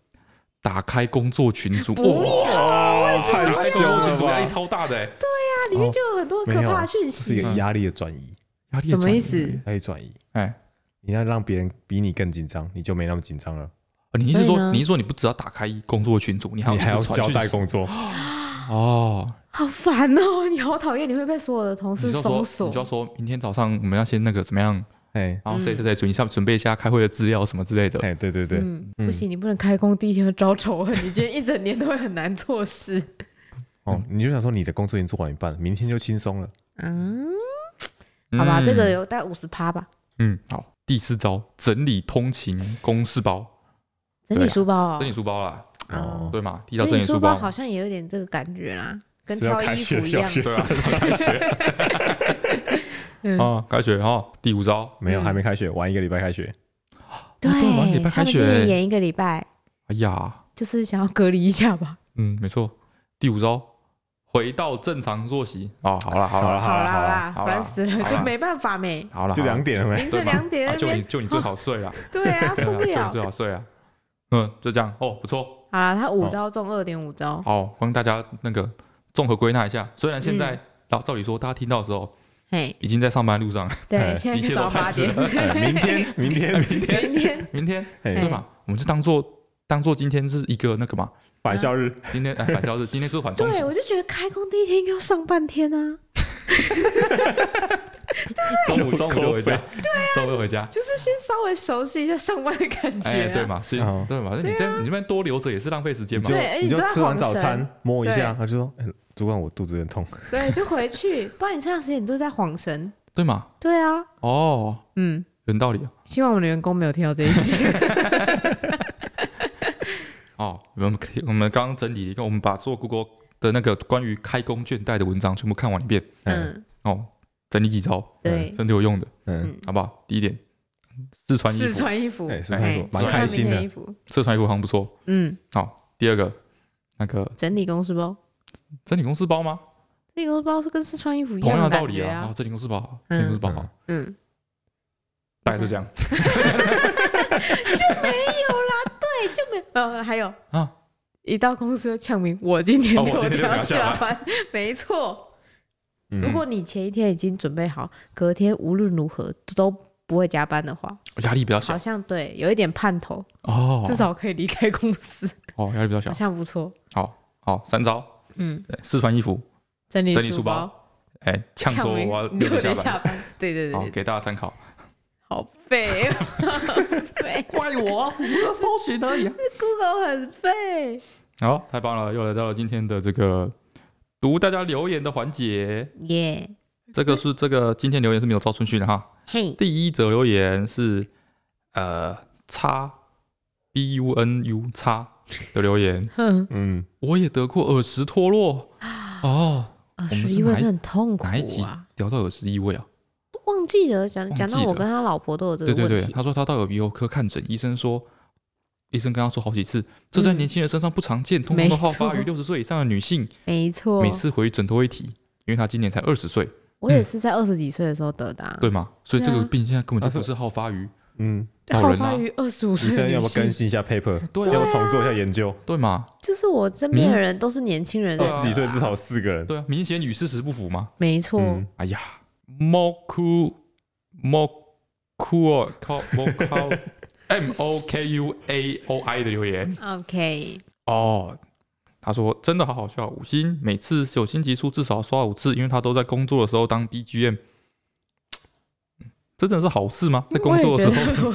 [SPEAKER 2] 打开工作群组。
[SPEAKER 1] 不
[SPEAKER 2] 哇
[SPEAKER 3] 哦，太
[SPEAKER 2] 打开工
[SPEAKER 3] 凶
[SPEAKER 2] 作群
[SPEAKER 3] 了
[SPEAKER 2] 组压力
[SPEAKER 3] 吧！啊
[SPEAKER 2] 超大的哎，
[SPEAKER 1] 那里面就有很多可怕的讯
[SPEAKER 3] 这是一
[SPEAKER 1] 息。
[SPEAKER 2] 嗯
[SPEAKER 3] 个压力的转移，
[SPEAKER 2] 压力
[SPEAKER 1] 什么意
[SPEAKER 2] 转移
[SPEAKER 1] 思？
[SPEAKER 3] 压力转移。
[SPEAKER 2] 哎，
[SPEAKER 3] 你要让别人比你更紧张，你就没那么紧张了。
[SPEAKER 2] 哦你意
[SPEAKER 1] 所
[SPEAKER 2] 思
[SPEAKER 1] 以
[SPEAKER 2] 说，
[SPEAKER 1] 呢
[SPEAKER 2] 你是说你不只要打开工作群组，你还要
[SPEAKER 3] 你还要
[SPEAKER 2] 一直传
[SPEAKER 3] 交
[SPEAKER 2] 讯
[SPEAKER 3] 代
[SPEAKER 2] 息
[SPEAKER 3] 工作，
[SPEAKER 2] 哦。
[SPEAKER 1] 好烦哦！ [LAUGHS] 你好讨厌，你会被所有的同
[SPEAKER 2] 你
[SPEAKER 1] 事
[SPEAKER 2] 就
[SPEAKER 1] 封
[SPEAKER 2] 说，
[SPEAKER 1] 锁
[SPEAKER 2] 你就。要说明天早上我们要先那个怎么样，
[SPEAKER 3] 哎
[SPEAKER 2] 然后谁
[SPEAKER 1] 嗯
[SPEAKER 2] 谁谁准一下准备一下开会的资料什么之类的。
[SPEAKER 3] 哎，对对对，
[SPEAKER 1] 嗯，
[SPEAKER 3] 嗯
[SPEAKER 1] 不行，你不能开工第一天就招仇恨，你今天一整年都会很难做 [LAUGHS] 事。
[SPEAKER 3] 哦，你就想说你的工作已经做完一半了，明天就轻松了。
[SPEAKER 1] 嗯，
[SPEAKER 2] 嗯
[SPEAKER 1] 好吧，这个有大概五十趴吧。
[SPEAKER 2] 嗯好。第四招，整理通勤公事包，
[SPEAKER 1] 整理书包哦
[SPEAKER 2] 啊整，理书包啦，
[SPEAKER 1] 哦
[SPEAKER 3] 哦，
[SPEAKER 2] 对嘛？第一招
[SPEAKER 1] 整
[SPEAKER 2] 整
[SPEAKER 1] 理
[SPEAKER 2] 理
[SPEAKER 1] 书
[SPEAKER 2] 包
[SPEAKER 1] 包，好像也有点这个感觉啦，跟
[SPEAKER 3] 是要
[SPEAKER 1] 挑
[SPEAKER 3] 开
[SPEAKER 1] 衣服
[SPEAKER 3] 学
[SPEAKER 1] 一
[SPEAKER 3] 小
[SPEAKER 1] 样。
[SPEAKER 3] 学
[SPEAKER 2] 对
[SPEAKER 3] 生
[SPEAKER 2] 啊，开学
[SPEAKER 1] [LAUGHS] 嗯
[SPEAKER 2] 啊，开学哈。第五招，哦
[SPEAKER 3] 没有，
[SPEAKER 1] 嗯
[SPEAKER 3] 还没开学，晚一个礼拜开学。
[SPEAKER 1] 对，
[SPEAKER 2] 对啊晚一个礼拜
[SPEAKER 1] 他
[SPEAKER 2] 开
[SPEAKER 1] 们今年
[SPEAKER 2] 学
[SPEAKER 1] 延一个礼拜，
[SPEAKER 2] 哎呀，
[SPEAKER 1] 就是想要隔离一下吧。
[SPEAKER 2] 嗯，没错。第五招，回到正常作息哦，好了，好了，
[SPEAKER 3] 啦好
[SPEAKER 1] 好
[SPEAKER 3] 啦好
[SPEAKER 1] 啦
[SPEAKER 3] 啦，
[SPEAKER 2] 好啦
[SPEAKER 1] 烦死了，
[SPEAKER 2] 好啦
[SPEAKER 1] 就没办法没。
[SPEAKER 2] 好了，
[SPEAKER 3] 就两点了没？
[SPEAKER 1] 凌
[SPEAKER 2] 对
[SPEAKER 1] 晨
[SPEAKER 2] 嘛
[SPEAKER 1] 两点
[SPEAKER 2] 啊
[SPEAKER 1] 那
[SPEAKER 2] 就你
[SPEAKER 1] 边，
[SPEAKER 2] 就你最好睡
[SPEAKER 1] [LAUGHS]
[SPEAKER 2] 了，
[SPEAKER 1] 对啊，
[SPEAKER 2] [LAUGHS] 对
[SPEAKER 1] 受
[SPEAKER 2] 啊
[SPEAKER 1] 不
[SPEAKER 2] 就你
[SPEAKER 1] 了。
[SPEAKER 2] 最好睡啊。嗯，就这样哦，不错，
[SPEAKER 1] 好啦，他
[SPEAKER 2] 哦
[SPEAKER 1] 五招中二点五招，
[SPEAKER 2] 好，帮大家那个综合归纳一下。虽然现在，老照理说，大家听到的时候
[SPEAKER 1] 嘿，
[SPEAKER 2] 已经在上班路 [LAUGHS] 上，
[SPEAKER 1] 对，
[SPEAKER 3] 哎
[SPEAKER 1] 现在
[SPEAKER 2] 一切
[SPEAKER 1] 是
[SPEAKER 2] 都
[SPEAKER 1] 早
[SPEAKER 2] 太
[SPEAKER 1] 八
[SPEAKER 2] 迟
[SPEAKER 1] 点，
[SPEAKER 2] 了。
[SPEAKER 3] [LAUGHS] 哎明天，明天，明
[SPEAKER 1] [LAUGHS]
[SPEAKER 3] 天，
[SPEAKER 1] 明天
[SPEAKER 2] 明天对
[SPEAKER 3] 哎，
[SPEAKER 2] 吧？我们就当做当做今天是一个那个嘛，
[SPEAKER 3] 返校日，
[SPEAKER 2] 今天哎返校日，今天做缓冲期
[SPEAKER 1] 对，我就觉得开工第一天应该要上半天啊，
[SPEAKER 2] 中午中午就回家
[SPEAKER 3] 扣，
[SPEAKER 2] 中午就回家。
[SPEAKER 1] 就是先稍微熟悉一下上班的感觉、啊
[SPEAKER 2] 哎，对？嘛，是，
[SPEAKER 3] 哦
[SPEAKER 2] 对啊嘛，那你这样你这边多留着也是浪费时间
[SPEAKER 3] 你
[SPEAKER 2] 嘛
[SPEAKER 3] 就。
[SPEAKER 1] 对而且
[SPEAKER 3] 你就
[SPEAKER 1] 你都要
[SPEAKER 3] 吃完早
[SPEAKER 1] 晃神
[SPEAKER 3] 餐摸一
[SPEAKER 1] 对
[SPEAKER 3] 下，他就说：“哎，主管，我肚子有点痛。
[SPEAKER 1] 对，就回去，不然你这段时间你都在晃神。
[SPEAKER 2] 对嘛？
[SPEAKER 1] 对啊，
[SPEAKER 2] 哦，
[SPEAKER 1] 嗯，
[SPEAKER 2] 有道理啊
[SPEAKER 1] 希望我们的员工没有听到这一
[SPEAKER 2] [LAUGHS]
[SPEAKER 1] 集。
[SPEAKER 2] 哎哦。我们我们刚刚整理一个，我们把做 Google 的那个关于开工倦怠的文章全部看完一遍
[SPEAKER 3] 嗯
[SPEAKER 1] 嗯，
[SPEAKER 2] 哦，整理几招，
[SPEAKER 1] 对，
[SPEAKER 2] 真的有用的。”
[SPEAKER 3] 嗯，
[SPEAKER 2] 好不好？第一点，试穿衣
[SPEAKER 1] 试
[SPEAKER 2] 服，
[SPEAKER 1] 穿衣服，
[SPEAKER 3] 哎试穿衣服
[SPEAKER 1] 哎
[SPEAKER 3] 蛮
[SPEAKER 1] 试穿
[SPEAKER 3] 开心的
[SPEAKER 1] 明天衣服，
[SPEAKER 2] 试穿衣服好像不错。
[SPEAKER 1] 嗯，
[SPEAKER 2] 好，第二个，那个
[SPEAKER 1] 整理公司包，
[SPEAKER 2] 整理公司包吗？
[SPEAKER 1] 整理公司包是跟试穿衣服一
[SPEAKER 2] 同
[SPEAKER 1] 样
[SPEAKER 2] 样的
[SPEAKER 1] 的
[SPEAKER 2] 道
[SPEAKER 1] 感
[SPEAKER 2] 理
[SPEAKER 1] 觉
[SPEAKER 2] 啊，
[SPEAKER 1] 啊
[SPEAKER 2] 哦，，整理公司包，
[SPEAKER 1] 嗯
[SPEAKER 2] 整理公司包，啊
[SPEAKER 3] 嗯
[SPEAKER 1] 嗯，
[SPEAKER 2] 大概就这样。
[SPEAKER 1] 对，就没呃还有
[SPEAKER 2] 啊，
[SPEAKER 1] 一到公司就呛名，我今天
[SPEAKER 2] 哦
[SPEAKER 1] 六
[SPEAKER 2] 我今天
[SPEAKER 1] 点
[SPEAKER 2] 六点
[SPEAKER 1] 要
[SPEAKER 2] 要
[SPEAKER 1] 下
[SPEAKER 2] 下
[SPEAKER 1] 班， [LAUGHS] 没错。
[SPEAKER 3] 嗯
[SPEAKER 1] 如果你前一天已经准备好，隔天无论如何都不会加班的话，
[SPEAKER 2] 压力比较小
[SPEAKER 1] 好像对有一点盼头，
[SPEAKER 2] 哦，
[SPEAKER 1] 至少可以离开公
[SPEAKER 2] [LAUGHS]
[SPEAKER 1] 司，
[SPEAKER 2] 哦压力比较小
[SPEAKER 1] 好。像不错。
[SPEAKER 2] 好，三招，
[SPEAKER 1] 嗯，
[SPEAKER 2] 对试穿衣服，
[SPEAKER 1] 整理
[SPEAKER 2] 整理书
[SPEAKER 1] 包，
[SPEAKER 2] 哎，呛
[SPEAKER 1] 呛
[SPEAKER 2] 说
[SPEAKER 1] 名
[SPEAKER 2] 我要
[SPEAKER 1] 六
[SPEAKER 2] 六点
[SPEAKER 1] 点下
[SPEAKER 2] 下班，哦
[SPEAKER 1] 班，对对
[SPEAKER 2] 好
[SPEAKER 1] 对对，
[SPEAKER 2] 给大家参考。
[SPEAKER 1] 好废哦，对
[SPEAKER 2] 怪我，我要搜寻而
[SPEAKER 1] 啊
[SPEAKER 2] 已。
[SPEAKER 1] ，Google 很废，
[SPEAKER 2] [LAUGHS] 好，太棒了，又来到了今天的这个读大家留言的环节。
[SPEAKER 1] 耶，
[SPEAKER 2] 这个是这个今天留言是没有照顺序的哈。
[SPEAKER 1] 嘿，，
[SPEAKER 2] 第一则留言是呃叉 b u n u 叉的留言 [LAUGHS]
[SPEAKER 1] 哼，
[SPEAKER 3] 嗯，
[SPEAKER 2] 我也得过耳石脱落哦，
[SPEAKER 1] 二
[SPEAKER 2] 我
[SPEAKER 1] 十
[SPEAKER 2] 们是
[SPEAKER 1] 一位
[SPEAKER 2] 哪一
[SPEAKER 1] 是很痛苦
[SPEAKER 2] 哪一集
[SPEAKER 1] 啊，
[SPEAKER 2] 聊到耳石异味啊，
[SPEAKER 1] 忘记了讲
[SPEAKER 2] 忘
[SPEAKER 1] 讲到
[SPEAKER 2] 记
[SPEAKER 1] 我
[SPEAKER 2] 了
[SPEAKER 1] 跟他老婆都有这个
[SPEAKER 2] 对对
[SPEAKER 1] 问
[SPEAKER 2] 对
[SPEAKER 1] 题，，
[SPEAKER 2] 他说他到耳鼻喉科看诊，医生说，医生跟他说好几次，这在
[SPEAKER 1] 嗯
[SPEAKER 2] 年轻人身上不常见，通
[SPEAKER 1] 没
[SPEAKER 2] 通都好发于
[SPEAKER 1] 错
[SPEAKER 2] 六十岁以上的女性。
[SPEAKER 1] 没错，
[SPEAKER 2] 每次回诊都会提，因为他今年才二十岁，
[SPEAKER 1] 我也是在二十几岁的时候得的、啊，
[SPEAKER 2] 对吗？所以这
[SPEAKER 1] 对
[SPEAKER 2] 个
[SPEAKER 1] 啊
[SPEAKER 2] 病现在根本就
[SPEAKER 3] 他
[SPEAKER 2] 不
[SPEAKER 3] 是
[SPEAKER 2] 是好发于，
[SPEAKER 3] 嗯，
[SPEAKER 1] 好
[SPEAKER 2] 老人啊
[SPEAKER 1] 发于二十五
[SPEAKER 3] 医
[SPEAKER 1] 岁的
[SPEAKER 3] 生
[SPEAKER 1] 女
[SPEAKER 3] 要不要
[SPEAKER 1] 性
[SPEAKER 3] 更新一下 paper？
[SPEAKER 2] 对
[SPEAKER 3] 要
[SPEAKER 2] 啊
[SPEAKER 3] 不，重做一下研究？
[SPEAKER 2] 对嘛，
[SPEAKER 1] 就是我身边的人都是年轻人的
[SPEAKER 2] 对
[SPEAKER 1] 死啊，
[SPEAKER 2] 啊
[SPEAKER 3] 二十几岁至少四个人。
[SPEAKER 2] 对啊，明显与事实不符嘛。
[SPEAKER 1] 没错，
[SPEAKER 3] 嗯，
[SPEAKER 2] 哎呀，莫哭莫哭哦，靠莫靠 [LAUGHS] M O K U A O I 的留言
[SPEAKER 1] OK，
[SPEAKER 2] 哦。他说：“真的好好笑，五星每次有新集数至少刷五次，因为他都在工作的时候当 BGM。这真的是好事吗？在工作的时
[SPEAKER 1] 我也
[SPEAKER 2] 候
[SPEAKER 1] 觉得我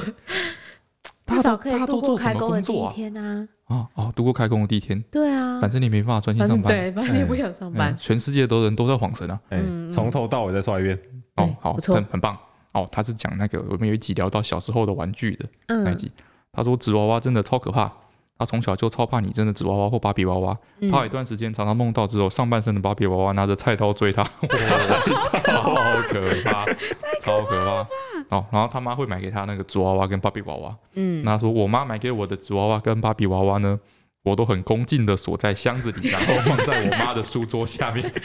[SPEAKER 2] 大
[SPEAKER 1] 至
[SPEAKER 2] 家
[SPEAKER 1] 少
[SPEAKER 2] 都
[SPEAKER 1] 可
[SPEAKER 2] 大
[SPEAKER 1] 以
[SPEAKER 2] 家
[SPEAKER 1] 度
[SPEAKER 2] 都
[SPEAKER 1] 过
[SPEAKER 2] 做什
[SPEAKER 1] 开
[SPEAKER 2] 么
[SPEAKER 1] 工的
[SPEAKER 2] 工
[SPEAKER 1] 第
[SPEAKER 2] 作
[SPEAKER 1] 一
[SPEAKER 2] 啊？
[SPEAKER 1] 天啊，
[SPEAKER 2] 啊 [LAUGHS] 哦，度过开工的第一天，
[SPEAKER 1] 对啊，
[SPEAKER 2] 反正你也没办法专心
[SPEAKER 1] 反
[SPEAKER 2] 上
[SPEAKER 1] 正
[SPEAKER 2] 班，
[SPEAKER 1] 对，反正也不想上
[SPEAKER 2] 嗯
[SPEAKER 1] 班，
[SPEAKER 2] 全世界都人都在晃神啊。
[SPEAKER 3] 哎
[SPEAKER 1] 嗯，
[SPEAKER 3] 从头到尾再刷一遍。
[SPEAKER 1] 对
[SPEAKER 2] 哦，好，
[SPEAKER 1] 不错
[SPEAKER 2] 很很棒。哦，他是讲那个我们有一集聊到小时候的玩具的那一
[SPEAKER 1] 嗯，
[SPEAKER 2] 集，他说纸娃娃真的超可怕，他从小就超怕你真的纸娃娃或芭比娃娃，
[SPEAKER 1] 嗯
[SPEAKER 2] 他有一段时间常常梦到只有上半身的芭比娃娃拿着菜刀
[SPEAKER 1] [LAUGHS]
[SPEAKER 2] 追他，超可怕，超可怕。哦，然后他妈会买给他那个纸娃娃跟芭比娃娃，
[SPEAKER 1] 嗯，
[SPEAKER 2] 那他说我妈买给我的纸娃娃跟芭比娃娃呢，我都很恭敬的锁在箱子里，然后放在我妈的书桌下面。 [LAUGHS]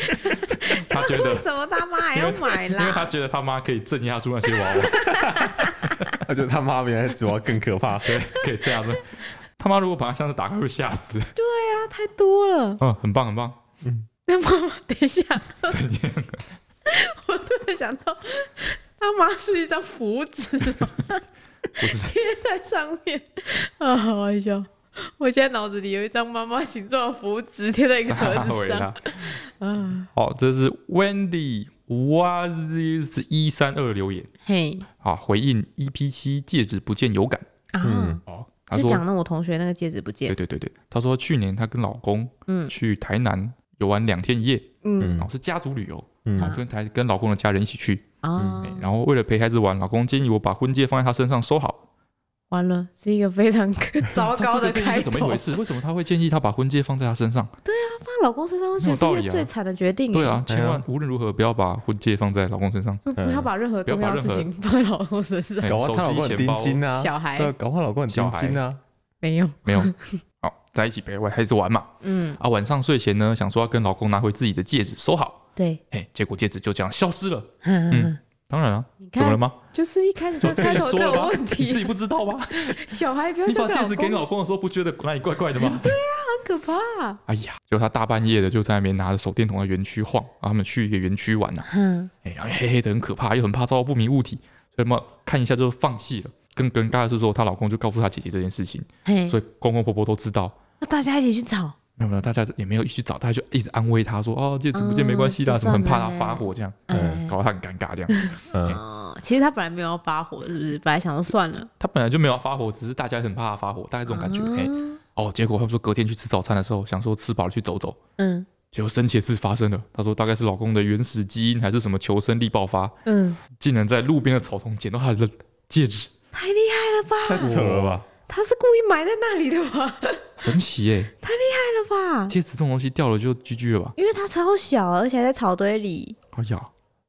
[SPEAKER 2] 他觉得
[SPEAKER 1] 为，什么他妈还要买
[SPEAKER 2] 因为他
[SPEAKER 1] 啦？
[SPEAKER 2] 觉得他妈可以镇压住那些娃娃，
[SPEAKER 3] [LAUGHS] 他觉得他妈比那主要更可怕。
[SPEAKER 2] 对，可以镇压住。他妈如果把他箱子打开会吓死。
[SPEAKER 1] 他太多了。 [LAUGHS]
[SPEAKER 2] 嗯，很棒很棒。 [LAUGHS]
[SPEAKER 1] 那妈妈，等一下，我突然想到，他妈是一张符纸吗
[SPEAKER 2] 不是，
[SPEAKER 1] 贴在上面，啊，好好笑！我现在脑子里有一张妈妈形状的符纸贴在一个盒
[SPEAKER 2] 撒
[SPEAKER 1] 子
[SPEAKER 2] 回
[SPEAKER 1] 上
[SPEAKER 2] 啦，。
[SPEAKER 1] 嗯，
[SPEAKER 2] [LAUGHS] 好，这是 Wendy Was 一三二留言
[SPEAKER 1] 嘿，
[SPEAKER 2] 啊，回应 EP 七戒指不见有感。
[SPEAKER 1] 啊
[SPEAKER 3] 嗯，
[SPEAKER 2] 哦，他
[SPEAKER 1] 就
[SPEAKER 2] 说
[SPEAKER 1] 讲了我同学那个戒指不
[SPEAKER 2] 对
[SPEAKER 1] 见，
[SPEAKER 2] 对对对，她说去年她跟老公
[SPEAKER 1] 嗯
[SPEAKER 2] 去台南游玩两天一夜，
[SPEAKER 1] 嗯
[SPEAKER 2] 然后是家族旅游，然
[SPEAKER 3] 嗯
[SPEAKER 2] 后跟台跟老公的家人一起去，
[SPEAKER 1] 啊
[SPEAKER 2] 哎，然后为了陪孩子玩，老公建议我把婚戒放在他身上收好。
[SPEAKER 1] 完了，是一个非常糟
[SPEAKER 2] 这
[SPEAKER 1] 糕的
[SPEAKER 2] 这个建议
[SPEAKER 1] 开
[SPEAKER 2] 是怎
[SPEAKER 1] 头。
[SPEAKER 2] 么一回
[SPEAKER 1] 放
[SPEAKER 2] 事？为什么他会建议他把婚戒放在他身上？
[SPEAKER 1] 老公身上
[SPEAKER 2] 没
[SPEAKER 1] 去
[SPEAKER 2] 有
[SPEAKER 1] 是
[SPEAKER 2] 道
[SPEAKER 1] 一
[SPEAKER 2] 理
[SPEAKER 1] 个
[SPEAKER 2] 啊
[SPEAKER 1] 最惨的决定，
[SPEAKER 2] 对啊，，千
[SPEAKER 3] 哎
[SPEAKER 2] 万无论如何不要把婚戒放在老公身上。
[SPEAKER 1] 就不要把任何
[SPEAKER 2] 不要
[SPEAKER 1] 重
[SPEAKER 2] 把
[SPEAKER 1] 要的
[SPEAKER 2] 任
[SPEAKER 1] 事
[SPEAKER 2] 何
[SPEAKER 1] 情放在老公身上。
[SPEAKER 2] 哎
[SPEAKER 3] 嗯搞不好她老公
[SPEAKER 2] 手
[SPEAKER 3] 很
[SPEAKER 2] 机钱
[SPEAKER 3] 盯
[SPEAKER 2] 包
[SPEAKER 3] 金啊，
[SPEAKER 1] 小孩
[SPEAKER 3] 对啊，搞不好老公很盯金啊。
[SPEAKER 1] 没有，
[SPEAKER 2] 没有， [LAUGHS] 好，在一起陪孩子玩嘛。
[SPEAKER 1] 嗯，
[SPEAKER 2] 啊，晚上睡前呢，想说要跟老公拿回自己的戒指收好，
[SPEAKER 1] 对，
[SPEAKER 2] 哎，结果戒指就这样消失了。
[SPEAKER 1] 嗯，
[SPEAKER 2] 当然啊，
[SPEAKER 1] 你
[SPEAKER 2] 怎么了
[SPEAKER 1] 看，
[SPEAKER 2] 吗？
[SPEAKER 1] 就是一开始
[SPEAKER 2] 就
[SPEAKER 1] 这个
[SPEAKER 2] 跟
[SPEAKER 1] 开
[SPEAKER 2] 你
[SPEAKER 1] 头
[SPEAKER 2] [LAUGHS] 说
[SPEAKER 1] 就
[SPEAKER 2] 了
[SPEAKER 1] 有
[SPEAKER 2] 吧
[SPEAKER 1] 问，
[SPEAKER 2] 你自己
[SPEAKER 1] 题，
[SPEAKER 2] 不知道吗？
[SPEAKER 1] 小孩 [LAUGHS] 不要
[SPEAKER 2] 你
[SPEAKER 1] 交
[SPEAKER 2] 把
[SPEAKER 1] 给
[SPEAKER 2] 戒指给你
[SPEAKER 1] 公，
[SPEAKER 2] 老公的时候，不觉得哪里怪怪的吗？
[SPEAKER 1] 很可怕。
[SPEAKER 2] 哎呀，就他大半夜的就在那边拿着手电筒在园区晃，然后他们去一个园区玩呐、
[SPEAKER 1] 嗯，
[SPEAKER 2] 哎、然后黑黑的很可怕，又很怕照到不明物体，所以嘛看一下就放弃了。更更尬的是说，她老公就告诉她姐姐这件事情，
[SPEAKER 1] 嘿，
[SPEAKER 2] 所以公公婆婆都知道。
[SPEAKER 1] 那大家一起去找，
[SPEAKER 2] 没有没有，大家也没有去找她，就一直安慰她说：“哦，戒指不见没关系啦，
[SPEAKER 1] 嗯
[SPEAKER 2] 什么很
[SPEAKER 1] 就算
[SPEAKER 2] 怕
[SPEAKER 1] 了
[SPEAKER 2] 她发火这样，
[SPEAKER 1] 哎，
[SPEAKER 2] 搞得她很尴尬这样子。
[SPEAKER 3] 嗯，
[SPEAKER 1] 哦，其实他本来没有要发火，是不是？本来想说算了，
[SPEAKER 2] 她本来就没有发火，只是大家很怕她发火，大概这种感觉。哎、
[SPEAKER 1] 啊
[SPEAKER 2] 哦，结果他们说隔天去吃早餐的时候，想说吃饱了去走走，
[SPEAKER 1] 嗯
[SPEAKER 2] 结果神奇的事发生了。她说大概是老公的原始基因还是什么求生力爆发，
[SPEAKER 1] 嗯，
[SPEAKER 2] 竟然在路边的草丛捡到他的戒指，
[SPEAKER 1] 太厉害了吧？
[SPEAKER 3] 太扯了吧？
[SPEAKER 1] 他是故意埋在那里的吧？
[SPEAKER 2] 神奇耶、
[SPEAKER 1] [LAUGHS] 对吧？
[SPEAKER 2] 戒指这种东西掉了就 GG 了吧？
[SPEAKER 1] 因为它超小，啊而且还在草堆里。
[SPEAKER 2] 哎呀，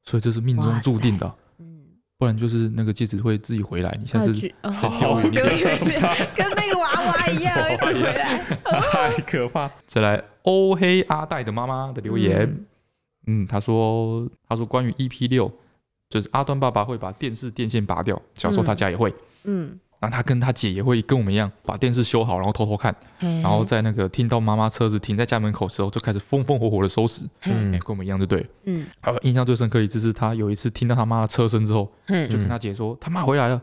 [SPEAKER 2] 所以这是命中注定的啊，
[SPEAKER 1] 嗯，
[SPEAKER 2] 不然就是那个戒指会自己回来。你下次
[SPEAKER 1] 哦
[SPEAKER 2] 好
[SPEAKER 1] 好
[SPEAKER 2] 好
[SPEAKER 1] 丢
[SPEAKER 2] [LAUGHS]
[SPEAKER 1] 远一点，跟那个娃娃一样，一直回来。
[SPEAKER 3] [LAUGHS] 太可怕。
[SPEAKER 2] 再来欧黑阿黛的妈妈的留言，嗯，她说她说关于 EP 六，就是阿端爸爸会把电视电线拔掉，小时候他家也会。
[SPEAKER 1] 嗯，
[SPEAKER 2] 那他跟他姐也会跟我们一样，把电视修好，然后偷偷看，
[SPEAKER 1] 然
[SPEAKER 2] 然后在那个听到妈妈车子停在家门口的时候，就开始风风火火的收拾，哎、
[SPEAKER 3] 嗯
[SPEAKER 2] 跟我们一样就对了。
[SPEAKER 1] 嗯
[SPEAKER 2] 还有印象最深刻的一次是他有一次听到他妈的车声之后，
[SPEAKER 1] 嗯
[SPEAKER 2] 就跟他姐说、他妈回来了，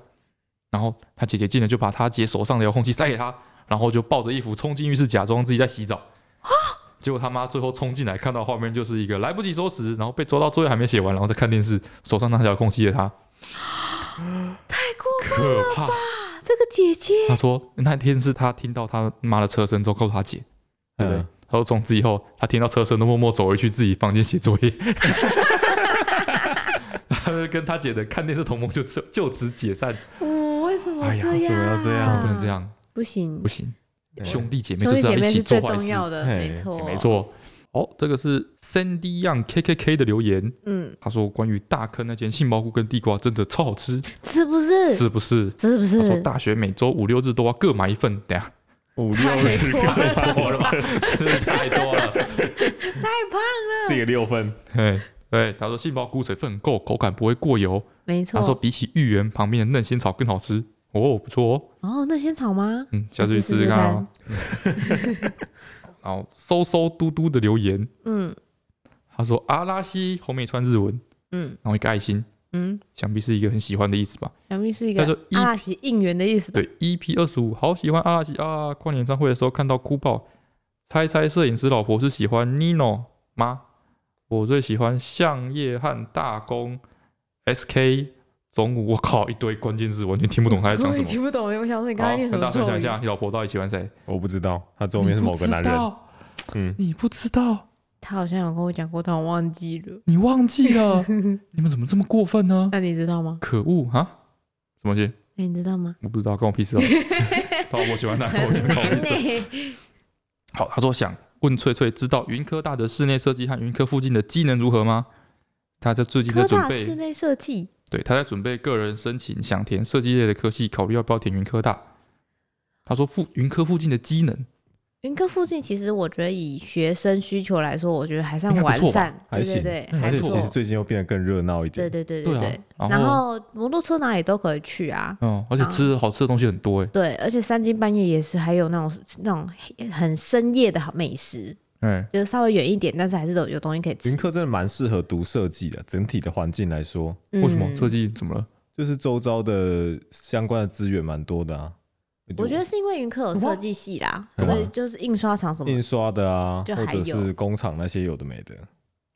[SPEAKER 2] 然后他姐姐进来就把他姐手上的遥控器塞给他，然后就抱着衣服冲进浴室假装自己在洗澡。结果他妈最后冲进来，看到画面就是一个来不及收拾，然后被抓到作业还没写完，然后再看电视，手上拿着遥控器的他，
[SPEAKER 1] 太酷
[SPEAKER 2] 可怕。
[SPEAKER 1] 了！这个姐姐
[SPEAKER 2] 他说那天是他听到他妈的车声之后告诉他姐，对不对？
[SPEAKER 3] 嗯
[SPEAKER 2] 他说从此以后，他听到车声都默默走回去自己房间写作业。他就跟他姐的看电视同盟就就就此解散。
[SPEAKER 1] 哦，为什么
[SPEAKER 2] 哎呀
[SPEAKER 1] 这样？啊
[SPEAKER 3] 为什么要这
[SPEAKER 2] 千
[SPEAKER 3] 样
[SPEAKER 2] 万不能这样，
[SPEAKER 1] 不行
[SPEAKER 2] 不，行，
[SPEAKER 3] 对
[SPEAKER 2] 兄弟姐妹
[SPEAKER 1] 兄
[SPEAKER 2] 就
[SPEAKER 1] 弟
[SPEAKER 2] 是要
[SPEAKER 1] 姐
[SPEAKER 2] 一
[SPEAKER 1] 妹
[SPEAKER 2] 起
[SPEAKER 1] 是最
[SPEAKER 2] 做坏
[SPEAKER 1] 重
[SPEAKER 2] 事。
[SPEAKER 1] 要的，
[SPEAKER 3] 嘿
[SPEAKER 1] 没错，
[SPEAKER 2] 没。错，好，这个是 Sandy Young KKK 的留言，
[SPEAKER 1] 嗯，
[SPEAKER 2] 他说关于大坑那间杏鲍菇跟地瓜真的超好吃，
[SPEAKER 1] 是不是？
[SPEAKER 2] 是不是？
[SPEAKER 1] 是不
[SPEAKER 2] 他说
[SPEAKER 1] 是？
[SPEAKER 2] 大学每周五六日都要各买一份，等一下
[SPEAKER 3] 五
[SPEAKER 1] 太
[SPEAKER 3] 六日
[SPEAKER 1] 多
[SPEAKER 3] 干
[SPEAKER 1] 了
[SPEAKER 3] 多了吧？
[SPEAKER 2] 真的太多了。
[SPEAKER 1] 太棒，
[SPEAKER 3] 是一个六分，
[SPEAKER 2] [LAUGHS] 对对，他说杏鲍菇水分很够，口感不会过油。
[SPEAKER 1] 没
[SPEAKER 2] 他说
[SPEAKER 1] 错。
[SPEAKER 2] 比起芋圆旁边的嫩仙草更好吃。哦，不错哦，
[SPEAKER 1] 哦，那仙草吗？
[SPEAKER 2] 嗯，下次去试
[SPEAKER 1] 试
[SPEAKER 2] 试
[SPEAKER 1] 试
[SPEAKER 2] 看啊。 [LAUGHS] 然后嗖嗖嘟嘟的留言，
[SPEAKER 1] 嗯
[SPEAKER 2] 他说阿拉西后面一串日文，
[SPEAKER 1] 嗯
[SPEAKER 2] 然后一个爱心，
[SPEAKER 1] 嗯，
[SPEAKER 2] 想必是一个很喜欢的意思吧？
[SPEAKER 1] 小蜜是一
[SPEAKER 2] 他
[SPEAKER 1] 个
[SPEAKER 2] 说一
[SPEAKER 1] 阿拉奇应援的意思吧？
[SPEAKER 2] 对，EP 二十五，好喜欢阿拉西啊！跨年演唱会的时候看到哭爆，猜猜摄影师老婆是喜欢 Nino 吗？我最喜欢向叶汉大公 SK 总武，我靠，一堆关键字完全听不懂他在
[SPEAKER 1] 我
[SPEAKER 2] 讲什
[SPEAKER 1] 也
[SPEAKER 2] 么。
[SPEAKER 1] 听不懂，我想说你刚才
[SPEAKER 2] 好，
[SPEAKER 1] 念什
[SPEAKER 2] 很
[SPEAKER 1] 么
[SPEAKER 2] 大声
[SPEAKER 1] 咒
[SPEAKER 2] 讲
[SPEAKER 1] 语
[SPEAKER 2] 一？下，你老婆到底喜欢谁？
[SPEAKER 3] 我不知道，他周
[SPEAKER 2] 后
[SPEAKER 3] 边是某个男人，嗯，
[SPEAKER 2] 你不知道，
[SPEAKER 1] 他好像有跟我讲过，但我忘记
[SPEAKER 2] [LAUGHS]
[SPEAKER 1] 了。
[SPEAKER 2] 你忘记了？你们怎么这么过分呢？
[SPEAKER 1] 那你知道吗？
[SPEAKER 2] 可恶啊！什么东西？
[SPEAKER 1] 那你知道吗？
[SPEAKER 2] 我不知道，关我屁
[SPEAKER 1] [LAUGHS]
[SPEAKER 2] 事哦。到底我喜欢哪个， [LAUGHS] 我喜欢我屁事。好，他说想问翠翠，知道云科大的室内设计和云科附近的机能如何吗？他在最近在
[SPEAKER 1] 科
[SPEAKER 2] 准
[SPEAKER 1] 大室
[SPEAKER 2] 备，
[SPEAKER 1] 内设计，
[SPEAKER 2] 对，他在准备个人申请，想填设计类的科系，考虑要不要填云科大。他说附云科附近的机能
[SPEAKER 1] 云科附近，其实我觉得以学生需求来说，我觉得还算
[SPEAKER 2] 应该不
[SPEAKER 1] 完
[SPEAKER 2] 错吧
[SPEAKER 1] 善，
[SPEAKER 3] 还行
[SPEAKER 1] 对对
[SPEAKER 2] 嗯
[SPEAKER 1] 对，还
[SPEAKER 3] 而且
[SPEAKER 1] 不
[SPEAKER 3] 其
[SPEAKER 1] 错
[SPEAKER 3] 实。最近又变得更热闹一点
[SPEAKER 1] 对，对对
[SPEAKER 2] 对
[SPEAKER 1] 对。
[SPEAKER 2] 啊，
[SPEAKER 1] 然
[SPEAKER 2] 然
[SPEAKER 1] 后摩托车哪里都可以去啊，
[SPEAKER 2] 嗯，而且吃好吃的东西很多哎、
[SPEAKER 1] 对，而且三更半夜也是还有那种那种很深夜的好美食，
[SPEAKER 2] 哎、
[SPEAKER 1] 就是稍微远一点，但是还是有有东西可以
[SPEAKER 3] 云
[SPEAKER 1] 吃。
[SPEAKER 3] 科真的蛮适合读设计的，整体的环境来说，
[SPEAKER 2] 为什么
[SPEAKER 1] 嗯
[SPEAKER 2] 设计怎么了？
[SPEAKER 3] 就是周遭的相关的资源蛮多的啊。
[SPEAKER 1] 我觉得是因为云科有设计系啦，
[SPEAKER 3] 有吗
[SPEAKER 1] 所以就是印刷厂什么
[SPEAKER 3] 印刷的啊，
[SPEAKER 1] 就
[SPEAKER 3] 或
[SPEAKER 1] 还
[SPEAKER 3] 者
[SPEAKER 1] 有
[SPEAKER 3] 是工厂那些有的没的，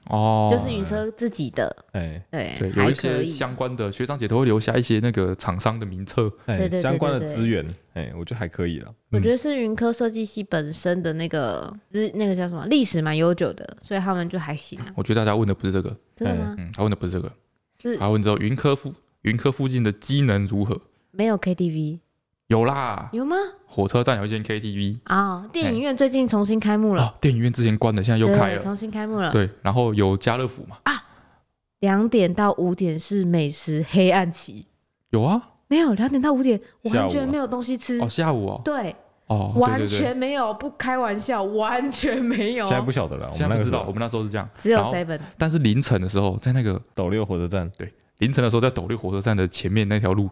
[SPEAKER 2] 哦，
[SPEAKER 1] 就是云车自己的，
[SPEAKER 3] 哎
[SPEAKER 1] 对，
[SPEAKER 2] 对，有
[SPEAKER 1] 还可
[SPEAKER 2] 一些
[SPEAKER 1] 以。
[SPEAKER 2] 相关的学长姐都会留下一些那个厂商的名册，
[SPEAKER 1] 对
[SPEAKER 3] 哎，
[SPEAKER 1] 对
[SPEAKER 3] 相关的
[SPEAKER 1] 对对
[SPEAKER 3] 资源，哎，我觉得还可以了。嗯
[SPEAKER 1] 我
[SPEAKER 2] 嗯
[SPEAKER 1] 觉得是云科设计系本身的那个资，那个叫什么历史蛮悠久的，所以他们就还行啊。
[SPEAKER 2] 我觉得大家问的不是这个，
[SPEAKER 1] 真的
[SPEAKER 3] 哎
[SPEAKER 1] 吗？
[SPEAKER 2] 嗯，他问的不是这个，
[SPEAKER 1] 是
[SPEAKER 2] 他问之后云科附云科附近的机能如何？
[SPEAKER 1] 没有 KTV
[SPEAKER 2] 有啦，
[SPEAKER 1] 有吗？
[SPEAKER 2] 火车站有一间 KTV
[SPEAKER 1] 啊，电影院最近重新开幕了，
[SPEAKER 2] 哎哦，电影院之前关了，现在又
[SPEAKER 1] 对，
[SPEAKER 2] 开了。
[SPEAKER 1] 重新开幕了。
[SPEAKER 2] 对，然后有家乐福嘛？
[SPEAKER 1] 两点到五点是美食黑暗期，
[SPEAKER 2] 有啊，
[SPEAKER 1] 没有两点到五点
[SPEAKER 3] 下午
[SPEAKER 1] 完
[SPEAKER 3] 啊
[SPEAKER 1] 全没有东西吃，
[SPEAKER 2] 哦，下午哦，
[SPEAKER 1] 对，
[SPEAKER 2] 哦，对
[SPEAKER 1] 完
[SPEAKER 2] 对对，
[SPEAKER 1] 全没有，不开玩笑，完全没有
[SPEAKER 3] 现，在不晓得了，我
[SPEAKER 2] 现在不
[SPEAKER 3] 们那个
[SPEAKER 2] 知
[SPEAKER 3] 时
[SPEAKER 2] 道，我
[SPEAKER 3] 候
[SPEAKER 2] 们那时候是这样，
[SPEAKER 1] 只有
[SPEAKER 2] 然后
[SPEAKER 1] seven
[SPEAKER 2] 但是凌晨的时候，在那个
[SPEAKER 3] 斗六火车站，
[SPEAKER 2] 凌晨的时候，在斗六火车站的前面那条路，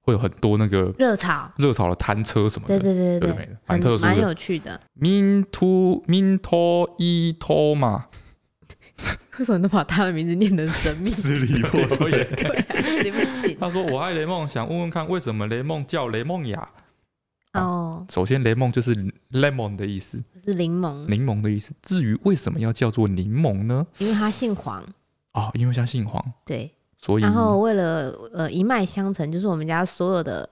[SPEAKER 2] 会有很多那个
[SPEAKER 1] 热炒，
[SPEAKER 2] 热炒的摊车什么
[SPEAKER 1] 哦对
[SPEAKER 2] 的，
[SPEAKER 1] 对对
[SPEAKER 2] 对
[SPEAKER 1] 对
[SPEAKER 2] 没
[SPEAKER 1] 对
[SPEAKER 2] 了，蛮
[SPEAKER 1] 很
[SPEAKER 2] 特殊
[SPEAKER 1] 蛮
[SPEAKER 2] 的。
[SPEAKER 1] 有趣的。
[SPEAKER 2] min to min to i to 嘛， [LAUGHS]
[SPEAKER 1] 为什么都把他的名字念得很神 [LAUGHS] 秘？
[SPEAKER 3] 支离破碎。
[SPEAKER 1] 对啊，行不行？
[SPEAKER 2] 他说：“我爱雷梦，想问问看为什么雷梦叫雷梦雅？
[SPEAKER 1] 哦，
[SPEAKER 2] 首先，雷梦就是 lemon 的意思，
[SPEAKER 1] 就是柠檬，
[SPEAKER 2] 柠檬的意思。至于为什么要叫做柠檬呢？
[SPEAKER 1] 因为他姓黄，
[SPEAKER 2] 哦，因为像姓黄，
[SPEAKER 1] 对。
[SPEAKER 2] 所以
[SPEAKER 1] 然后为了呃一脉相承，就是我们家所有的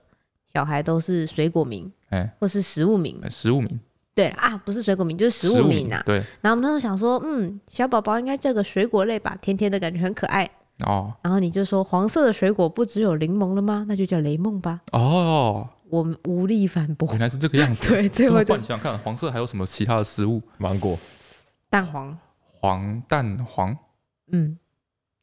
[SPEAKER 1] 小孩都是水果名，
[SPEAKER 2] 哎
[SPEAKER 1] 或是食物名。
[SPEAKER 2] 呃十五名，
[SPEAKER 1] 对啦啊，不是水果名，就是食
[SPEAKER 2] 15
[SPEAKER 1] 物名呐、
[SPEAKER 2] 对，
[SPEAKER 1] 然后我们那时候想说，嗯，小宝宝应该叫个水果类吧，甜甜的感觉很可爱。
[SPEAKER 2] 哦
[SPEAKER 1] 然后你就说黄色的水果不只有柠檬了吗？那就叫雷梦吧。
[SPEAKER 2] 哦，
[SPEAKER 1] 我们无力反驳
[SPEAKER 2] 原。来是这个样子。
[SPEAKER 1] [LAUGHS] 对，最
[SPEAKER 2] 那
[SPEAKER 1] 后
[SPEAKER 2] 么
[SPEAKER 1] 就
[SPEAKER 2] 换你想想看，黄色还有什么其他的食物？
[SPEAKER 3] 芒果，
[SPEAKER 1] 蛋黄。
[SPEAKER 2] 黄蛋黄，
[SPEAKER 1] 嗯，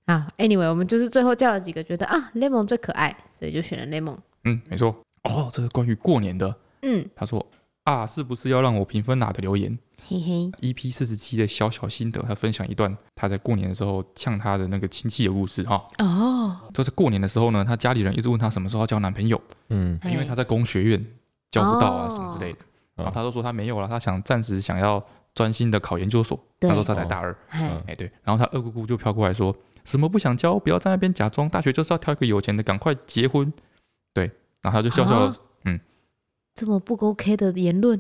[SPEAKER 1] 好，anyway，我们就是最后叫了几个，觉得啊，lemon 最可爱，所以就选了 lemon。
[SPEAKER 2] 嗯，没错。哦，这是关于过年的。
[SPEAKER 1] 嗯，
[SPEAKER 2] 他说啊，是不是要让我评分哪的留言？
[SPEAKER 1] 嘿嘿，
[SPEAKER 2] EP 四十七的小小心得，他分享一段他在过年的时候呛他的那个亲戚的故事哈、
[SPEAKER 1] 哦，
[SPEAKER 2] 就是过年的时候呢，他家里人一直问他什么时候要交男朋友，
[SPEAKER 3] 嗯，
[SPEAKER 1] 哎
[SPEAKER 2] 因为他在工学院交不到啊
[SPEAKER 1] 哦
[SPEAKER 2] 什么之类的，
[SPEAKER 3] 哦
[SPEAKER 2] 然后他都说他没有了，他想暂时想要专心的考研究所，那
[SPEAKER 1] 对
[SPEAKER 2] 时候他才大二，
[SPEAKER 1] 嘿
[SPEAKER 3] 嗯
[SPEAKER 2] 哎对，然后他二姑姑就飘过来说什么不想交，不要在那边假装，大学就是要挑一个有钱的，赶快结婚，对，然后他就笑笑
[SPEAKER 1] 啊
[SPEAKER 2] 了
[SPEAKER 1] 这么不 OK 的言论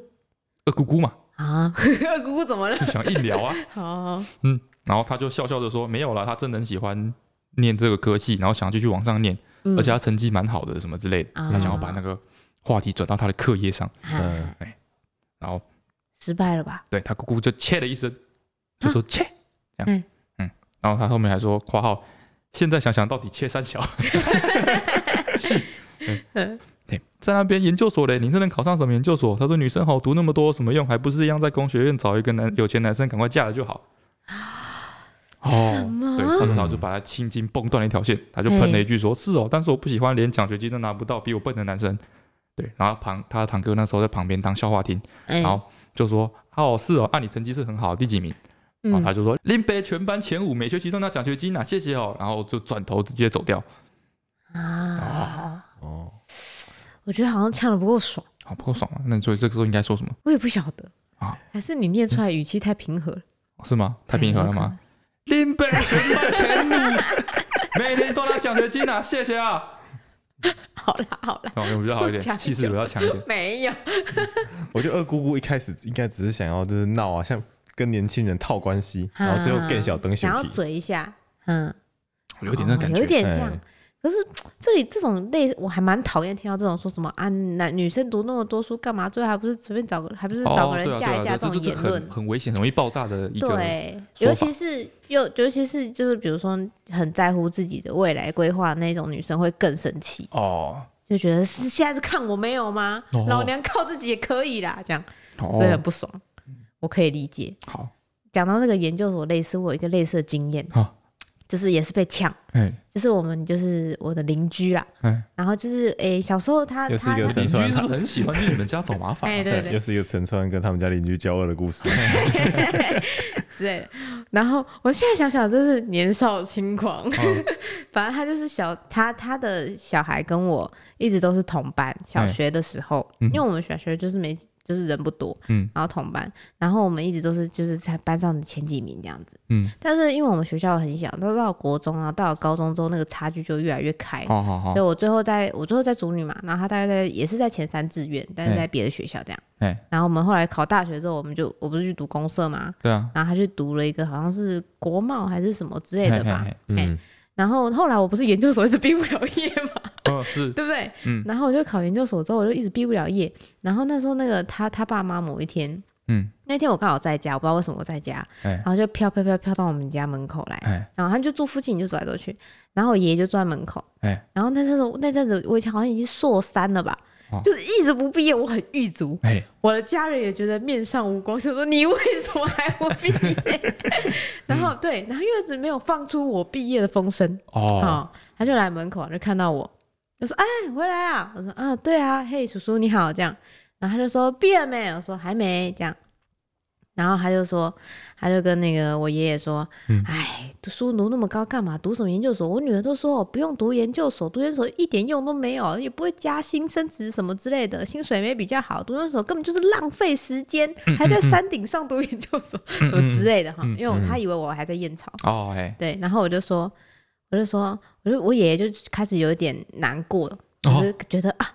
[SPEAKER 2] 二姑姑嘛，
[SPEAKER 1] 啊！姑姑怎么了？
[SPEAKER 2] 就想硬聊啊，
[SPEAKER 1] [LAUGHS] 好，
[SPEAKER 2] 然后他就笑笑的说没有了，他真的很喜欢念这个科系，然后想要继续往上念。
[SPEAKER 1] 嗯
[SPEAKER 2] 而且他成绩蛮好的，什么之类的，
[SPEAKER 1] 啊
[SPEAKER 2] 他想要把那个话题转到他的课业上，
[SPEAKER 1] 啊
[SPEAKER 3] 嗯，
[SPEAKER 2] 然后
[SPEAKER 1] 失败了吧？
[SPEAKER 2] 对他姑姑就切了一声，就说切，这样
[SPEAKER 1] 嗯，
[SPEAKER 2] 嗯，然后他后面还说（括号）现在想想到底切三小，气，嗯
[SPEAKER 1] 嗯
[SPEAKER 2] 对， [LAUGHS] 在那边研究所嘞，你是能考上什么研究所？他说女生好读那么多有什么用？还不是一样在工学院找一个男有钱男生赶快嫁了就好。
[SPEAKER 1] [GASPS] 什么
[SPEAKER 2] 哦对，他说他就把他青筋崩断了一条线，他就喷了一句说：“是哦，但是我不喜欢连奖学金都拿不到比我笨的
[SPEAKER 1] [LAUGHS]
[SPEAKER 2] 男生。”对，然后旁他的堂哥那时候在旁边当笑话听，
[SPEAKER 1] 哎，
[SPEAKER 2] 然后就说：“哦，是哦，啊，你成绩是很好，第几名？”然后啊他
[SPEAKER 1] 嗯，
[SPEAKER 2] 就说：“林北全班前五，每学期都拿奖学金啊，谢谢哦。”然后就转头直接走掉。
[SPEAKER 1] 啊，
[SPEAKER 3] 哦，
[SPEAKER 1] 我觉得好像呛的不够爽，
[SPEAKER 2] 好不够爽啊！那所以这个时候应该说什么？
[SPEAKER 1] 我也不晓得
[SPEAKER 2] 啊，
[SPEAKER 1] 还是你念出来语气太平和了，
[SPEAKER 2] 哦是吗？太平和了
[SPEAKER 1] 嗯
[SPEAKER 2] 吗？林北全班前五，每年都拿奖学金啊，谢谢啊。
[SPEAKER 1] 好啦好啦，
[SPEAKER 2] 哦，我比
[SPEAKER 1] [LAUGHS]
[SPEAKER 2] 较好一点，气势比较强一点。
[SPEAKER 1] 没有，
[SPEAKER 3] 我觉得二姑姑一开始应该只是想要就是闹啊，像跟年轻人套关系，然后最后更小灯小
[SPEAKER 1] 想要
[SPEAKER 3] 皮，
[SPEAKER 1] 嘴一下，嗯，
[SPEAKER 2] 我有点那
[SPEAKER 1] 哦
[SPEAKER 2] 感
[SPEAKER 1] 有
[SPEAKER 2] 觉
[SPEAKER 1] 一。点这样
[SPEAKER 3] 哎。
[SPEAKER 1] 可是这里这种类似，我还蛮讨厌听到这种说什么啊，男女生读那么多书干嘛？最后还不是随便找个，还不是找个人
[SPEAKER 2] 对啊，
[SPEAKER 1] 嫁
[SPEAKER 2] 对
[SPEAKER 1] 一
[SPEAKER 2] 啊，
[SPEAKER 1] 嫁
[SPEAKER 2] 对这
[SPEAKER 1] 种
[SPEAKER 2] 这这
[SPEAKER 1] 言论
[SPEAKER 2] 很。很危险，很容易爆炸的一个。
[SPEAKER 1] 对，
[SPEAKER 2] 说
[SPEAKER 1] 尤
[SPEAKER 2] 法
[SPEAKER 1] 其是又尤其是就是比如说很在乎自己的未来规划那种女生会更生气，
[SPEAKER 2] 哦，
[SPEAKER 1] 就觉得是现在是看我没有吗？
[SPEAKER 2] 哦
[SPEAKER 1] 老娘靠自己也可以啦，这样，所以很
[SPEAKER 2] 哦，
[SPEAKER 1] 不爽。我可以理解。
[SPEAKER 2] 好，
[SPEAKER 1] 讲到这个研究所类似，我有一个类似的经验，
[SPEAKER 2] 好
[SPEAKER 1] 就是也是被呛，
[SPEAKER 2] 哎
[SPEAKER 1] 就是我们就是我的邻居啦，
[SPEAKER 2] 哎，
[SPEAKER 1] 然后就是诶、小时候他
[SPEAKER 3] 嗯又是
[SPEAKER 1] 他
[SPEAKER 3] 一个
[SPEAKER 1] 他
[SPEAKER 2] 邻
[SPEAKER 3] 陈
[SPEAKER 2] 居
[SPEAKER 3] 川
[SPEAKER 2] 是不是很喜欢去你们家找麻烦
[SPEAKER 1] [LAUGHS]
[SPEAKER 2] 啊？
[SPEAKER 1] 哎、对对哎
[SPEAKER 3] 又是一个陈川跟他们家邻居交恶的
[SPEAKER 1] [LAUGHS]
[SPEAKER 3] 故事。
[SPEAKER 1] 之类的。然后我现在想想，真是年少轻狂。
[SPEAKER 3] 哦
[SPEAKER 1] [LAUGHS] 反正他就是小他他的小孩跟我一直都是同班，
[SPEAKER 3] 嗯
[SPEAKER 1] 小学的时候，
[SPEAKER 2] 嗯
[SPEAKER 1] 因为我们小学就是没就是人不多，
[SPEAKER 2] 嗯
[SPEAKER 1] 然后同班，然后我们一直都是就是在班上的前几名这样子。
[SPEAKER 2] 嗯，
[SPEAKER 1] 但是因为我们学校很小，都到国中啊，到了高中之后，那个差距就越来越开。
[SPEAKER 2] 哦好好好
[SPEAKER 1] 所以，我最后在我最后在主女嘛，然后他大概在也是在前三志愿，但是在别的学校这样。
[SPEAKER 2] 哎，
[SPEAKER 1] 然后我们后来考大学之后，我们就我不是去读公社嘛，
[SPEAKER 2] 对啊，
[SPEAKER 1] 然后他去读了一个好像是国贸还是什么之类的吧
[SPEAKER 2] 嘿嘿嘿。
[SPEAKER 1] 哎
[SPEAKER 3] 嗯，
[SPEAKER 1] 然后后来我不是研究所一直毕不了业嘛， [LAUGHS]
[SPEAKER 2] 嗯是，
[SPEAKER 1] 对不对？
[SPEAKER 2] 嗯
[SPEAKER 1] 然后我就考研究所之后，我就一直毕不了业。然后那时候那个他他爸妈某一天，
[SPEAKER 2] 嗯
[SPEAKER 1] 那天我刚好在家，我不知道为什么我在家，
[SPEAKER 2] 哎
[SPEAKER 1] 然后就飘飘飘飘到我们家门口来。
[SPEAKER 2] 哎
[SPEAKER 1] 然后他们就住附近，就走来走去。然后我爷爷就坐在门口。
[SPEAKER 2] 哎
[SPEAKER 1] 然后那阵子那阵子我以前好像已经硕三了吧，
[SPEAKER 2] 哦
[SPEAKER 1] 就是一直不毕业，我很狱卒。
[SPEAKER 2] 哎，
[SPEAKER 1] 我的家人也觉得面上无光，想说你为什么还不毕业？ [LAUGHS] 然后对，然后又一直没有放出我毕业的风声，
[SPEAKER 2] 哦，
[SPEAKER 1] 哦，他就来门口就看到我，就说：“哎，回来啊！”我说：“啊，对啊，嘿，叔叔你好。”这样，然后他就说：“毕业没？”我说：“还没。”这样，然后他就说，他就跟那个我爷爷说
[SPEAKER 2] 嗯：“
[SPEAKER 1] 哎、读书读那么高干嘛？读什么研究所？我女儿都说我不用读研究所，读研究所一点用都没有，也不会加薪升职什么之类的，薪水没比较好，读研究所根本就是浪费时间，还在山顶上读研究所、
[SPEAKER 2] 嗯
[SPEAKER 1] 什么之
[SPEAKER 2] 嗯
[SPEAKER 1] 类的哈。
[SPEAKER 2] 嗯
[SPEAKER 1] 因为我
[SPEAKER 3] 嗯
[SPEAKER 1] 他以为我还在燕巢。”
[SPEAKER 2] 哦哎，
[SPEAKER 1] 对，然后我就说，我就说，我就我爷爷就开始有一点难过了，
[SPEAKER 2] 哦
[SPEAKER 1] 就是觉得啊，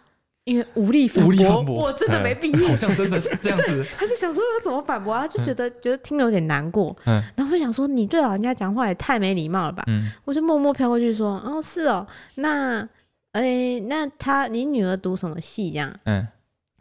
[SPEAKER 1] 因为无力反
[SPEAKER 2] 无力
[SPEAKER 1] 驳，
[SPEAKER 2] 反驳哎
[SPEAKER 1] 我真的没必
[SPEAKER 2] 好
[SPEAKER 1] 要。
[SPEAKER 2] 像真的是这样子，
[SPEAKER 1] 他就想说要怎么反驳啊，他就觉得、觉得听了有点难过，
[SPEAKER 2] 嗯
[SPEAKER 1] 然后我就想说你对老人家讲话也太没礼貌了吧，
[SPEAKER 2] 嗯
[SPEAKER 1] 我就默默飘过去说，哦是哦，那诶那他你女儿读什么系这样？
[SPEAKER 2] 嗯，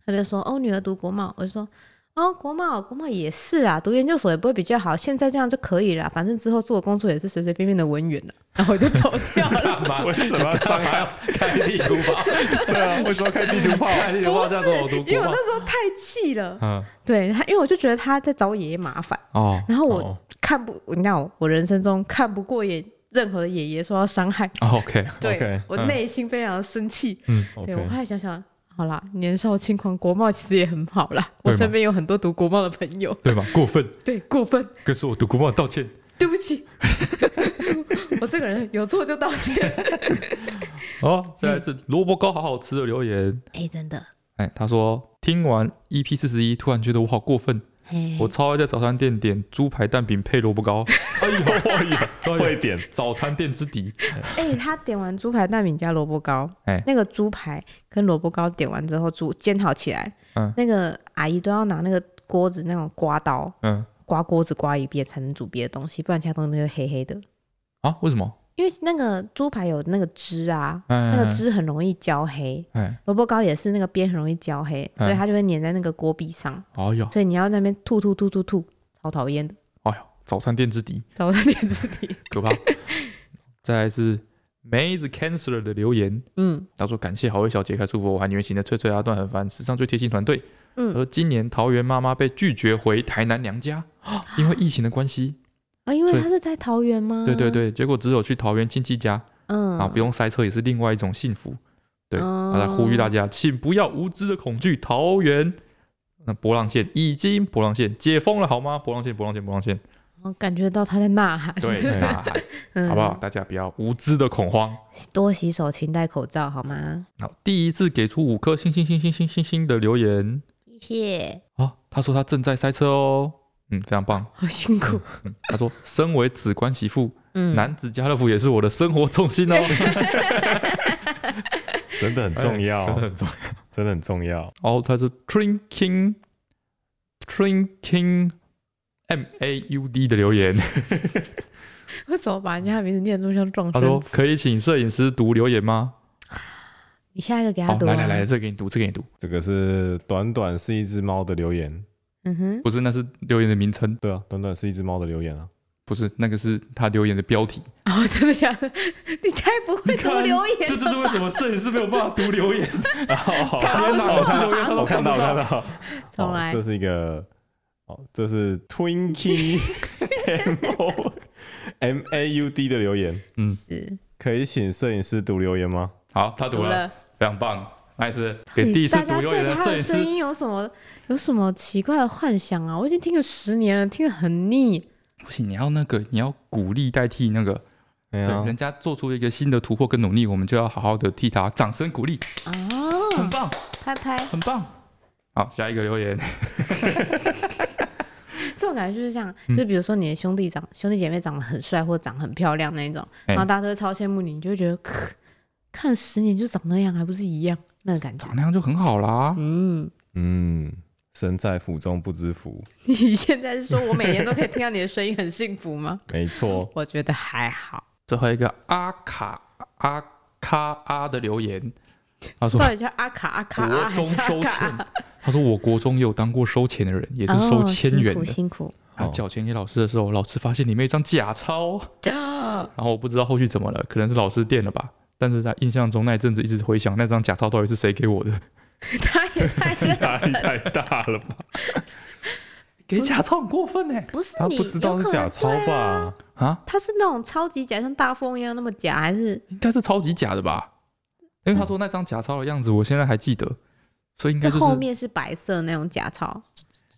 [SPEAKER 1] 他就说：“哦，我女儿读国贸。”我就说：“哦，国贸，国贸也是啊，读研究所也不会比较好，现在这样就可以了，反正之后做的工作也是随随便便的文员了。”然后我就走掉
[SPEAKER 2] [LAUGHS]
[SPEAKER 1] 了。
[SPEAKER 2] 干嘛？
[SPEAKER 3] 为什么要伤害？
[SPEAKER 2] 开地图炮？
[SPEAKER 3] 对啊，为什么要开地图炮？
[SPEAKER 2] 开地图炮这样子我读
[SPEAKER 1] 因为我
[SPEAKER 2] 国吗？
[SPEAKER 1] 那时候太气了，
[SPEAKER 2] 嗯
[SPEAKER 1] 对他，因为我就觉得他在找我爷爷麻烦，
[SPEAKER 2] 哦
[SPEAKER 1] 然后我
[SPEAKER 3] 哦
[SPEAKER 1] 看不，你知道，我人生中看不过眼任何的爷爷受到伤害，
[SPEAKER 2] 哦，OK，
[SPEAKER 1] 对
[SPEAKER 3] OK，
[SPEAKER 1] 我
[SPEAKER 2] 嗯
[SPEAKER 1] 内心非常的生气。对我
[SPEAKER 3] ，OK，
[SPEAKER 1] 后来想想，好啦，年少轻狂，国贸其实也很好啦，我
[SPEAKER 2] 对嘛
[SPEAKER 1] 身边有很多读国贸的朋友，
[SPEAKER 2] 对吧？过分，
[SPEAKER 1] 对，过分。
[SPEAKER 2] 跟说我读国贸道歉。
[SPEAKER 1] 对不起， [LAUGHS] 我这个人有错就道歉。
[SPEAKER 2] 哦，再来是萝卜糕好好吃的留言。
[SPEAKER 1] [LAUGHS] 哎、真的，
[SPEAKER 2] 哎，他说听完 EP 四十一，突然觉得我好过分，
[SPEAKER 1] 嘿
[SPEAKER 2] 我超爱在早餐店点猪排蛋饼配萝卜糕。哎呦，哎呦，
[SPEAKER 3] 会点
[SPEAKER 2] 早餐店之敌。
[SPEAKER 1] 哎、他点完猪排蛋饼加萝卜糕，
[SPEAKER 2] 哎
[SPEAKER 1] 那个猪排跟萝卜糕点完之后煮煎好起来，
[SPEAKER 2] 嗯
[SPEAKER 1] 那个阿姨都要拿那个锅子那种刮刀
[SPEAKER 2] 嗯，
[SPEAKER 1] 刮锅子刮一遍才能煮别的东西，不然其他东西就会黑黑的。
[SPEAKER 2] 啊，为什么？
[SPEAKER 1] 因为那个猪排有那个汁啊，
[SPEAKER 2] 嗯
[SPEAKER 1] 那个汁很容易焦黑，
[SPEAKER 2] 哎，
[SPEAKER 1] 萝卜糕也是那个边很容易焦黑，所以
[SPEAKER 2] 嗯
[SPEAKER 1] 它就会粘在那个锅壁上，
[SPEAKER 2] 哎呦，
[SPEAKER 1] 所以你要在那边吐吐吐吐吐，超讨厌的，
[SPEAKER 2] 哎呦，早餐店之敌，
[SPEAKER 1] 找我的电子体。
[SPEAKER 2] 可怕。再来是 Maze Canceler 的留言，
[SPEAKER 1] 嗯
[SPEAKER 2] 他说感谢好味小姐开出佛，我还原型的翠翠阿段很烦，史上最贴心团队。他
[SPEAKER 1] 嗯
[SPEAKER 2] 说今年桃园妈妈被拒绝回台南娘家，啊因为疫情的关系。
[SPEAKER 1] 啊，因为
[SPEAKER 2] 所以
[SPEAKER 1] 他是在桃园吗？
[SPEAKER 2] 对对，对，结果只有去桃园亲戚家
[SPEAKER 1] 嗯
[SPEAKER 2] 啊，不用塞车也是另外一种幸福。对，
[SPEAKER 1] 哦
[SPEAKER 2] 他呼吁大家，请不要无知的恐惧桃园。那波浪线已经波浪线解封了好吗？波浪线波浪线波浪线，
[SPEAKER 1] 我哦感觉到他在呐喊，
[SPEAKER 2] 对，呐喊
[SPEAKER 1] [LAUGHS] 嗯
[SPEAKER 2] 好不好？？大家不要无知的恐慌。
[SPEAKER 1] 多洗手，勤戴口罩，好吗？
[SPEAKER 2] 好，第一次给出五颗星星星星星星星的留言
[SPEAKER 1] 谢谢，
[SPEAKER 2] 啊，他说他正在塞车哦，嗯，非常棒。
[SPEAKER 1] 好辛苦。
[SPEAKER 2] 嗯他说，身为子官媳妇，
[SPEAKER 1] 嗯，
[SPEAKER 2] 男子家乐福也是我的生活
[SPEAKER 1] [LAUGHS]
[SPEAKER 2] 重心哦，
[SPEAKER 3] [LAUGHS] 真的很重要，
[SPEAKER 2] 哎真的很重要。
[SPEAKER 3] 真的很重要。
[SPEAKER 2] 哦，他是 drinking drinking m a u d 的
[SPEAKER 1] [LAUGHS]
[SPEAKER 2] 留言，
[SPEAKER 1] 为什么把人家的名字念出像撞
[SPEAKER 2] 他说
[SPEAKER 1] 声词？
[SPEAKER 2] 可以请摄影师读留言吗？
[SPEAKER 1] 你下一个给他
[SPEAKER 2] 好，
[SPEAKER 1] 读、啊
[SPEAKER 2] 哦来来来，，这个给你读，这个给你读，
[SPEAKER 3] 这个是短短是一只猫的留言，
[SPEAKER 1] 嗯哼，
[SPEAKER 2] 不是，那是留言的名称，
[SPEAKER 3] 对啊，短短是一只猫的留言 [LAUGHS] 啊。
[SPEAKER 2] 不是，那个是他留言的标题。
[SPEAKER 1] 哦，真的假的？ [LAUGHS] 你才不会读留言
[SPEAKER 2] 这
[SPEAKER 1] 了
[SPEAKER 2] 就是为什么摄影师没有办法读留言。
[SPEAKER 1] 搞
[SPEAKER 2] 天哪，
[SPEAKER 1] 错
[SPEAKER 2] 我是留言他
[SPEAKER 3] 我
[SPEAKER 2] 都
[SPEAKER 3] 看
[SPEAKER 2] 看
[SPEAKER 3] 到，
[SPEAKER 2] 不
[SPEAKER 3] 我看到，
[SPEAKER 1] 重来
[SPEAKER 3] 哦这是一个，哦，这是 Twinkie M O M A U D 的留言，
[SPEAKER 1] 是
[SPEAKER 3] 可以请摄影师读留言吗？
[SPEAKER 2] 好，他读
[SPEAKER 1] 读
[SPEAKER 2] 了，
[SPEAKER 1] 了。
[SPEAKER 2] 非常棒，nice。给第一次
[SPEAKER 1] 大
[SPEAKER 2] 读
[SPEAKER 1] 家
[SPEAKER 2] 留
[SPEAKER 1] 对
[SPEAKER 2] 言的
[SPEAKER 1] 他
[SPEAKER 2] 摄
[SPEAKER 1] 的
[SPEAKER 2] 影
[SPEAKER 1] 声
[SPEAKER 2] 师，
[SPEAKER 1] 音有什么有什么奇怪的幻想啊？我已经听了十年了，听得很腻。
[SPEAKER 2] 不行，你要那个，你要鼓励代替那个，
[SPEAKER 3] 哎
[SPEAKER 2] 对，啊人家做出一个新的突破跟努力，我们就要好好的替他掌声鼓励，很
[SPEAKER 1] 哦，
[SPEAKER 2] 棒，
[SPEAKER 1] 拍拍，
[SPEAKER 2] 很棒。好，下一个留言，
[SPEAKER 1] 这种感觉就是这样，
[SPEAKER 2] 嗯
[SPEAKER 1] 就是比如说你的兄弟长、兄弟姐妹长得很帅或长得很漂亮那一种，
[SPEAKER 2] 哎
[SPEAKER 1] 然后大家都会超羡慕你，你就会觉得，咳看了十年就长那样，还不是一样那个感觉
[SPEAKER 2] 长。那样就很好啦。
[SPEAKER 1] 嗯， [LAUGHS]
[SPEAKER 3] 嗯，身在福中不知福，
[SPEAKER 1] 你现在是说我每年都可以听到你的声音，很幸福吗？，
[SPEAKER 3] 没错
[SPEAKER 1] [LAUGHS] 我觉得还好。
[SPEAKER 2] 最后一个阿卡阿卡阿的留言，他说
[SPEAKER 1] 到底叫阿卡阿卡
[SPEAKER 2] 国
[SPEAKER 1] 阿还
[SPEAKER 2] 中
[SPEAKER 1] 是阿
[SPEAKER 2] 收
[SPEAKER 1] 卡
[SPEAKER 2] 钱？，他说我国中也有当过收钱的人，也是收千元
[SPEAKER 1] 哦、
[SPEAKER 2] 的。
[SPEAKER 1] 辛苦
[SPEAKER 2] 他缴钱给老师的时候，老师发现里面有一张假钞，
[SPEAKER 1] 辛苦。
[SPEAKER 2] 然后我不知道后续怎么了，可能是老师垫了吧。但是在印象中那一阵子一直回想那张假钞到底是谁给我的，
[SPEAKER 1] [LAUGHS] 他也太认真
[SPEAKER 2] [LAUGHS]
[SPEAKER 3] 压力太大
[SPEAKER 1] [LAUGHS]
[SPEAKER 3] 了吧？
[SPEAKER 2] 给假钞很过分呢、
[SPEAKER 1] 不是
[SPEAKER 3] 他
[SPEAKER 1] 你
[SPEAKER 3] 不知道
[SPEAKER 1] 有
[SPEAKER 3] 是
[SPEAKER 1] 可
[SPEAKER 3] 假
[SPEAKER 1] 能
[SPEAKER 3] 钞
[SPEAKER 1] 对啊
[SPEAKER 3] 吧？
[SPEAKER 2] 啊，
[SPEAKER 1] 他是那种超级假，像大风一样那么假，还是
[SPEAKER 2] 应该是超级假的吧？因为他说那张假钞的样子，我现在还记得，所以应该
[SPEAKER 1] 就
[SPEAKER 2] 就是
[SPEAKER 1] 后面是白色那种假钞？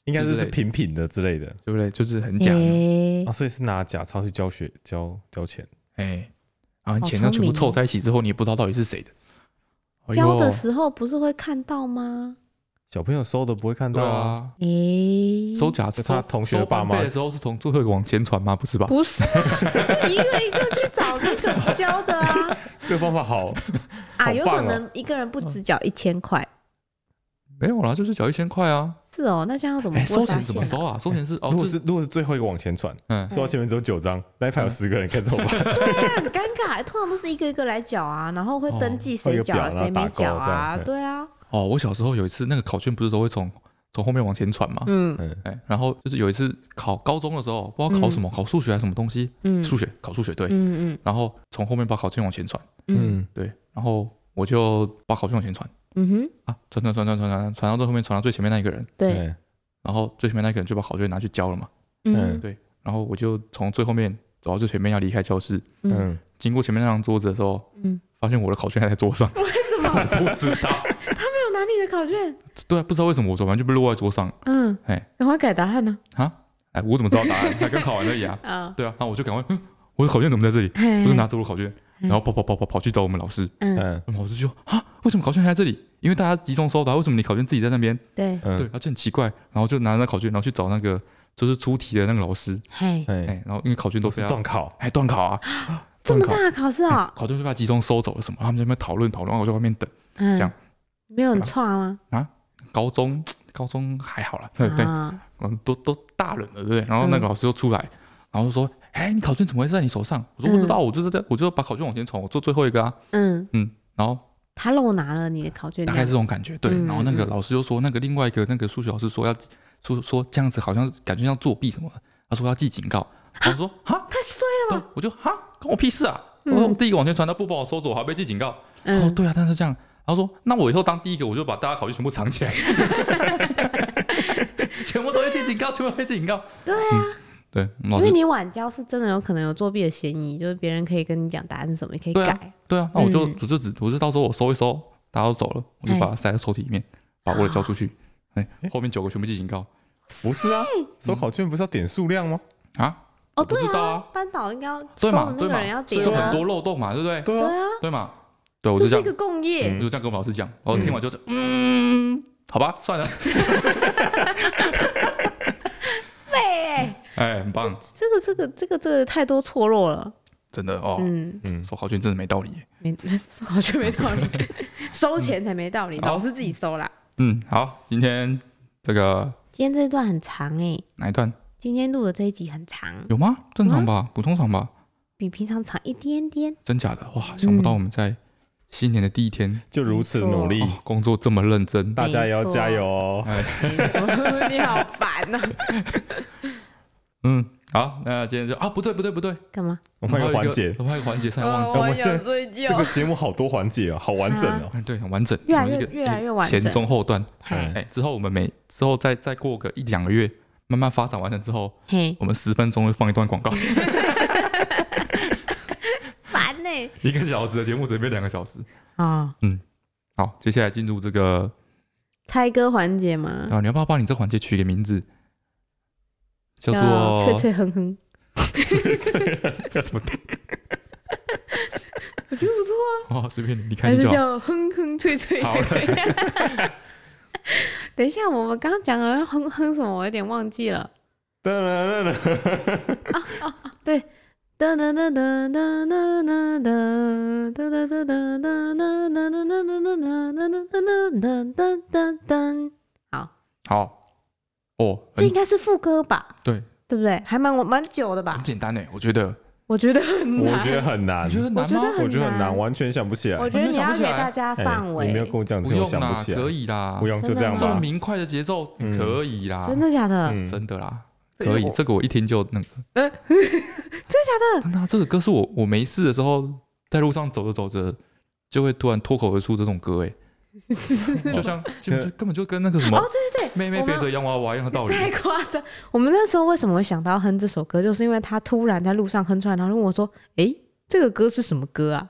[SPEAKER 3] 应该就是
[SPEAKER 2] 之类的
[SPEAKER 3] 平平的之类的
[SPEAKER 2] 对不对？就是很假的，
[SPEAKER 1] 诶
[SPEAKER 3] 啊，所以是拿假钞去交学交交钱，
[SPEAKER 2] 哎、然后
[SPEAKER 1] 好
[SPEAKER 2] 你钱上全部
[SPEAKER 1] 聪明哦
[SPEAKER 2] 凑在一起之后，你也不知道到底是谁的。哎呦
[SPEAKER 1] 交的时候不是会看到吗？
[SPEAKER 3] 小朋友收的不会看
[SPEAKER 2] 对
[SPEAKER 3] 到啊。
[SPEAKER 2] 啊，
[SPEAKER 1] 诶、
[SPEAKER 2] 收假
[SPEAKER 3] 嗯是
[SPEAKER 2] 收
[SPEAKER 3] 他同学
[SPEAKER 2] 收
[SPEAKER 3] 爸
[SPEAKER 2] 班
[SPEAKER 3] 妈
[SPEAKER 2] 费的时候是从最后一个往前传吗？不是吧？
[SPEAKER 1] 不
[SPEAKER 2] [LAUGHS]
[SPEAKER 1] 是啊，就一个一个去找那个交的
[SPEAKER 2] [LAUGHS] 哦
[SPEAKER 1] 啊
[SPEAKER 3] 这个方法好，
[SPEAKER 1] 啊，
[SPEAKER 3] 好
[SPEAKER 1] 有
[SPEAKER 3] 棒
[SPEAKER 1] 可
[SPEAKER 3] 哦
[SPEAKER 1] 能一个人不只缴一千块。
[SPEAKER 2] 没有啦，就是缴一千块啊。
[SPEAKER 1] 是哦，那这样怎么
[SPEAKER 2] 哎、
[SPEAKER 1] 不会
[SPEAKER 2] 收
[SPEAKER 1] 发
[SPEAKER 2] 钱怎
[SPEAKER 1] 现
[SPEAKER 2] 么
[SPEAKER 1] 啊？
[SPEAKER 2] 收啊？收钱是哦，
[SPEAKER 3] 如
[SPEAKER 2] 就
[SPEAKER 3] 果是如果是最后一个往前传，
[SPEAKER 2] 嗯，
[SPEAKER 3] 收到前面只有九张，那一排有十个人，该怎么办？
[SPEAKER 1] 很尴尬，通常都是一个一个来缴啊，然后会
[SPEAKER 2] 哦
[SPEAKER 1] 登记
[SPEAKER 3] 会
[SPEAKER 1] 谁
[SPEAKER 3] 有
[SPEAKER 1] 缴
[SPEAKER 3] 表
[SPEAKER 1] 啊，
[SPEAKER 3] 然后
[SPEAKER 1] 谁
[SPEAKER 3] 打
[SPEAKER 2] 哎
[SPEAKER 1] 没
[SPEAKER 3] 勾
[SPEAKER 1] 缴
[SPEAKER 3] 这
[SPEAKER 1] 啊，
[SPEAKER 3] 样
[SPEAKER 1] 对啊，
[SPEAKER 2] 哦，我小时候有一次那个考卷不是都会从从后面往前传嘛？
[SPEAKER 1] 嗯
[SPEAKER 2] 哎、然后就是有一次考高中的时候，不知道考什么，考数学还是什么东西，
[SPEAKER 1] 嗯
[SPEAKER 2] 数学考数学对，
[SPEAKER 1] 嗯嗯
[SPEAKER 2] 然后从后面把考卷往前传，
[SPEAKER 1] 嗯
[SPEAKER 2] 对，然后我就把考卷往前传
[SPEAKER 1] 嗯哼，
[SPEAKER 2] 啊，传传传传传传传到最后面，传到最前面那一个人，
[SPEAKER 1] 对，
[SPEAKER 3] 嗯，
[SPEAKER 2] 然后最前面那个人就把考卷拿去交了嘛，
[SPEAKER 3] 哎
[SPEAKER 1] 嗯
[SPEAKER 2] 对，然后我就从最后面走到最前面要离开教室，
[SPEAKER 1] 嗯
[SPEAKER 3] 嗯，
[SPEAKER 2] 经过前面那张桌子的时候，
[SPEAKER 1] 嗯，
[SPEAKER 2] 发现我的考卷还在桌上，
[SPEAKER 1] 为什么
[SPEAKER 2] 不知道，
[SPEAKER 1] 没有拿你的考卷？
[SPEAKER 2] [LAUGHS] 对啊，不知道为什么我昨晚就被落在桌上，
[SPEAKER 1] 嗯，
[SPEAKER 2] 哎
[SPEAKER 1] 赶快改答案呢
[SPEAKER 2] 哎，我怎么知道答案？他刚考完而已啊，
[SPEAKER 1] 啊，
[SPEAKER 2] 对啊，那我就赶快，嗯我的考卷怎么在这里？
[SPEAKER 1] 我
[SPEAKER 2] 我就拿着我的考卷，然后跑跑跑跑跑去找我们老师，
[SPEAKER 1] 嗯
[SPEAKER 3] 嗯
[SPEAKER 2] 我们老师就说啊，为什么考卷还在这里？因为大家集中收答，为什么你考卷自己在那边？
[SPEAKER 1] 对，
[SPEAKER 2] 对，
[SPEAKER 3] 嗯，
[SPEAKER 2] 他就很奇怪，然后就拿着那考卷，然后去找那个就是出题的那个老师，
[SPEAKER 1] 嘿，
[SPEAKER 3] 哎，
[SPEAKER 2] 哎，然后因为考卷
[SPEAKER 3] 都
[SPEAKER 2] 都
[SPEAKER 3] 是
[SPEAKER 2] 被他
[SPEAKER 3] 断考，
[SPEAKER 2] 哎断考啊，
[SPEAKER 1] [GASPS] 这么
[SPEAKER 2] 断
[SPEAKER 1] 大的考试啊，
[SPEAKER 2] 考卷就被他集中收走了什么，他们在那边讨论讨论，然后我在外面等。
[SPEAKER 1] 嗯，
[SPEAKER 2] 这样
[SPEAKER 1] 没有很啊差吗？
[SPEAKER 2] 高中高中还好啦，对对，
[SPEAKER 1] 啊
[SPEAKER 2] 嗯，都都大人了，对不对？然后那个
[SPEAKER 1] 嗯
[SPEAKER 2] 老师又出来，然后就说：“哎，你考卷怎么会在你手上？”我说：“
[SPEAKER 1] 嗯
[SPEAKER 2] 不知道，我就是在，我就把考卷往前传，我做最后一个啊。
[SPEAKER 1] 嗯，”
[SPEAKER 2] 然后
[SPEAKER 1] 他漏拿了你的考卷，
[SPEAKER 2] 大概是这种感觉，对。
[SPEAKER 1] 嗯
[SPEAKER 2] 然后那个
[SPEAKER 1] 嗯
[SPEAKER 2] 老师就说，那个另外一个那个数学老师说要说说这样子，好像感觉像作弊什么的，他说要记警告。然后我说：“哈，
[SPEAKER 1] 太衰
[SPEAKER 2] 对，我就哈，关我屁事啊！
[SPEAKER 1] 嗯
[SPEAKER 2] 我说第一个往前传，他不把我收走，我还被记警告。哦，
[SPEAKER 1] 嗯，
[SPEAKER 2] 对啊，但是这样。然后说，那我以后当第一个，我就把大家考卷全部藏
[SPEAKER 1] [LAUGHS]
[SPEAKER 2] 起来，全部都会记警告，全部都会记警告。
[SPEAKER 1] 对
[SPEAKER 2] 啊，对，老
[SPEAKER 1] 因为
[SPEAKER 2] 师，
[SPEAKER 1] 你晚交是真的有可能有作弊的嫌疑，就是别人可以跟你讲答案是什么，你可以
[SPEAKER 2] 对啊
[SPEAKER 1] 改。
[SPEAKER 2] 对啊，那我就
[SPEAKER 1] 嗯
[SPEAKER 2] 我就只我就到时候我收一收，大家都走了，我就
[SPEAKER 1] 哎啊
[SPEAKER 2] 把它塞在抽屉里面，把我的交出去。哎，后面九个全部记警告
[SPEAKER 3] 不是啊，收考卷不是要点数量吗？
[SPEAKER 2] 啊，
[SPEAKER 1] 哦，
[SPEAKER 2] 我不
[SPEAKER 1] 对
[SPEAKER 2] 知道啊，
[SPEAKER 1] 班导应该要收
[SPEAKER 2] 对
[SPEAKER 1] 的
[SPEAKER 2] 嘛
[SPEAKER 1] 那
[SPEAKER 2] 对
[SPEAKER 1] 个
[SPEAKER 2] 嘛
[SPEAKER 1] 人要，
[SPEAKER 2] 所以
[SPEAKER 1] 点
[SPEAKER 2] 有
[SPEAKER 1] 啊
[SPEAKER 2] 很，多漏洞嘛，对不对？
[SPEAKER 3] 对
[SPEAKER 1] 对
[SPEAKER 3] 啊，
[SPEAKER 1] 啊，
[SPEAKER 2] 对嘛，对，我
[SPEAKER 1] 这
[SPEAKER 2] 就这
[SPEAKER 1] 是一
[SPEAKER 2] 样
[SPEAKER 1] 个，共业
[SPEAKER 2] 我。就这样跟我们老师讲，然后
[SPEAKER 3] 嗯
[SPEAKER 2] 听完就是嗯，好吧，算了，
[SPEAKER 1] [LAUGHS] 对，
[SPEAKER 2] 哎，很棒，
[SPEAKER 1] 这个这个这个这个太多错落了。
[SPEAKER 2] 真的哦，
[SPEAKER 1] 嗯，
[SPEAKER 3] 嗯，
[SPEAKER 2] 收考卷真的没道理耶。
[SPEAKER 1] 没收好像没道理，
[SPEAKER 2] [LAUGHS]
[SPEAKER 1] 收钱才没道理，
[SPEAKER 2] 嗯好
[SPEAKER 1] 老师自己收啦。
[SPEAKER 2] 嗯，好，今天这个
[SPEAKER 1] 今天这段很长哎，
[SPEAKER 2] 哪一段
[SPEAKER 1] 今天录的这一集很长，
[SPEAKER 2] 有吗？正常吧，
[SPEAKER 1] 啊
[SPEAKER 2] 普通场吧，
[SPEAKER 1] 比平常长一点
[SPEAKER 2] [LAUGHS]
[SPEAKER 1] 点。
[SPEAKER 2] 真假的哇，想不到我们在新年的第一天，
[SPEAKER 3] 就如此努力，
[SPEAKER 2] 哦工作这么认真。
[SPEAKER 3] 大家也要
[SPEAKER 1] 没错
[SPEAKER 3] 加油哦。
[SPEAKER 1] 没错你好烦啊呐！
[SPEAKER 2] [LAUGHS] 嗯，好，那今天就啊，不对不对不对，
[SPEAKER 1] 干嘛？
[SPEAKER 3] 我们还有
[SPEAKER 2] 还
[SPEAKER 3] 个
[SPEAKER 2] 有一
[SPEAKER 3] 环节，
[SPEAKER 2] 我们还有一个环节，差点忘记。
[SPEAKER 3] 我们
[SPEAKER 1] 想
[SPEAKER 3] 先
[SPEAKER 1] 睡觉
[SPEAKER 3] 这个节目好多环节啊，好完整
[SPEAKER 1] [LAUGHS]
[SPEAKER 3] 哦。
[SPEAKER 2] 哎，对，很完整，
[SPEAKER 1] 越来越
[SPEAKER 2] 我们一个
[SPEAKER 1] 越来越完整
[SPEAKER 2] 前中后段。
[SPEAKER 1] 嗨
[SPEAKER 2] 哎，之后我们每之后再再过个一两个月，慢慢发展完成之后，
[SPEAKER 1] 嘿，
[SPEAKER 2] 我们十分钟会放一段广告，
[SPEAKER 1] 烦呢。
[SPEAKER 2] 一个小时的节目只变两个小时。
[SPEAKER 1] 啊，
[SPEAKER 2] 好，接下来进入这个
[SPEAKER 1] 猜歌环节嘛，
[SPEAKER 2] 啊，你要不要帮你这环节取一个名字？叫
[SPEAKER 1] 叫
[SPEAKER 2] 做
[SPEAKER 1] 脆脆哼哼，
[SPEAKER 2] [LAUGHS] 什么？
[SPEAKER 1] 我觉得不错啊，
[SPEAKER 2] 哦，随便你，你看
[SPEAKER 1] 还
[SPEAKER 2] 你
[SPEAKER 1] 是
[SPEAKER 2] 就好。
[SPEAKER 1] 叫哼哼脆脆。
[SPEAKER 2] 好了，
[SPEAKER 1] 等一下，我们刚刚讲了要哼哼什么，我有点忘记了。
[SPEAKER 3] 噔
[SPEAKER 1] 嗯
[SPEAKER 3] 噔噔噔，
[SPEAKER 1] 哒哒哒哒哒哒哒哒哒哒哒哒哒哒哒哒哒哒哒哒哒哒。
[SPEAKER 2] 好，哦，
[SPEAKER 1] 这
[SPEAKER 2] 很
[SPEAKER 1] 应该是副歌吧？
[SPEAKER 2] 对，
[SPEAKER 1] 对不对？还蛮蛮久的
[SPEAKER 2] 很
[SPEAKER 1] 吧？
[SPEAKER 2] 简单诶，我觉得，
[SPEAKER 1] 我觉得很难，
[SPEAKER 3] [LAUGHS] 我觉得很难
[SPEAKER 2] 你，觉得很
[SPEAKER 1] 我
[SPEAKER 2] 难
[SPEAKER 1] 觉
[SPEAKER 2] 吗？
[SPEAKER 1] 得
[SPEAKER 3] 我觉得很
[SPEAKER 1] 很
[SPEAKER 3] 难，完全想不起来。
[SPEAKER 1] 我觉得你要给大家范
[SPEAKER 3] 哎你没有
[SPEAKER 1] 围
[SPEAKER 3] 跟，我讲，
[SPEAKER 2] 不
[SPEAKER 3] 这个我
[SPEAKER 2] 用
[SPEAKER 3] 想
[SPEAKER 2] 啦，
[SPEAKER 3] 不起来
[SPEAKER 2] 可。以啦
[SPEAKER 3] 不，用，就这样
[SPEAKER 2] 这么
[SPEAKER 3] 吧。
[SPEAKER 2] 明快的节奏
[SPEAKER 3] 嗯
[SPEAKER 2] 可以啦，
[SPEAKER 1] 真的假的？
[SPEAKER 3] 嗯，
[SPEAKER 2] 真的啦，可以，
[SPEAKER 1] 我
[SPEAKER 2] 这个我一听就那个，
[SPEAKER 1] 呃 [LAUGHS]
[SPEAKER 2] 真的假的？真的啊，这首歌是我我没事的时候在路上走着走着。就会突然脱口而出这种
[SPEAKER 1] [LAUGHS]
[SPEAKER 2] 歌，哎，就像就就根本就跟那个什么哦
[SPEAKER 1] 哦，对对对，
[SPEAKER 2] 妹妹
[SPEAKER 1] 我
[SPEAKER 2] 背
[SPEAKER 1] 们
[SPEAKER 2] 着洋娃娃一样的道理，
[SPEAKER 1] 太夸张！我们那时候为什么会想到哼这首歌，就是因为他突然在路上哼出来，然后问我说：“诶，这个歌是什么歌啊？”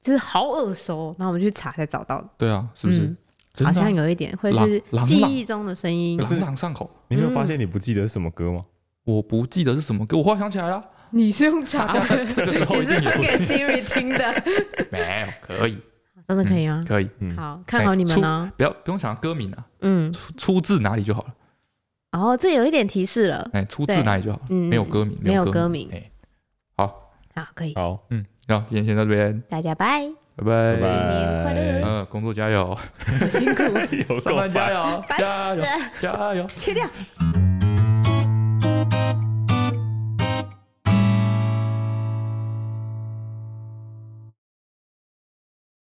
[SPEAKER 1] 就是好耳熟哦，然后我们去查才找到的，
[SPEAKER 2] 对啊，是不是
[SPEAKER 1] 嗯？
[SPEAKER 2] 真
[SPEAKER 1] 好
[SPEAKER 2] 的啊
[SPEAKER 1] 像有一点会
[SPEAKER 2] 朗
[SPEAKER 1] 是
[SPEAKER 2] 朗
[SPEAKER 1] 记
[SPEAKER 2] 朗
[SPEAKER 1] 忆中的声音。啊
[SPEAKER 2] 朗朗上口。
[SPEAKER 3] 你没有
[SPEAKER 1] 嗯
[SPEAKER 3] 发现你不记得是什么歌吗？
[SPEAKER 2] 我不记得是什么歌，我忽然想起来了，
[SPEAKER 1] 你是用查
[SPEAKER 2] 大家
[SPEAKER 1] 的，
[SPEAKER 2] 这个时候
[SPEAKER 1] 你
[SPEAKER 2] 一定
[SPEAKER 1] 是
[SPEAKER 2] 也
[SPEAKER 1] 哼 [LAUGHS]
[SPEAKER 2] 不嗯
[SPEAKER 1] 给
[SPEAKER 2] 记
[SPEAKER 1] Siri 听的，
[SPEAKER 2] 没有，可以，
[SPEAKER 1] 真的可以吗？
[SPEAKER 2] 可以，
[SPEAKER 3] 嗯
[SPEAKER 1] 好看好你们哦，
[SPEAKER 2] 不要不用想歌名啊，
[SPEAKER 1] 嗯，
[SPEAKER 2] 出出自哪里就好了，
[SPEAKER 1] 然后这有一点提示了，
[SPEAKER 2] 哎，出自
[SPEAKER 1] 对
[SPEAKER 2] 哪里就好了，
[SPEAKER 1] 嗯
[SPEAKER 2] 没有歌名，
[SPEAKER 1] 没有
[SPEAKER 2] 有
[SPEAKER 1] 歌
[SPEAKER 2] 歌
[SPEAKER 1] 名，
[SPEAKER 2] 哎，好，
[SPEAKER 1] 好，可以，
[SPEAKER 3] 好，
[SPEAKER 2] 嗯，那今天先到这边，
[SPEAKER 1] 大家
[SPEAKER 2] [LAUGHS]
[SPEAKER 1] 拜，
[SPEAKER 2] 拜拜，
[SPEAKER 3] 拜
[SPEAKER 1] 新年快
[SPEAKER 3] 哎
[SPEAKER 1] 乐，
[SPEAKER 2] 呃，工作加油，
[SPEAKER 1] 辛苦，
[SPEAKER 3] [LAUGHS] 有
[SPEAKER 2] 上
[SPEAKER 3] 够
[SPEAKER 2] 班加
[SPEAKER 3] 烦。
[SPEAKER 2] 油，
[SPEAKER 1] 烦
[SPEAKER 2] 加油
[SPEAKER 1] 死，了
[SPEAKER 2] 加油。
[SPEAKER 1] 切掉。